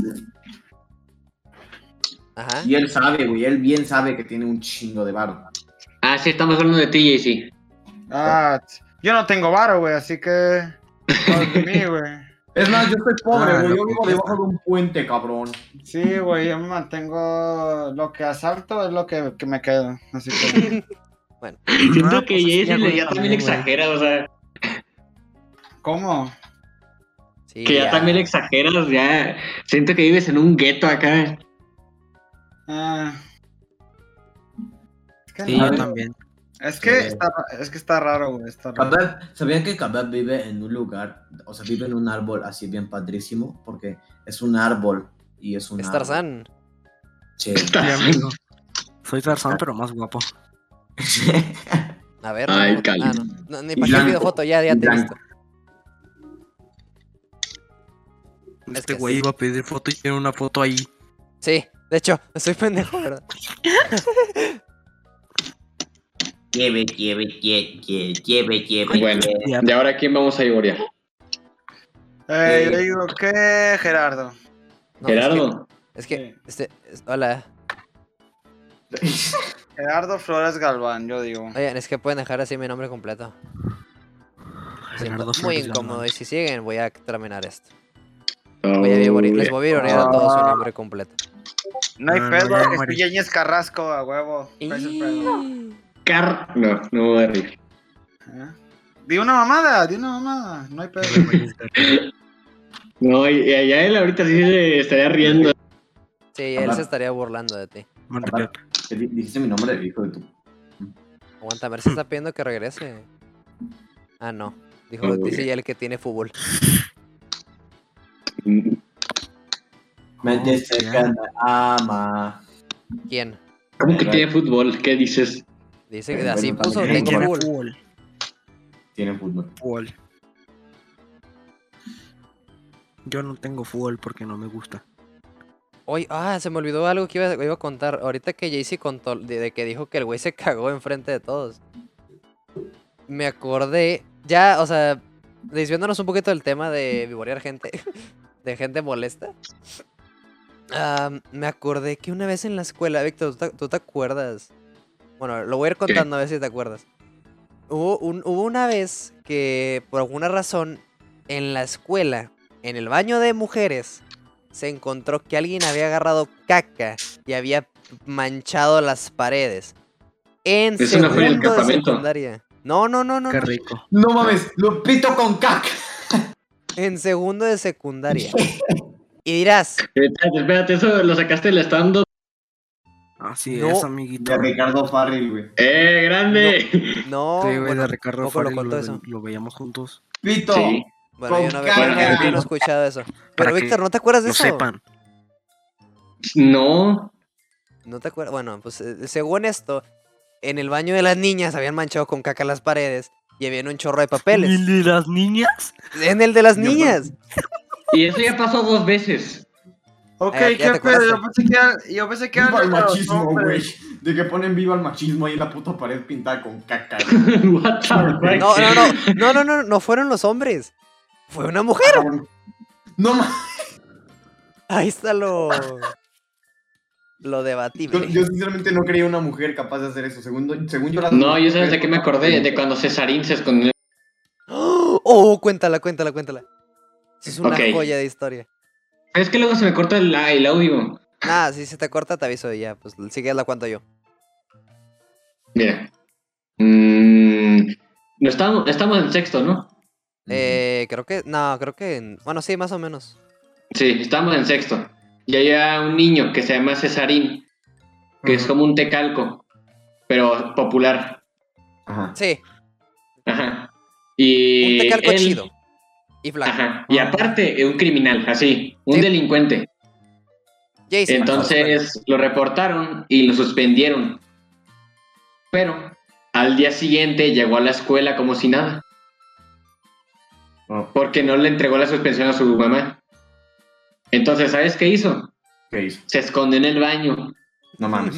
S1: Ajá.
S2: y él sabe, güey, él bien sabe que tiene un chingo de varo.
S3: Ah, sí, estamos hablando de ti, JC.
S6: Ah, t- yo no tengo varo, güey, así que. Por mí, güey.
S2: Es más, yo soy
S11: Ah,
S2: pobre, güey, yo
S11: lo
S2: vivo
S11: que
S2: debajo de un puente, cabrón.
S6: Sí, güey, yo me mantengo. Lo que asalto es lo que, que me quedo. Así que.
S3: Siento
S11: Ah,
S3: que
S11: pues, sí,
S3: JC
S11: güey,
S3: le- ya también
S11: también, güey.
S3: exagera, o sea,
S6: ¿Cómo?
S1: Sí,
S3: que ya también exageras, ya. Siento que vives en un gueto acá.
S6: Ah. Es que,
S11: Sí,
S6: no,
S11: yo también.
S6: es, que
S2: Sí.
S6: está, es que está raro, güey. Está raro.
S2: Kabab, ¿sabían que Kabab vive en un lugar, o sea, vive en un árbol así bien padrísimo? Porque es un árbol y es un
S1: Es
S2: árbol.
S1: Tarzán.
S2: Sí.
S11: Sí, amigo. Soy Tarzán, pero más guapo.
S1: A ver.
S3: Ay,
S1: no,
S3: Cali.
S1: ah, no. No, ni para qué pido
S2: Blanco.
S1: foto, ya, ya te he visto.
S2: Blanco.
S1: Es
S11: Este
S1: que
S11: güey
S1: sí.
S11: iba a pedir foto y tiene una foto ahí.
S1: Sí, de hecho, soy pendejo, ¿verdad?
S2: Lleve, lleve, lleve, lleve, lleve, lleve.
S3: Bueno,
S11: Ya.
S3: ¿de ahora quién vamos a divorciar?
S6: Eh, yo digo que Gerardo.
S1: No, es que-
S3: Gerardo.
S1: Es que,
S6: Sí.
S1: este, es- hola.
S6: Gerardo Flores Galván, yo digo.
S1: Oigan, es que pueden dejar así mi nombre completo.
S11: ganar dos
S1: Muy
S11: centavos de
S1: incómodo. Y si siguen, voy a terminar esto.
S3: Voy
S1: a vivorear- les voy a vivorear a todos su
S2: Ah.
S1: nombre completo.
S6: No hay
S1: No, no,
S6: pedo,
S1: no,
S6: estoy
S1: Mari.
S6: Yáñez Carrasco, a huevo. No es el pedo.
S3: Car... No, no voy a reír.
S6: Di una mamada, di una mamada. No hay pedo.
S3: No, y, y allá él ahorita sí se estaría riendo.
S1: Sí, él se estaría burlando de ti.
S2: Dijiste mi nombre, hijo de tu.
S1: Aguanta, a ver si está pidiendo que regrese. Ah, no. Dijo,
S2: Ah,
S1: dice
S2: ok.
S1: ya el que tiene fútbol.
S2: Me desecan, ama.
S1: ¿Quién?
S3: ¿Cómo que tiene fútbol? ¿Qué dices?
S1: Dice que así
S2: Bueno,
S1: puso,
S2: también
S1: tengo
S2: tiene
S1: fútbol.
S2: Tiene fútbol.
S11: Fútbol. Yo no tengo fútbol porque no me gusta.
S1: Oye, ah, se me olvidó algo que iba, iba a contar. Ahorita que Jaycee contó de, de que dijo que el güey se cagó enfrente de todos. Me acordé, ya, o sea, desviándonos un poquito del tema de vivorear gente, de gente molesta. Ah, me acordé que una vez en la escuela, Víctor, ¿tú, te- tú te acuerdas? Bueno, lo voy a ir contando a ver si te acuerdas. Hubo, un- hubo una vez que, por alguna razón, en la escuela, en el baño de mujeres, se encontró que alguien había agarrado caca y había manchado las paredes. En
S3: Eso no fue en el
S1: segundo de
S3: campamento.
S1: secundaria. No, no, no, no. no.
S11: rico.
S2: No mames, lo pito con caca.
S1: En segundo de secundaria. y dirás,
S3: Espérate, espérate, eso lo sacaste del estando.
S11: Así
S1: No. es,
S11: amiguito.
S2: De Ricardo Farrell, güey.
S3: ¡Eh, grande!
S1: no.
S11: Sí, güey,
S1: bueno,
S11: de Ricardo
S1: poco
S11: Farrell
S1: lo contó
S11: lo,
S1: eso.
S11: lo veíamos juntos.
S2: Pito.
S3: Sí.
S1: Bueno, yo
S2: con
S1: no, había- yo no-
S2: caca.
S1: yo no he escuchado eso.
S11: Para
S1: Pero
S11: que
S1: Víctor, ¿no te acuerdas de
S11: lo
S1: Pues eso?
S11: sepan.
S3: No.
S1: No te acuerdas. Bueno, pues eh, según esto, en el baño de las niñas habían manchado con caca las paredes y habían un chorro de papeles.
S11: ¿Y de las niñas?
S1: En el de las niñas.
S3: Y eso ya pasó dos veces.
S6: Ok,
S1: Ah, ya te
S6: qué pedo. Yo
S1: acordaste.
S6: pensé que era. Yo pensé que era
S2: Viva el
S6: de los
S2: machismo,
S6: hombres.
S2: güey. De que ponen viva el machismo ahí en la puta pared pintada con caca.
S3: What the fuck?
S1: No, no, no. No, no, no. No fueron los hombres. Fue una mujer.
S2: Ah, No mames.
S1: Ahí está lo. Lo
S2: Yo, yo
S1: debatible.
S2: sinceramente no creía una mujer capaz de hacer eso. Segundo, según yo la
S3: No, yo sabes de qué me acordé, de cuando Cesarín se escondió.
S1: Oh, cuéntala, cuéntala, cuéntala. Eso es una
S3: Ok.
S1: joya de historia.
S3: Es que luego se me corta el, ah, el audio.
S1: Nada, si se te corta, te aviso y ya. Pues sigue la cuento yo.
S3: Mira. Mm, no estamos, estamos en sexto, ¿no?
S1: Eh, creo que. No, creo que. en- Bueno, sí, más o menos.
S3: Sí, estamos en sexto. Y había un niño que se llama Cesarín, que es como un tecalco, pero popular.
S2: Ajá.
S1: Sí.
S3: Ajá. Y
S1: Un tecalco
S3: él-
S1: chido. Y flaco.
S3: Ajá. Y aparte, eh, un criminal, así, un
S1: Sí.
S3: delincuente.
S1: Jason.
S3: Entonces lo reportaron y lo suspendieron. Pero al día siguiente llegó a la escuela como si nada,
S2: Oh,
S3: porque no le entregó la suspensión a su mamá. Entonces, ¿sabes qué hizo?
S2: ¿Qué hizo?
S3: Se escondió en el baño
S2: No mames.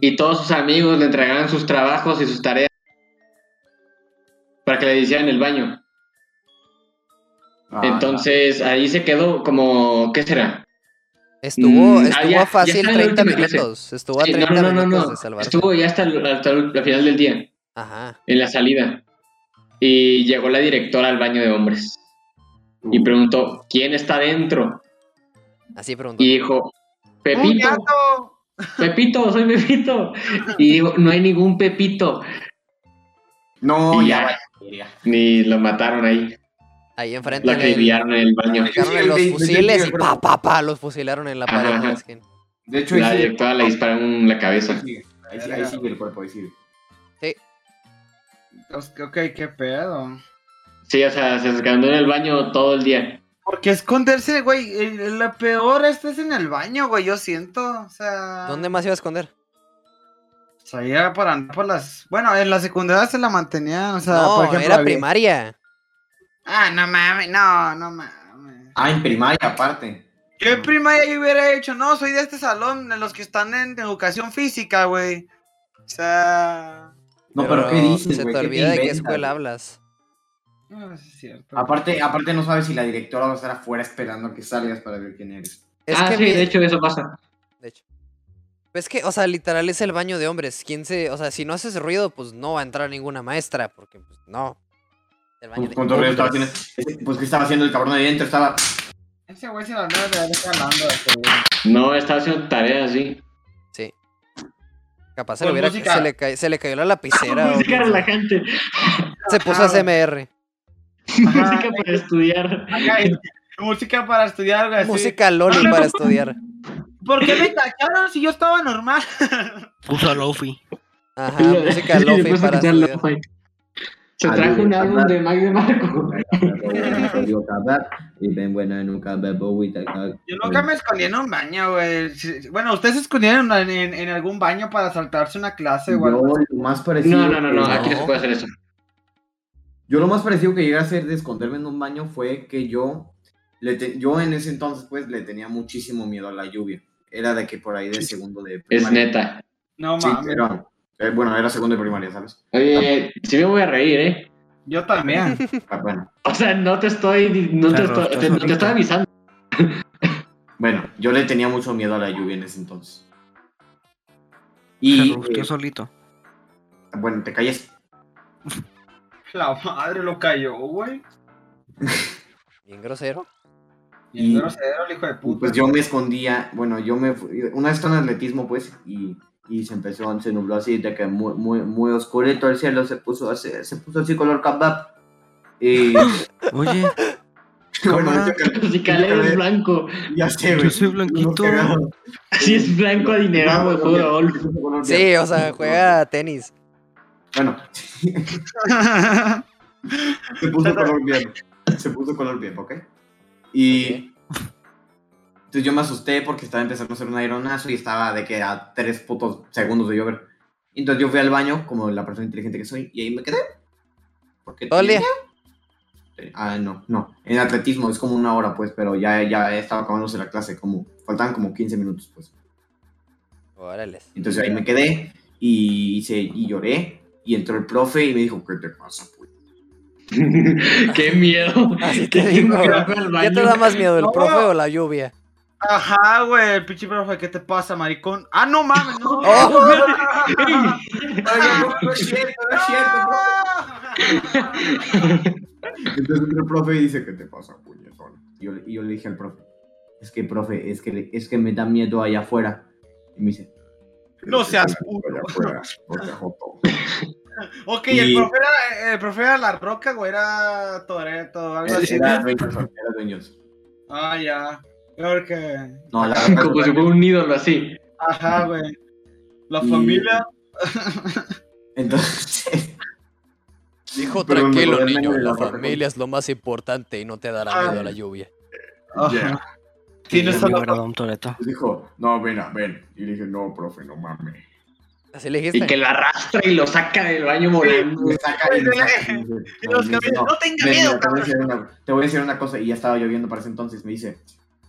S3: y todos sus amigos le entregaron sus trabajos y sus tareas para que le hicieran en el baño.
S2: Ah,
S3: Entonces ahí se quedó como, ¿qué será?
S1: Estuvo,
S3: Mm, ah,
S1: estuvo
S3: ya- ya
S1: fácil
S3: está en la
S1: 30
S3: última clase.
S1: minutos. Estuvo a
S3: Sí,
S1: 30
S3: no, no, no,
S1: minutos
S3: no,
S1: de
S3: no.
S1: salvarse.
S3: Estuvo ya hasta, el- hasta el- la final del día.
S1: Ajá.
S3: en la salida y llegó la directora al baño de hombres y
S2: Uh.
S3: preguntó quién está dentro
S1: Así preguntó.
S3: y dijo
S6: ¡Un
S7: Oh,
S3: Pepito,
S6: gato!
S3: Pepito, soy Pepito y dijo no hay ningún Pepito
S2: No,
S3: y
S2: ya.
S3: Oh, ya ni lo mataron ahí
S1: Ahí enfrente.
S3: lo
S1: en el-
S3: acribillaron en el baño
S1: Sacaron
S2: Sí,
S1: en los
S2: sí, sí,
S1: fusiles
S2: sí,
S1: y
S2: sí,
S1: pa, pa, pa, los fusilaron en la
S3: Ajá,
S1: pared. de
S3: ajá.
S1: la esquina.
S2: De hecho,
S3: la
S2: ahí sigue.
S3: directora le dispararon en la cabeza
S2: Ahí sigue, ahí sigue el cuerpo, ahí sigue.
S6: Ok, qué pedo.
S3: sí o sea se escondió en el baño todo el día
S6: Porque esconderse, güey, el- el- la peor esta es en el baño, güey, yo siento, o sea...
S1: ¿Dónde más iba a esconder?
S6: O sea, ya por andar por las... Bueno, en la secundaria se la mantenían, o sea,
S1: no,
S6: por ejemplo...
S1: era
S6: había-
S1: primaria.
S6: Ah, no mames, no, no mames.
S2: Ah, en primaria, aparte.
S6: Yo en primaria yo hubiera hecho, no, soy de este salón, de los que están en educación física, güey. O sea...
S2: No, pero, ¿qué dices,
S1: Se
S2: güey?
S1: te
S2: ¿Qué
S1: olvida de qué
S2: inventas,
S1: escuela
S2: güey?
S1: hablas.
S6: No, sí es cierto.
S2: Aparte, aparte no sabes si la directora va a estar afuera esperando a que salgas para ver quién eres.
S1: Es
S3: ah
S1: que
S3: sí
S1: vi-
S3: de hecho eso pasa
S1: de hecho. Es que, o sea, literal es el baño de hombres. ¿Quién se, o sea, si no haces ruido, pues no va a entrar ninguna maestra, porque pues no. Del baño
S2: Pues,
S1: de-
S2: ¿cuánto ruido estaba haciendo? Pues, ¿qué estaba haciendo el cabrón ahí adentro? Estaba.
S7: Ese güey se lo andaba de haber hablando. este güey.
S3: No, estaba haciendo tareas, sí.
S1: Sí. Capaz se,
S3: Con
S1: le hubiera-
S3: Pues, música.
S1: se, le ca- se le cayó la lapicera. o-
S3: Música relajante.
S1: se puso ASMR.
S3: Música para estudiar.
S7: Acá, y- música para estudiar,
S3: Ah,
S7: güey. así.
S1: Música Loli para estudiar.
S7: ¿Por qué me tacharon si yo estaba normal?
S11: Puso a Lofi.
S1: Ajá,
S3: Y lo-
S1: música
S3: y le
S1: Lofi
S3: puso a
S1: para
S3: escuchar
S1: estudiar.
S3: lo-fi. Se
S2: Ah,
S3: trajo
S2: digo,
S3: un álbum
S2: hablar.
S3: de Mac de Marco.
S2: Digo, cabrón, Y ven, buena, nunca bebo agüita, cabrón.
S7: Yo nunca me escondí en un baño, güey. Si- Bueno, ustedes se escondieron en, en- en algún baño para saltarse una clase,
S2: Yo
S7: güey.
S2: lo más parecido.
S3: No, no, no, no, aquí no se
S2: No.
S3: puede hacer eso.
S2: Yo lo más parecido que llegué a hacer de esconderme en un baño fue que yo, le te- yo en ese entonces, pues, le tenía muchísimo miedo a la lluvia. Era de que por ahí de segundo de
S3: Es
S2: primaria.
S3: neta.
S7: No
S2: Sí,
S7: mames.
S2: era- eh, bueno, era segundo de primaria, ¿sabes?
S3: Oye, sí me voy a reír, ¿eh?
S7: Yo también.
S2: Ah, bueno.
S3: O sea, no te estoy, no te
S11: Claro,
S3: estoy,
S11: estás
S3: te, no te
S11: solito.
S3: estoy avisando.
S2: Bueno, yo le tenía mucho miedo a la lluvia en ese entonces. Y,
S11: se rosteó
S2: eh,
S11: solito.
S2: bueno, te calles.
S7: La madre lo cayó, güey.
S1: Bien grosero.
S7: Y
S2: Y-
S7: grosero, el hijo de puta.
S2: Pues yo me escondía, bueno, yo me fui- una vez estaba en atletismo, pues, y, y se empezó, se nubló así, de que muy, muy, muy oscurito el cielo, se puso así, se puso así color kebab. Y
S11: Oye,
S2: bueno,
S11: cámara,
S2: yo creo-
S3: Si Caleb es blanco,
S2: ya sé,
S11: yo
S2: güey.
S11: soy blanquito.
S3: si es blanco adinerado de juego de golf.
S1: Sí, o sea, juega a tenis.
S2: Bueno, se puso color bien. Se puso color bien, ¿ok? Y. Entonces yo me asusté porque estaba empezando a hacer un aeronazo y estaba de que a tres putos segundos de llover. Entonces yo fui al baño, como la persona inteligente que soy, y ahí me quedé. Porque
S1: Todo el día.
S2: Ah, no, no. En atletismo es como una hora, pues, pero ya, ya estaba acabándose la clase, como faltaban como 15 minutos, pues.
S1: Órale.
S2: Entonces ahí me quedé y, hice, y lloré. Y entró el profe y me dijo, ¿qué te pasa, pues?
S3: Qué miedo.
S1: Así
S3: Qué
S1: te digo.
S3: miedo que al
S1: ¿Qué
S3: baño.
S1: te da más miedo, el
S7: No.
S1: profe o la lluvia?
S7: Ajá, güey, el pinche profe, ¿qué te pasa, maricón? Ah, no mames, no.
S1: Oh,
S2: no, es cierto, no es cierto, Entonces entra el profe y dice, ¿qué te pasa, puñetón? Y yo, le- y yo le dije al profe, es que, profe, es que, le- es que me da miedo allá afuera. Y me dice,
S7: No seas
S2: puto. Allá afuera, porque joto.
S7: Ok,
S2: Y-
S7: el, profe era, el profe era La Roca, güey, era Toreto, algo así.
S2: Era dueños, era dueños.
S7: Ah, ya. Creo que.
S2: No, la verdad,
S3: Como si fuera un ídolo así.
S7: Ajá, güey. La
S2: Y-
S7: familia.
S2: Entonces,
S1: Dijo
S2: Pero me
S1: tranquilo,
S2: acordé del
S1: niño.
S2: meme de
S1: La
S2: la Roca.
S1: familia es lo más importante y no te dará miedo a la lluvia.
S7: Ajá.
S2: ya.
S7: Tienes
S11: Sí,
S7: a la-
S11: me agradó un Toretto.
S2: dijo, no, ven, a- ven. Y le dije, no, profe, no mames.
S1: Así le
S3: Y que
S1: dijiste.
S3: lo arrastra y lo saca del baño volando.
S2: Me saca y me saca. y me dice,
S7: Y los
S2: me dice,
S7: cabezas, no tenga
S2: me- me-
S7: miedo,
S2: te, voy a decir una, te voy a decir una cosa, y ya estaba lloviendo para ese entonces, me dice,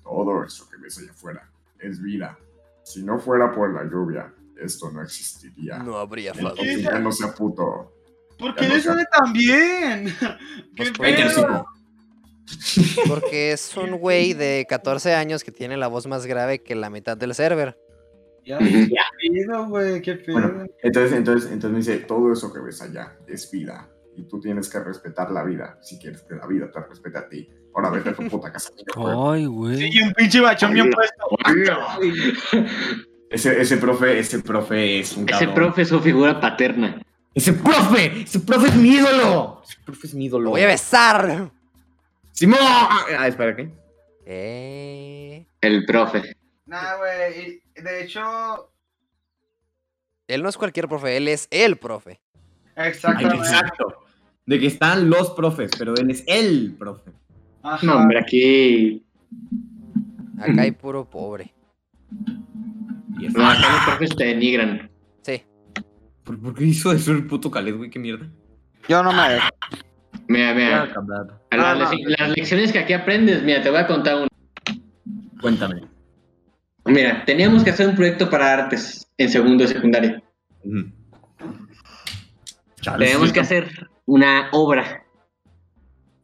S2: todo eso que ves allá afuera es vida. Si no fuera por la lluvia, esto no existiría.
S1: No habría falta.
S2: Entonces ya no sea puto.
S7: ¿Por
S2: Ya
S7: qué
S2: no
S7: le
S2: sé.
S7: sale tan bien?
S1: Pues
S7: ¿Qué
S1: porque-
S2: Vete al
S7: pedo?
S2: hocico.
S1: Porque es un güey de 14 años que tiene la voz más grave que la mitad del server.
S7: Ya,
S1: Este.
S7: qué pedo, güey, qué pedo.
S2: Bueno, entonces, entonces, entonces me dice, todo eso que ves allá es vida. Y tú tienes que respetar la vida si quieres que la vida te respete a ti. Ahora vete a tu puta casa. niño, güey".
S11: Ay, güey.
S7: Y un pinche bachón bien puesto.
S2: Ese, ese profe, ese profe es un
S3: Ese
S2: cabrón.
S3: profe es su figura paterna.
S2: Ese profe, ese profe es mi ídolo. Ese profe es mi ídolo.
S1: ¡Lo voy a besar!
S2: Simón. Ah, espera, ¿qué?
S1: Eh,
S3: El profe.
S7: Nah, güey. y De hecho,
S1: Él no es cualquier profe, él es el profe.
S7: exactamente.
S2: exacto. De que están los profes, pero él es el profe.
S7: Ajá.
S3: No, hombre, aquí.
S1: Acá hay puro pobre.
S2: Y
S3: No, acá los profes te denigran.
S1: Sí.
S2: ¿Por, por qué hizo eso el puto Khaled, güey? ¿Qué mierda?
S7: Yo no me dejo.
S3: Mira, mira. A
S7: Ah,
S3: Las,
S7: no.
S3: lec- las lecciones que aquí aprendes, mira, te voy a contar una.
S2: Cuéntame.
S3: Mira, teníamos que hacer un proyecto para artes en segundo de secundaria.
S6: Ah,
S3: Teníamos que hacer una obra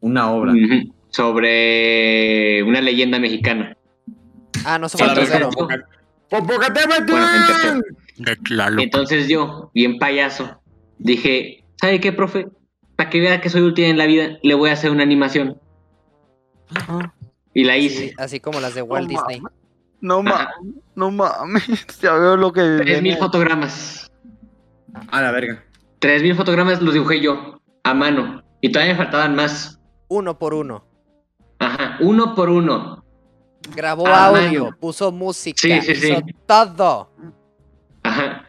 S2: Una obra.
S3: ujú, sobre una leyenda mexicana.
S1: Ah, no se fue al
S3: Entonces,
S1: tercero.
S3: yo-
S2: Bueno,
S3: bueno, en tercero.
S11: De Tlaloc.
S3: Entonces yo, bien payaso, dije, ¿sabe qué, profe? para que vea que soy útil en la vida, le voy a hacer una animación.
S11: Ah.
S3: Y la hice.
S1: Así como las de Walt Disney.
S7: No mames, no mames. Ya veo lo que.
S3: Tres mil
S7: viene.
S3: fotogramas.
S6: A la verga.
S3: Tres mil fotogramas los dibujé yo, a mano. Y todavía me faltaban más.
S1: Uno por uno.
S3: Ajá, uno por uno.
S1: Grabó
S3: Ah,
S1: audio,
S3: mano.
S1: puso música,
S3: Sí, sí, sí.
S1: hizo todo.
S3: Ajá.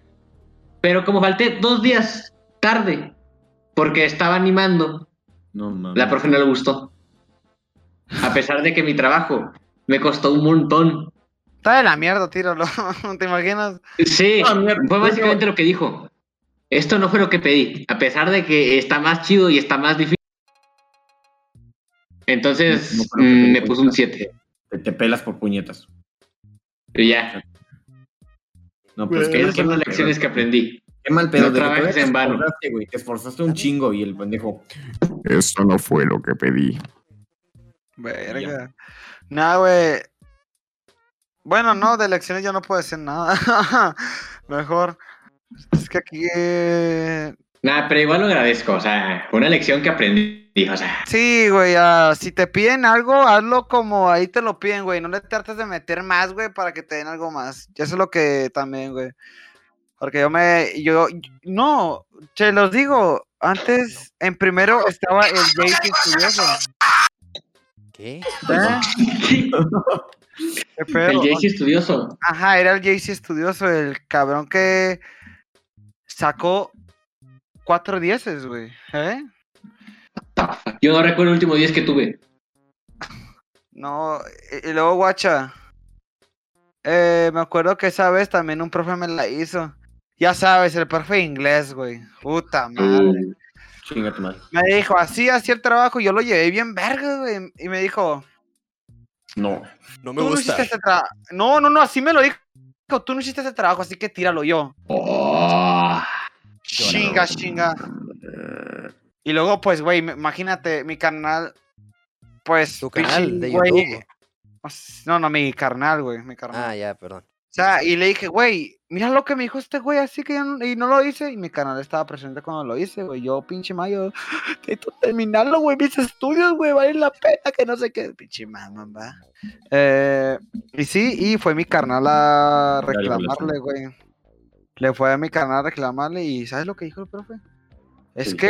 S3: Pero como falté dos días tarde, porque estaba animando,
S6: No mames.
S3: la profe no le gustó. A pesar de que mi trabajo me costó un montón.
S7: Está de la mierda, tíralo. ¿Te imaginas?
S3: Sí,
S7: Ah, mierda.
S3: fue básicamente lo que dijo. Esto no fue lo que pedí, a pesar de que está más chido y está más difícil. Entonces
S6: No, no creo que
S3: mm,
S6: te
S3: me puso un 7.
S6: Te, te pelas por puñetas.
S3: Y ya,
S6: No, pues qué mal
S3: esas son las
S6: pedo.
S3: lecciones que aprendí.
S6: Qué mal pedo.
S3: No
S6: de que
S3: trabajes
S6: te
S3: en vano.
S6: esforzaste, güey, Te esforzaste un chingo y el pendejo.
S2: Eso no fue lo que pedí.
S7: Verga. Nah, güey. Bueno, no, de elecciones yo no puedo decir nada. Mejor. Es que aquí. eh,
S3: Nada, pero igual lo agradezco, o sea, fue una lección que aprendí, o sea,
S7: Sí, güey, ah, si te piden algo, hazlo como ahí te lo piden, güey. No le trates de meter más, güey, para que te den algo más. Ya sé lo que también, güey. Porque yo me. Yo. No, te los digo. Antes, en primero estaba el Jake Estudioso.
S1: ¿Qué?
S7: ¿Qué pedo?
S3: el JC estudioso.
S7: Ajá, era el JC estudioso, el cabrón que sacó cuatro dieces, güey. ¿Eh?
S3: Yo no recuerdo el último 10 que tuve.
S7: No, y, y luego, guacha. eh, me acuerdo que esa vez también un profe me la hizo. Ya sabes, el profe de inglés, güey. Puta
S6: Mm.
S7: madre.
S6: Chinga tu madre.
S7: Me dijo, así hacía el trabajo, yo lo llevé bien verga, güey. Y me dijo,
S6: No.
S1: No
S7: tú no hiciste este trabajo. No, no, no, así me lo dijo. Tú no hiciste este trabajo, así que tíralo yo. Chinga, chinga. Y luego, pues, güey, me- imagínate, mi canal, pues...
S1: Tu canal
S7: pinche,
S1: de
S7: güey,
S1: YouTube.
S7: No, no, mi carnal, güey, mi carnal.
S1: Ah, ya, perdón.
S7: O sea, y le dije, güey, mira lo que me dijo este güey, así que yo no, y no lo hice. Y mi canal estaba presente cuando lo hice, güey. Yo, pinche mayo, necesito terminarlo, güey. Mis estudios, güey, valen la pena, que no sé qué. Pinche mamá, va. Eh, y sí, y fue mi carnal a
S6: Dale, dale,
S7: reclamarle, güey. Le fue a mi canal a reclamarle y ¿sabes lo que dijo el profe? Es
S6: Sí.
S7: que...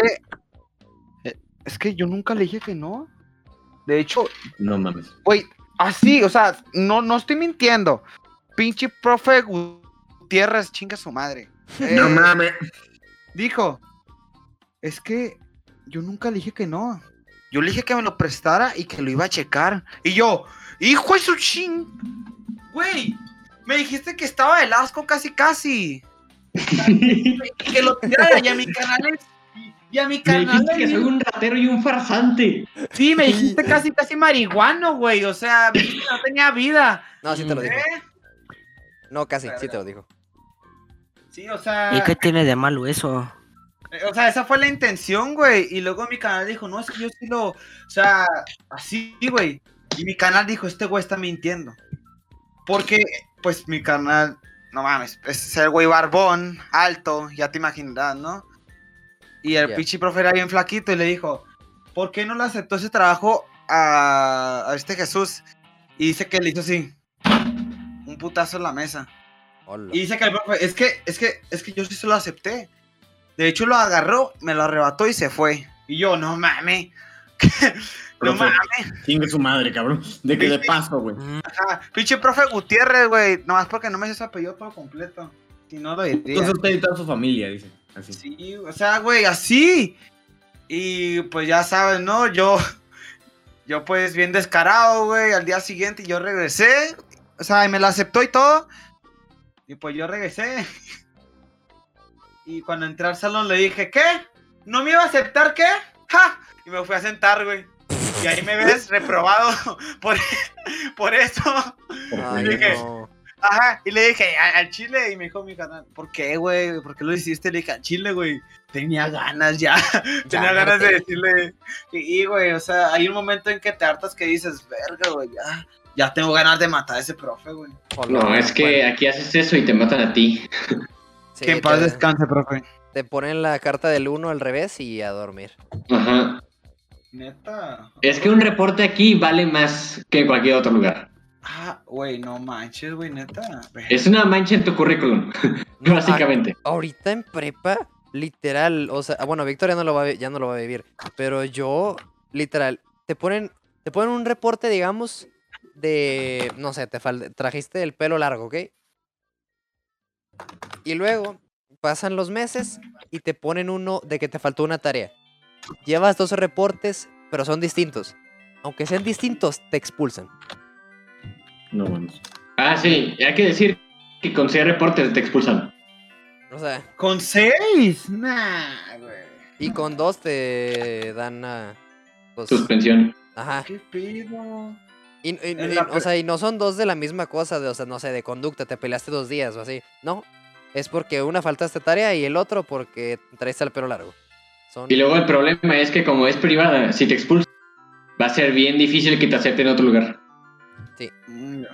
S7: eh, Es que yo nunca le dije que no. De hecho,
S6: No mames.
S7: Güey, así, o sea, no, no estoy mintiendo. Pinche profe Gutiérrez, chinga su madre. Eh,
S6: mames.
S7: Dijo, es que yo nunca le dije que no. Yo le dije que me lo prestara y que lo iba a checar. Y yo, hijo de su ching. Güey, me dijiste que estaba el asco casi casi. Y que lo tirara y a mi canal es- Y a mi
S3: Me
S7: canal
S3: dijiste que
S7: es-
S3: soy un ratero y un farsante.
S7: Sí, me dijiste casi casi marihuano, güey. O sea, me dijiste que no tenía vida.
S1: No, sí te lo dijo.
S7: ¿Eh?
S1: No, casi, sí te lo dijo.
S7: Sí, o sea,
S11: ¿Y qué tiene de malo eso?
S7: eh, o sea, esa fue la intención, güey. Y luego mi canal dijo, no, es que yo sí lo, o sea, así, güey. Y mi canal dijo, este güey está mintiendo. Porque, pues, mi canal, no mames, es el güey barbón, alto, ya te imaginarás, ¿no? Y el
S1: Ya.
S7: pinche profe era bien flaquito y le dijo, ¿por qué no le aceptó ese trabajo a, a este Jesús? Y dice que le hizo así, un putazo en la mesa.
S1: Hola.
S7: Y dice que el profe, es que, es que, es que yo sí se lo acepté. De hecho, lo agarró, me lo arrebató y se fue. Y yo, no mames. no
S6: Profe.
S7: mames.
S6: Chinga su madre, cabrón. De que de paso, güey.
S7: Ajá, Pinche profe Gutiérrez, güey. Nomás porque no me hizo su apellido todo completo. Si no lo diría.
S6: Entonces usted y toda su familia, dice. Así.
S7: Sí, o sea, güey, así. Y pues ya sabes, ¿no? Yo, yo pues bien descarado, güey. Al día siguiente yo regresé. O sea, y me la aceptó y todo. Y pues yo regresé. Y cuando entré al salón le dije, ¿qué? ¿No me iba a aceptar qué? ¡Ja! Y me fui a sentar, güey. Y ahí me ves reprobado por, por eso.
S1: Ay,
S7: dije,
S1: no.
S7: Ajá, y le dije, "A- al chile, y me dijo mi canal, ¿por qué, güey? ¿Por qué lo hiciste? Le dije, al chile, güey, tenía ganas ya, tenía ganas de decirle, y, y, güey, o sea, hay un momento en que te hartas que dices, verga, güey, ya, ya tengo ganas de matar a ese profe, güey.
S1: Hola,
S3: No, es que
S1: bueno,
S3: aquí haces eso y te matan a ti.
S1: sí,
S7: que en paz
S1: te-
S7: descanse, profe.
S1: Te ponen la carta del 1 al revés y a dormir.
S3: Ajá.
S7: Neta.
S3: Es que un reporte aquí vale más que en cualquier otro lugar.
S7: Ah, güey, no manches, güey, neta.
S3: Es una mancha en tu currículum, básicamente.
S1: Ahorita en prepa, literal, o sea, ah, bueno, Victoria no lo va a, vi- ya no lo va a vivir, pero yo, literal, te ponen, te ponen un reporte, digamos, de, no sé, te fal- trajiste el pelo largo, ¿ok? Y luego pasan los meses y te ponen uno de que te faltó una tarea. Llevas 12 reportes, pero son distintos. Aunque sean distintos, te expulsan.
S2: No mames.
S3: Ah, sí, hay que decir que con seis reportes te expulsan.
S1: O sea,
S7: ¿Con seis? Nah, güey.
S1: y con dos te dan ah, pues,
S3: Suspensión.
S1: Ajá.
S7: ¿Qué pido?
S1: Y, y-
S7: En
S1: y-
S7: la
S1: o
S7: pre-
S1: sea, y no son dos de la misma cosa, de, o sea, no sé, de conducta, te peleaste dos días o así. No, es porque una faltaste tarea y el otro porque traiste el pelo largo. Son...
S3: Y luego el problema es que como es privada, si te expulsan, va a ser bien difícil que te acepten en otro lugar.
S7: Mm,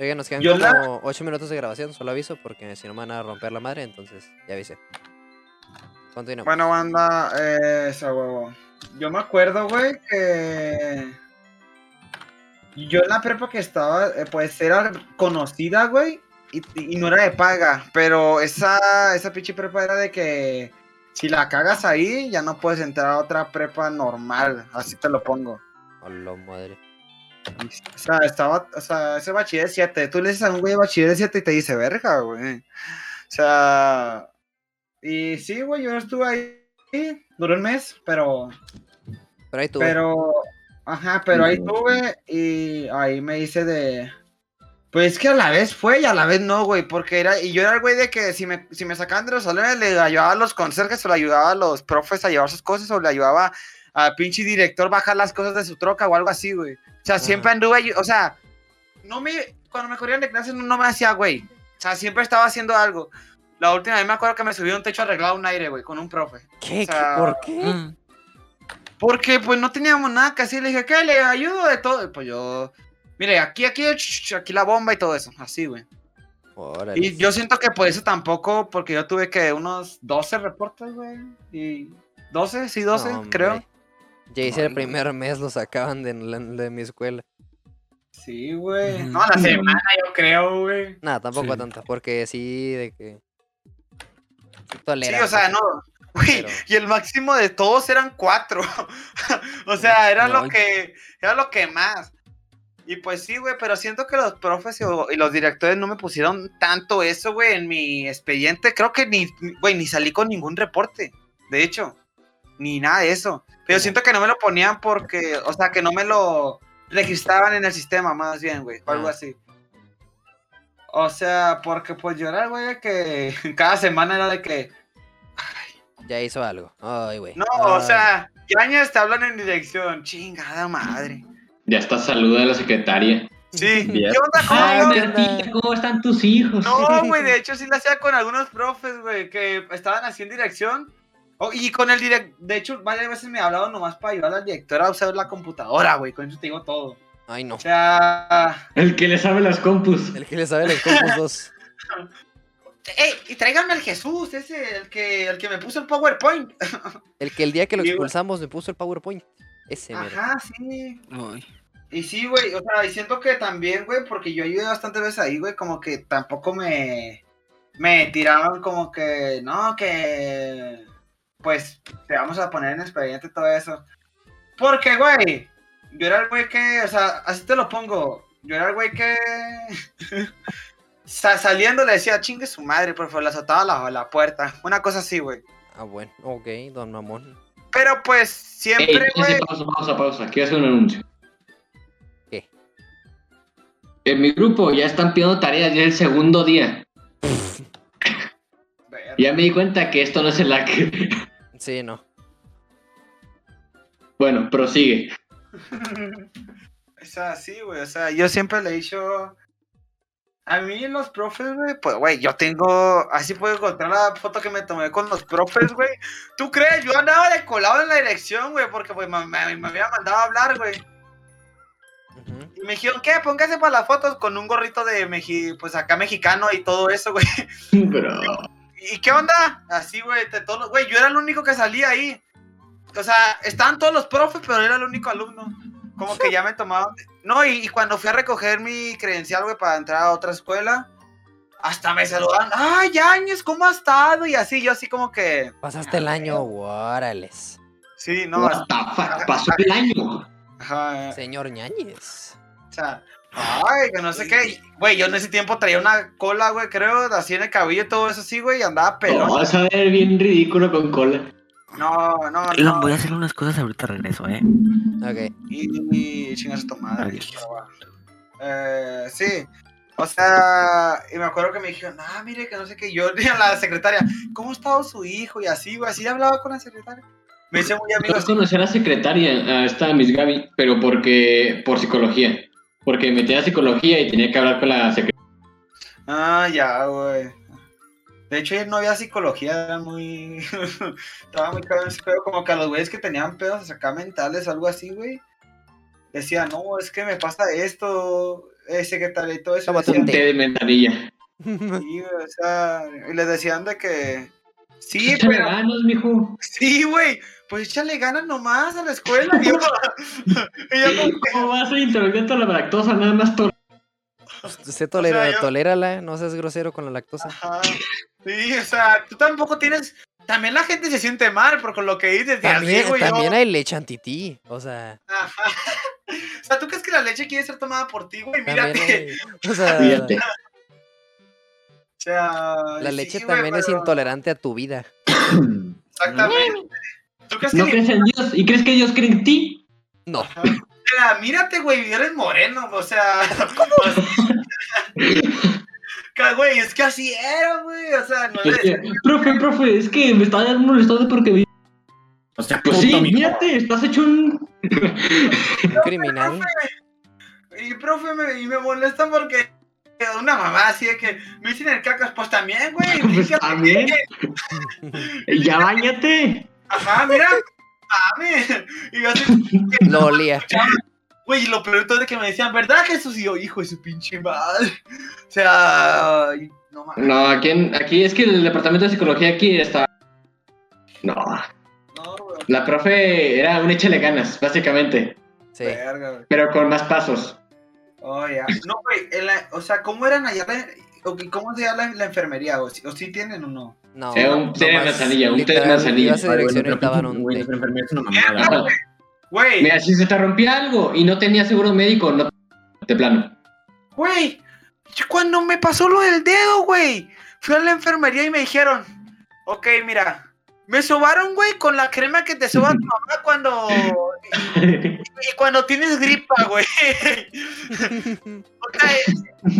S1: Oigan, nos quedan
S3: Yo
S1: como
S3: la-
S1: ocho minutos de grabación, solo aviso, porque si no me van a romper la madre, entonces ya avisé. Continuamos.
S7: Bueno, banda, eh, esa huevo. Yo me acuerdo, güey, que. Yo en la prepa que estaba, eh, pues era conocida, güey, y, y no era de paga, pero esa, esa pinche prepa era de que si la cagas ahí, ya no puedes entrar a otra prepa normal, así te lo pongo.
S1: Hola, madre.
S7: O sea, estaba, o sea, ese bachiller 7, tú le dices a un güey bachiller 7 y te dice, verga, güey. O sea, y sí, güey, yo estuve ahí, duró un mes, pero,
S1: Pero ahí tuve.
S7: pero, ajá, pero ahí
S1: Mm.
S7: tuve y ahí me hice de, pues es que a la vez fue y a la vez no, güey, porque era, y yo era el güey de que si me, si me sacaban de los salones, le ayudaba a los conserjes o le ayudaba a los profes a llevar sus cosas o le ayudaba al pinche director bajar las cosas de su troca o algo así, güey. O sea, siempre anduve, ayu- o sea, no me, cuando me corrían de clases no, no me hacía, güey. O sea, siempre estaba haciendo algo. La última vez me acuerdo que me subí a un techo arreglado a un aire, güey, con un profe.
S1: ¿Qué?
S7: O sea,
S1: ¿Por qué?
S7: Porque pues no teníamos nada que hacer. Le dije, ¿qué? Le ayudo de todo. Y, Pues yo, mire, aquí, aquí, ch, ch, aquí la bomba y todo eso. Así, güey.
S1: Órale.
S7: Y yo siento que por eso tampoco, porque yo tuve que unos 12 reportes, güey. Y 12, sí, 12,
S1: No, hombre.
S7: creo.
S1: Ya hice el primer mes, lo sacaban de, la- de mi escuela.
S7: Sí, güey. No, la semana yo creo, güey.
S1: Nada, tampoco tanto, porque sí, de que. sí
S7: Sí,
S1: toleran,
S7: o sea,
S1: pues.
S7: no. Güey, y el máximo de todos eran cuatro. o sea, era lo
S1: Lol.
S7: que era lo que más. Y pues sí, güey, pero siento que los profes y, y los directores no me pusieron tanto eso, güey, en mi expediente. Creo que ni, ni- güey, ni salí con ningún reporte, de hecho, ni nada de eso. Pero siento que no me lo ponían porque, o sea, que no me lo registraban en el sistema, más bien, güey, o algo
S1: Ah.
S7: así. O sea, porque pues llorar, güey, que cada semana era de que,
S1: Ya hizo algo. Ay, güey.
S7: no, o
S1: Ay.
S7: sea, yañas te hablan en dirección. Chingada madre.
S3: Ya está, saluda a la secretaria.
S7: Sí,
S3: Bien.
S7: ¿qué onda con
S3: Ay,
S7: los-
S3: Bertita, ¿cómo están tus hijos?
S7: No, güey, de hecho sí la hacía con algunos profes, güey, que estaban así en dirección. Oh, y con el direct, de hecho, varias veces me hablaban nomás para ayudar a la directora a usar la computadora, güey, con eso te digo todo.
S1: Ay, no.
S7: O sea,
S3: El que le sabe las compus.
S1: El que le sabe los compos 2.
S7: ¡ey! Y tráiganme al Jesús, ese, el que, el que me puso el PowerPoint.
S1: El que el día que lo
S7: Y, güey.
S1: expulsamos me puso el PowerPoint. Ese, mero.
S7: Ajá, sí. Y sí, güey, o sea, y siento que también, güey, porque yo ayudé bastantes veces ahí, güey, como que tampoco me, me tiraron como que, no, que, pues, te vamos a poner en expediente todo eso. Porque, güey, yo era el güey que, o sea, así te lo pongo, yo era el güey que, sa- saliendo le decía, chingue su madre, por favor, le azotaba la, la puerta, una cosa así, güey.
S1: Ah, bueno. Ok, don Mamón.
S7: Pero, pues,
S3: Ey,
S7: siempre,
S3: sí,
S7: güey,
S3: pausa, pausa, pausa. Quiero hacer un anuncio.
S1: ¿Qué?
S3: En mi grupo ya están pidiendo tareas ya el segundo día. ya me di cuenta que esto no es el LAC.
S1: Sí, no.
S3: bueno, prosigue.
S7: O sea, sí, güey. O sea, yo siempre le he dicho. A mí los profes, güey, pues, güey, yo tengo. Así puedo encontrar la foto que me tomé con los profes, güey. ¿Tú crees? Yo andaba de colado en la dirección, güey, porque pues, me, me- me había mandado a hablar, güey. Y me dijeron, ¿qué? Póngase para las fotos con un gorrito de, meji- pues, acá mexicano y todo eso, güey.
S3: Bro.
S7: ¿Y qué onda? Así, güey, de todos los- güey, yo era el único que salía ahí. O sea, estaban todos los profes, pero era el único alumno. Como que ya me tomaban. No, y, y cuando fui a recoger mi credencial, güey, para entrar a otra escuela, hasta me saludaban. ¡Ay, Áñez, cómo has estado! Y así, yo así como que.
S1: Pasaste
S7: Ah,
S1: el año, órales.
S7: Sí, no.
S1: What the fuck, pasó el
S3: año.
S7: Ajá.
S1: Señor Ñañez.
S7: O sea, ay, que no sé qué. Güey, yo en ese tiempo traía una cola, güey, creo, así en el cabello y todo eso así, güey, y andaba pelón.
S3: No, vas a ver bien ridículo con cola.
S7: No, no,
S11: Oigan,
S7: no.
S11: voy a hacer unas cosas ahorita regreso, eh.
S1: Ok.
S7: Y, y chingas a tu madre. Eh, sí. O sea, y me acuerdo que me dijeron, ah, mire, que no sé qué. Yo dije a la secretaria, ¿cómo ha estado su hijo? Y así, güey, así hablaba con la secretaria. Me hice muy amigo.
S3: Yo conocí a la secretaria, a esta Miss Gaby, pero porque, por psicología. Porque me metía a psicología y tenía que hablar con la secretaria.
S7: Ah, ya, güey. De hecho, ayer no había psicología, era muy. Estaba muy caro ese pedo, Como que a los güeyes que tenían pedos acá mentales, algo así, güey. Decía, no, es que me pasa esto, eh, secretaria y todo eso.
S1: Tómate un
S7: decían,
S3: de mentanilla.
S7: Sí, güey, o sea, y les decían de que. Sí,
S3: Échale
S7: pero.
S3: ganas, mijo.
S7: Sí, güey. Pues échale ganas nomás a la escuela. Y yo, y yo como que-
S3: ¿Cómo vas a intolerante a la lactosa? Nada más to-
S1: Sé tolera,
S7: yo- Ah,
S1: tolérala, no seas grosero con la lactosa.
S7: Ajá. Sí, o sea, tú tampoco tienes. También la gente se siente mal por con lo que dices. de
S1: También,
S7: así, güey, yo-
S1: también hay leche antití, o sea,
S7: O sea, tú crees que la leche quiere ser tomada por ti, güey.
S1: también hay,
S7: Mírate.
S1: o sea,
S3: Fíjate.
S7: O sea,
S1: la leche
S7: sí, güey,
S1: también es
S7: pero-
S1: intolerante a tu vida.
S7: Exactamente. ¿Tú crees que
S3: ¿No
S7: ni-
S3: crees en Dios? ¿Y crees que Dios cree en ti?
S1: No.
S7: Mira, "Ah, mírate, güey, eres moreno, o sea. Ca- Güey, es que así era, güey. O sea, no
S3: Es
S7: eres.
S3: que, profe, profe, es que me está molestando porque me...
S6: O sea,
S3: pues
S6: puto,
S3: sí,
S6: mijo.
S3: mírate, estás hecho un...
S1: Criminal.
S7: Y profe, me, y me molesta porque una mamá así de que me dicen el cacas, pues también, güey.
S3: Pues
S7: límpiate,
S3: también. ya bañate.
S7: Ajá, mira, mame. Y yo así,
S1: Lo olía.
S7: güey, y lo peor de todo es que me decían, ¿verdad, Jesús? Y yo, hijo de su pinche madre. O sea, ay, no mames.
S3: No, aquí, en- aquí es que el departamento de psicología aquí está... No. La profe era un échale ganas, básicamente.
S1: Sí.
S7: Verga, güey.
S3: Pero con más pasos.
S7: Oh, ya. No, güey, en la- o sea, ¿cómo eran allá? La, o que- ¿Cómo se llama la, la enfermería? ¿O si, o si tienen o no?
S1: No.
S3: Era un té de
S1: nomás,
S3: manzanilla, un té de
S1: literal,
S3: manzanilla.
S1: ibas a
S3: Ay,
S1: dirección y
S3: bueno,
S1: daban un
S6: Güey,
S1: té.
S6: nuestra enfermedad es una mamada. güey.
S7: Güey,
S3: Mira, si se te rompía algo y no tenía seguro médico, no te plano.
S7: güey, yo cuando me pasó lo del dedo, güey, fui a la enfermería y me dijeron, ok, mira, me sobaron, güey, con la crema que te soba tu mamá cuando, y cuando tienes gripa, güey. O sea, eh,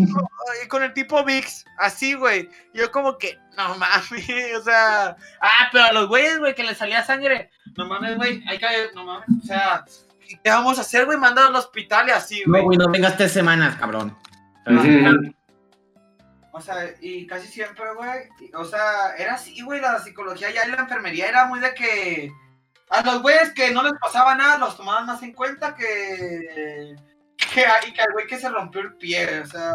S7: y con el tipo Mix, así, güey. Yo como que, no mames, o sea, ah, pero a los güeyes, güey, que les salía sangre, no mames, güey, hay que, no mames, o sea, ¿y ¿qué vamos a hacer, güey? Mandar al hospital y así,
S6: No,
S7: güey.
S6: güey, no vengas tres semanas, cabrón.
S3: Ujú.
S7: O sea, y casi siempre, güey, y- o sea, era así, güey, la psicología ya en la enfermería era muy de que a los güeyes que no les pasaba nada los tomaban más en cuenta que, que, a- y que al güey que se rompió el pie, o sea...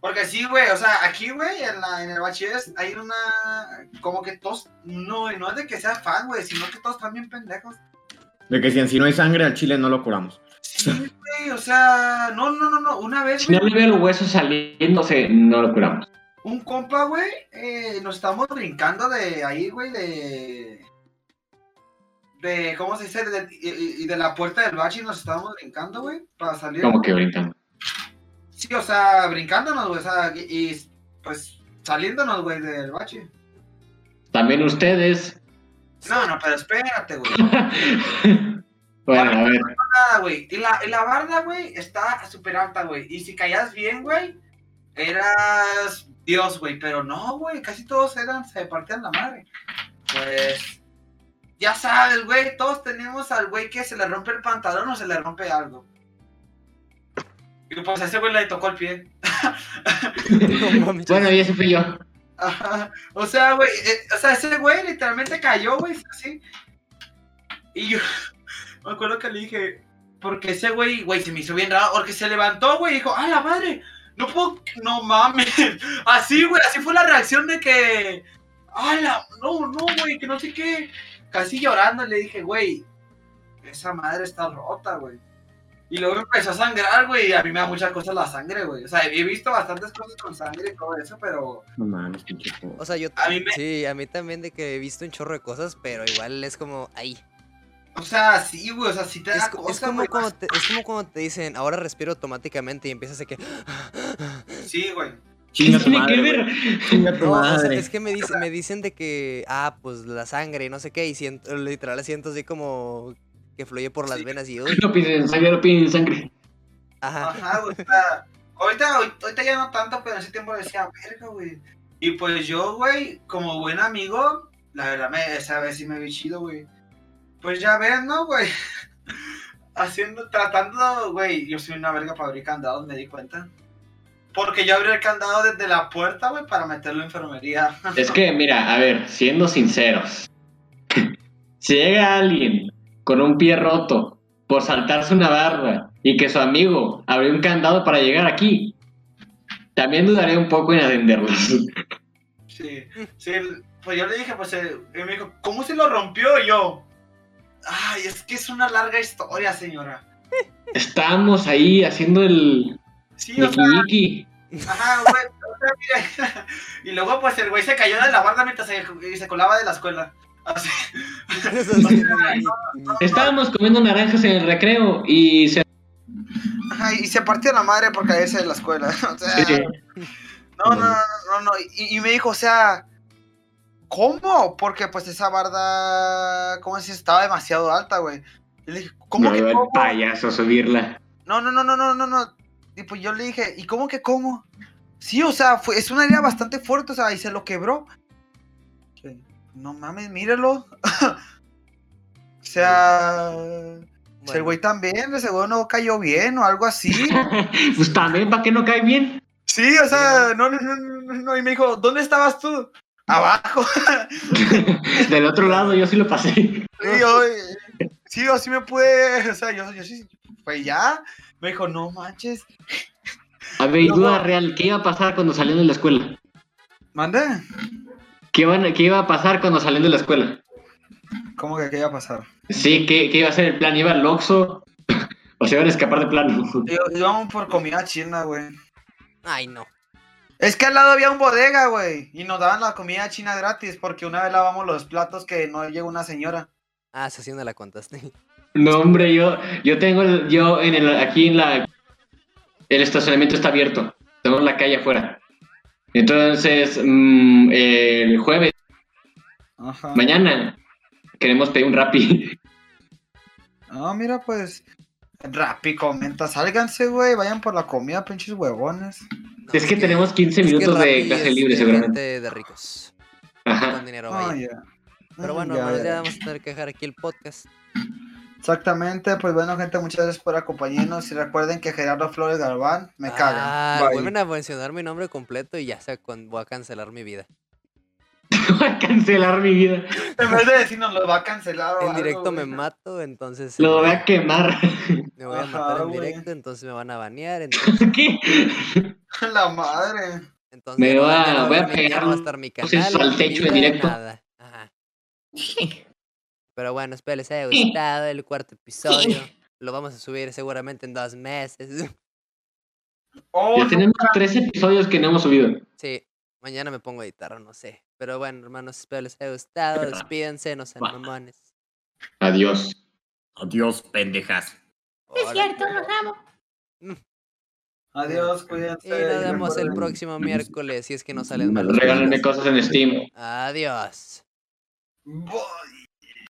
S7: Porque sí, güey, o sea, aquí, güey, en, la- en el bachiller hay una... Como que todos... No, y no es de que seas fan, güey, sino que todos están bien pendejos.
S6: De que si en sí no hay sangre, al chile no lo curamos.
S7: Sí, güey, o sea... No, no, no, no, una vez,
S3: Si no
S7: güey,
S3: le veo los huesos saliéndose, no lo curamos.
S7: un compa, güey, eh, nos estamos brincando de ahí, güey, de... De, ¿cómo se dice? De- y, y- y de la puerta del bache nos estábamos brincando, güey, para salir.
S3: Como que brincamos.
S7: Sí, o sea, brincándonos, güey, o sea, y, y, pues saliéndonos, güey, del bache.
S3: También ustedes.
S7: No, no, pero espérate, güey.
S3: Bueno, a ver.
S7: Nada, güey. Y la, y la barda, güey, está súper alta, güey. Y si caías bien, güey, eras Dios, güey. Pero no, güey, casi todos eran, se partían la madre. Pues, ya sabes, güey, todos tenemos al güey que se le rompe el pantalón o se le rompe algo. Y pues a ese güey le tocó el pie.
S3: Bueno, y ese fui yo.
S7: Ajá. O sea, güey, eh, o sea, ese güey literalmente cayó, güey, así. Y yo me acuerdo que le dije, porque ese güey, güey, se me hizo bien raro, porque se levantó, güey, y dijo, ¡ah, la madre! No puedo. No mames. Así, güey. Así fue la reacción de que. ¡Hala! No, no, güey. Que no sé qué. Casi llorando le dije, güey. Esa madre está rota, güey. Y luego empezó a sangrar, güey. Y a mí me da muchas cosas la sangre, güey. O sea, he visto bastantes cosas con sangre y todo eso, pero.
S2: No mames, pinche juego.
S1: O sea, yo
S7: A mí me-
S1: sí, a mí también de que he visto un chorro de cosas, pero igual es como ahí.
S7: O sea, sí, güey. O sea, sí te
S1: Es,
S7: da
S1: co- es
S7: cosas,
S1: como
S7: güey.
S1: cuando te, es como cuando te dicen, ahora respiro automáticamente y empiezas a que.
S7: Sí, güey.
S2: Chinga tu
S1: Tiene que
S2: madre.
S1: ver.
S2: güey. Chinga tu
S1: No, o sea,
S2: madre.
S1: es que me, dice- me dicen de que, ah, pues la sangre y no sé qué, y siento, literal siento así como que fluye por las venas y uy.
S3: No piden sangre, no piden sangre.
S1: Ajá.
S7: Ajá, güey. o sea, ahorita, ahorita ya no tanto, pero en ese tiempo decía, verga, güey. Y pues yo, güey, como buen amigo, la verdad, me, esa vez sí me vi chido, güey. Pues ya ven, ¿no, güey? Haciendo, tratando, güey, yo soy una verga para abrir candados, me di cuenta. Porque yo abrí el candado desde la puerta, güey, para meterlo en enfermería.
S3: Es que, mira, a ver, siendo sinceros, si llega alguien con un pie roto por saltarse una barra y que su amigo abrió un candado para llegar aquí, también dudaré un poco en atenderlos.
S7: Sí, sí, pues yo le dije, pues, eh, y me dijo, ¿cómo se lo rompió? Y yo, ay, es que es una larga historia, señora.
S3: Estábamos ahí haciendo el...
S7: Sí, o sea,
S3: niqui-niqui.
S7: Ajá, güey. o sea, mira, Y luego, pues el güey se cayó de la barda mientras se, y se colaba de la escuela. Así.
S3: Estábamos comiendo naranjas en el recreo y se...
S7: Ajá, y se partió la madre por caerse de la escuela. O sea, no, no, no, no, no. Y, y me dijo, o sea, ¿cómo? Porque pues esa barda, ¿cómo se estaba demasiado alta, güey? Y le dije, ¿cómo
S3: No
S7: que
S3: veo al
S7: cómo?
S3: payaso subirla.
S7: No, no, no, no, no, no, no. Y pues yo le dije, ¿y cómo que cómo? Sí, o sea, fue, es una herida bastante fuerte, o sea, y se lo quebró. Que, No mames, míralo. o sea, si el güey también, de seguro no cayó bien o algo así.
S3: Pues también, ¿para qué no cae bien?
S7: Sí, o sea, no, no, no, no, no. Y me dijo, ¿dónde estabas tú? Abajo.
S3: Del otro lado yo sí lo pasé.
S7: Y yo, eh, sí, yo sí me pude, o sea, yo, yo sí, pues ya. Me dijo, no manches.
S3: A ver, y
S7: No,
S3: duda
S7: no.
S3: real, ¿qué iba a pasar cuando salían de la escuela?
S7: ¿Mande?
S3: ¿Qué, van- qué iba a pasar cuando salían de la escuela?
S7: ¿Cómo que qué iba a pasar?
S3: Sí, ¿qué, qué iba a ser el plan? ¿Iba al Oxxo? ¿O se iban a escapar de plano?
S7: Yo- Íbamos por comida china, güey.
S1: Ay, no.
S7: Es que al lado había un bodega, güey. Y nos daban la comida china gratis porque una vez lavamos los platos que no llegó una señora.
S1: Ah, esa sí no la contaste.
S3: No, hombre, yo, yo tengo, el- yo en el, aquí en la, el estacionamiento está abierto, tenemos la calle afuera. Entonces, mm, el jueves,
S7: Ajá.
S3: mañana, queremos pedir un Rappi.
S7: Ah, mira, pues. Rappi comenta, sálganse, güey. Vayan por la comida, pinches huevones.
S3: es que tenemos 15
S1: Es que
S3: minutos de
S1: Rappi
S3: clase
S1: es
S3: libre,
S1: de
S3: seguramente.
S1: gente de ricos.
S3: Ajá.
S1: Con dinero,
S7: Ah,
S1: vaya.
S7: ya.
S1: Pero
S7: Mm,
S1: bueno,
S7: ya,
S1: hermanos,
S7: ya.
S1: ya vamos a tener que dejar aquí el podcast.
S7: Exactamente, pues bueno, gente, muchas gracias por acompañarnos. Y recuerden que Gerardo Flores Galván me
S1: Ah,
S7: caga. Bye.
S1: vuelven a mencionar mi nombre completo y ya se con- voy a cancelar mi vida.
S3: Voy a cancelar mi vida.
S7: En vez de decirnos, lo va a cancelar. o
S1: En
S7: algo,
S1: directo me
S7: güey.
S1: mato, entonces.
S3: Lo
S1: eh,
S3: voy a quemar.
S1: Me voy a
S7: Ajá,
S1: matar en
S7: güey.
S1: directo, entonces me van a banear. Entonces,
S3: ¿Qué?
S7: La madre.
S1: entonces
S3: Me
S1: ya no
S3: voy
S1: va- ya
S3: a-
S1: no
S3: voy a
S1: haber mi- ya
S3: pegar
S1: no va a
S3: un
S1: estar mi
S3: proceso
S1: canal,
S3: al
S1: ni
S3: techo en
S1: nada,
S3: directo.
S1: nada. Ajá. Pero bueno, espero les haya gustado el cuarto episodio. Lo vamos a subir seguramente en dos meses.
S7: Oh,
S3: Ya tenemos tres episodios que no hemos subido.
S1: Sí, mañana me pongo a editar o no sé. Pero bueno, hermanos, espero les haya gustado. Despídense, no sean mamones.
S3: Adiós.
S2: Adiós, pendejas.
S5: Es cierto, los amo.
S7: Adiós,
S1: Y
S7: cuídense.
S1: nos vemos el
S7: Recuerden-
S1: próximo miércoles, si es que no salen malos.
S3: Regálenme cosas en Steam.
S1: Adiós.
S7: Voy.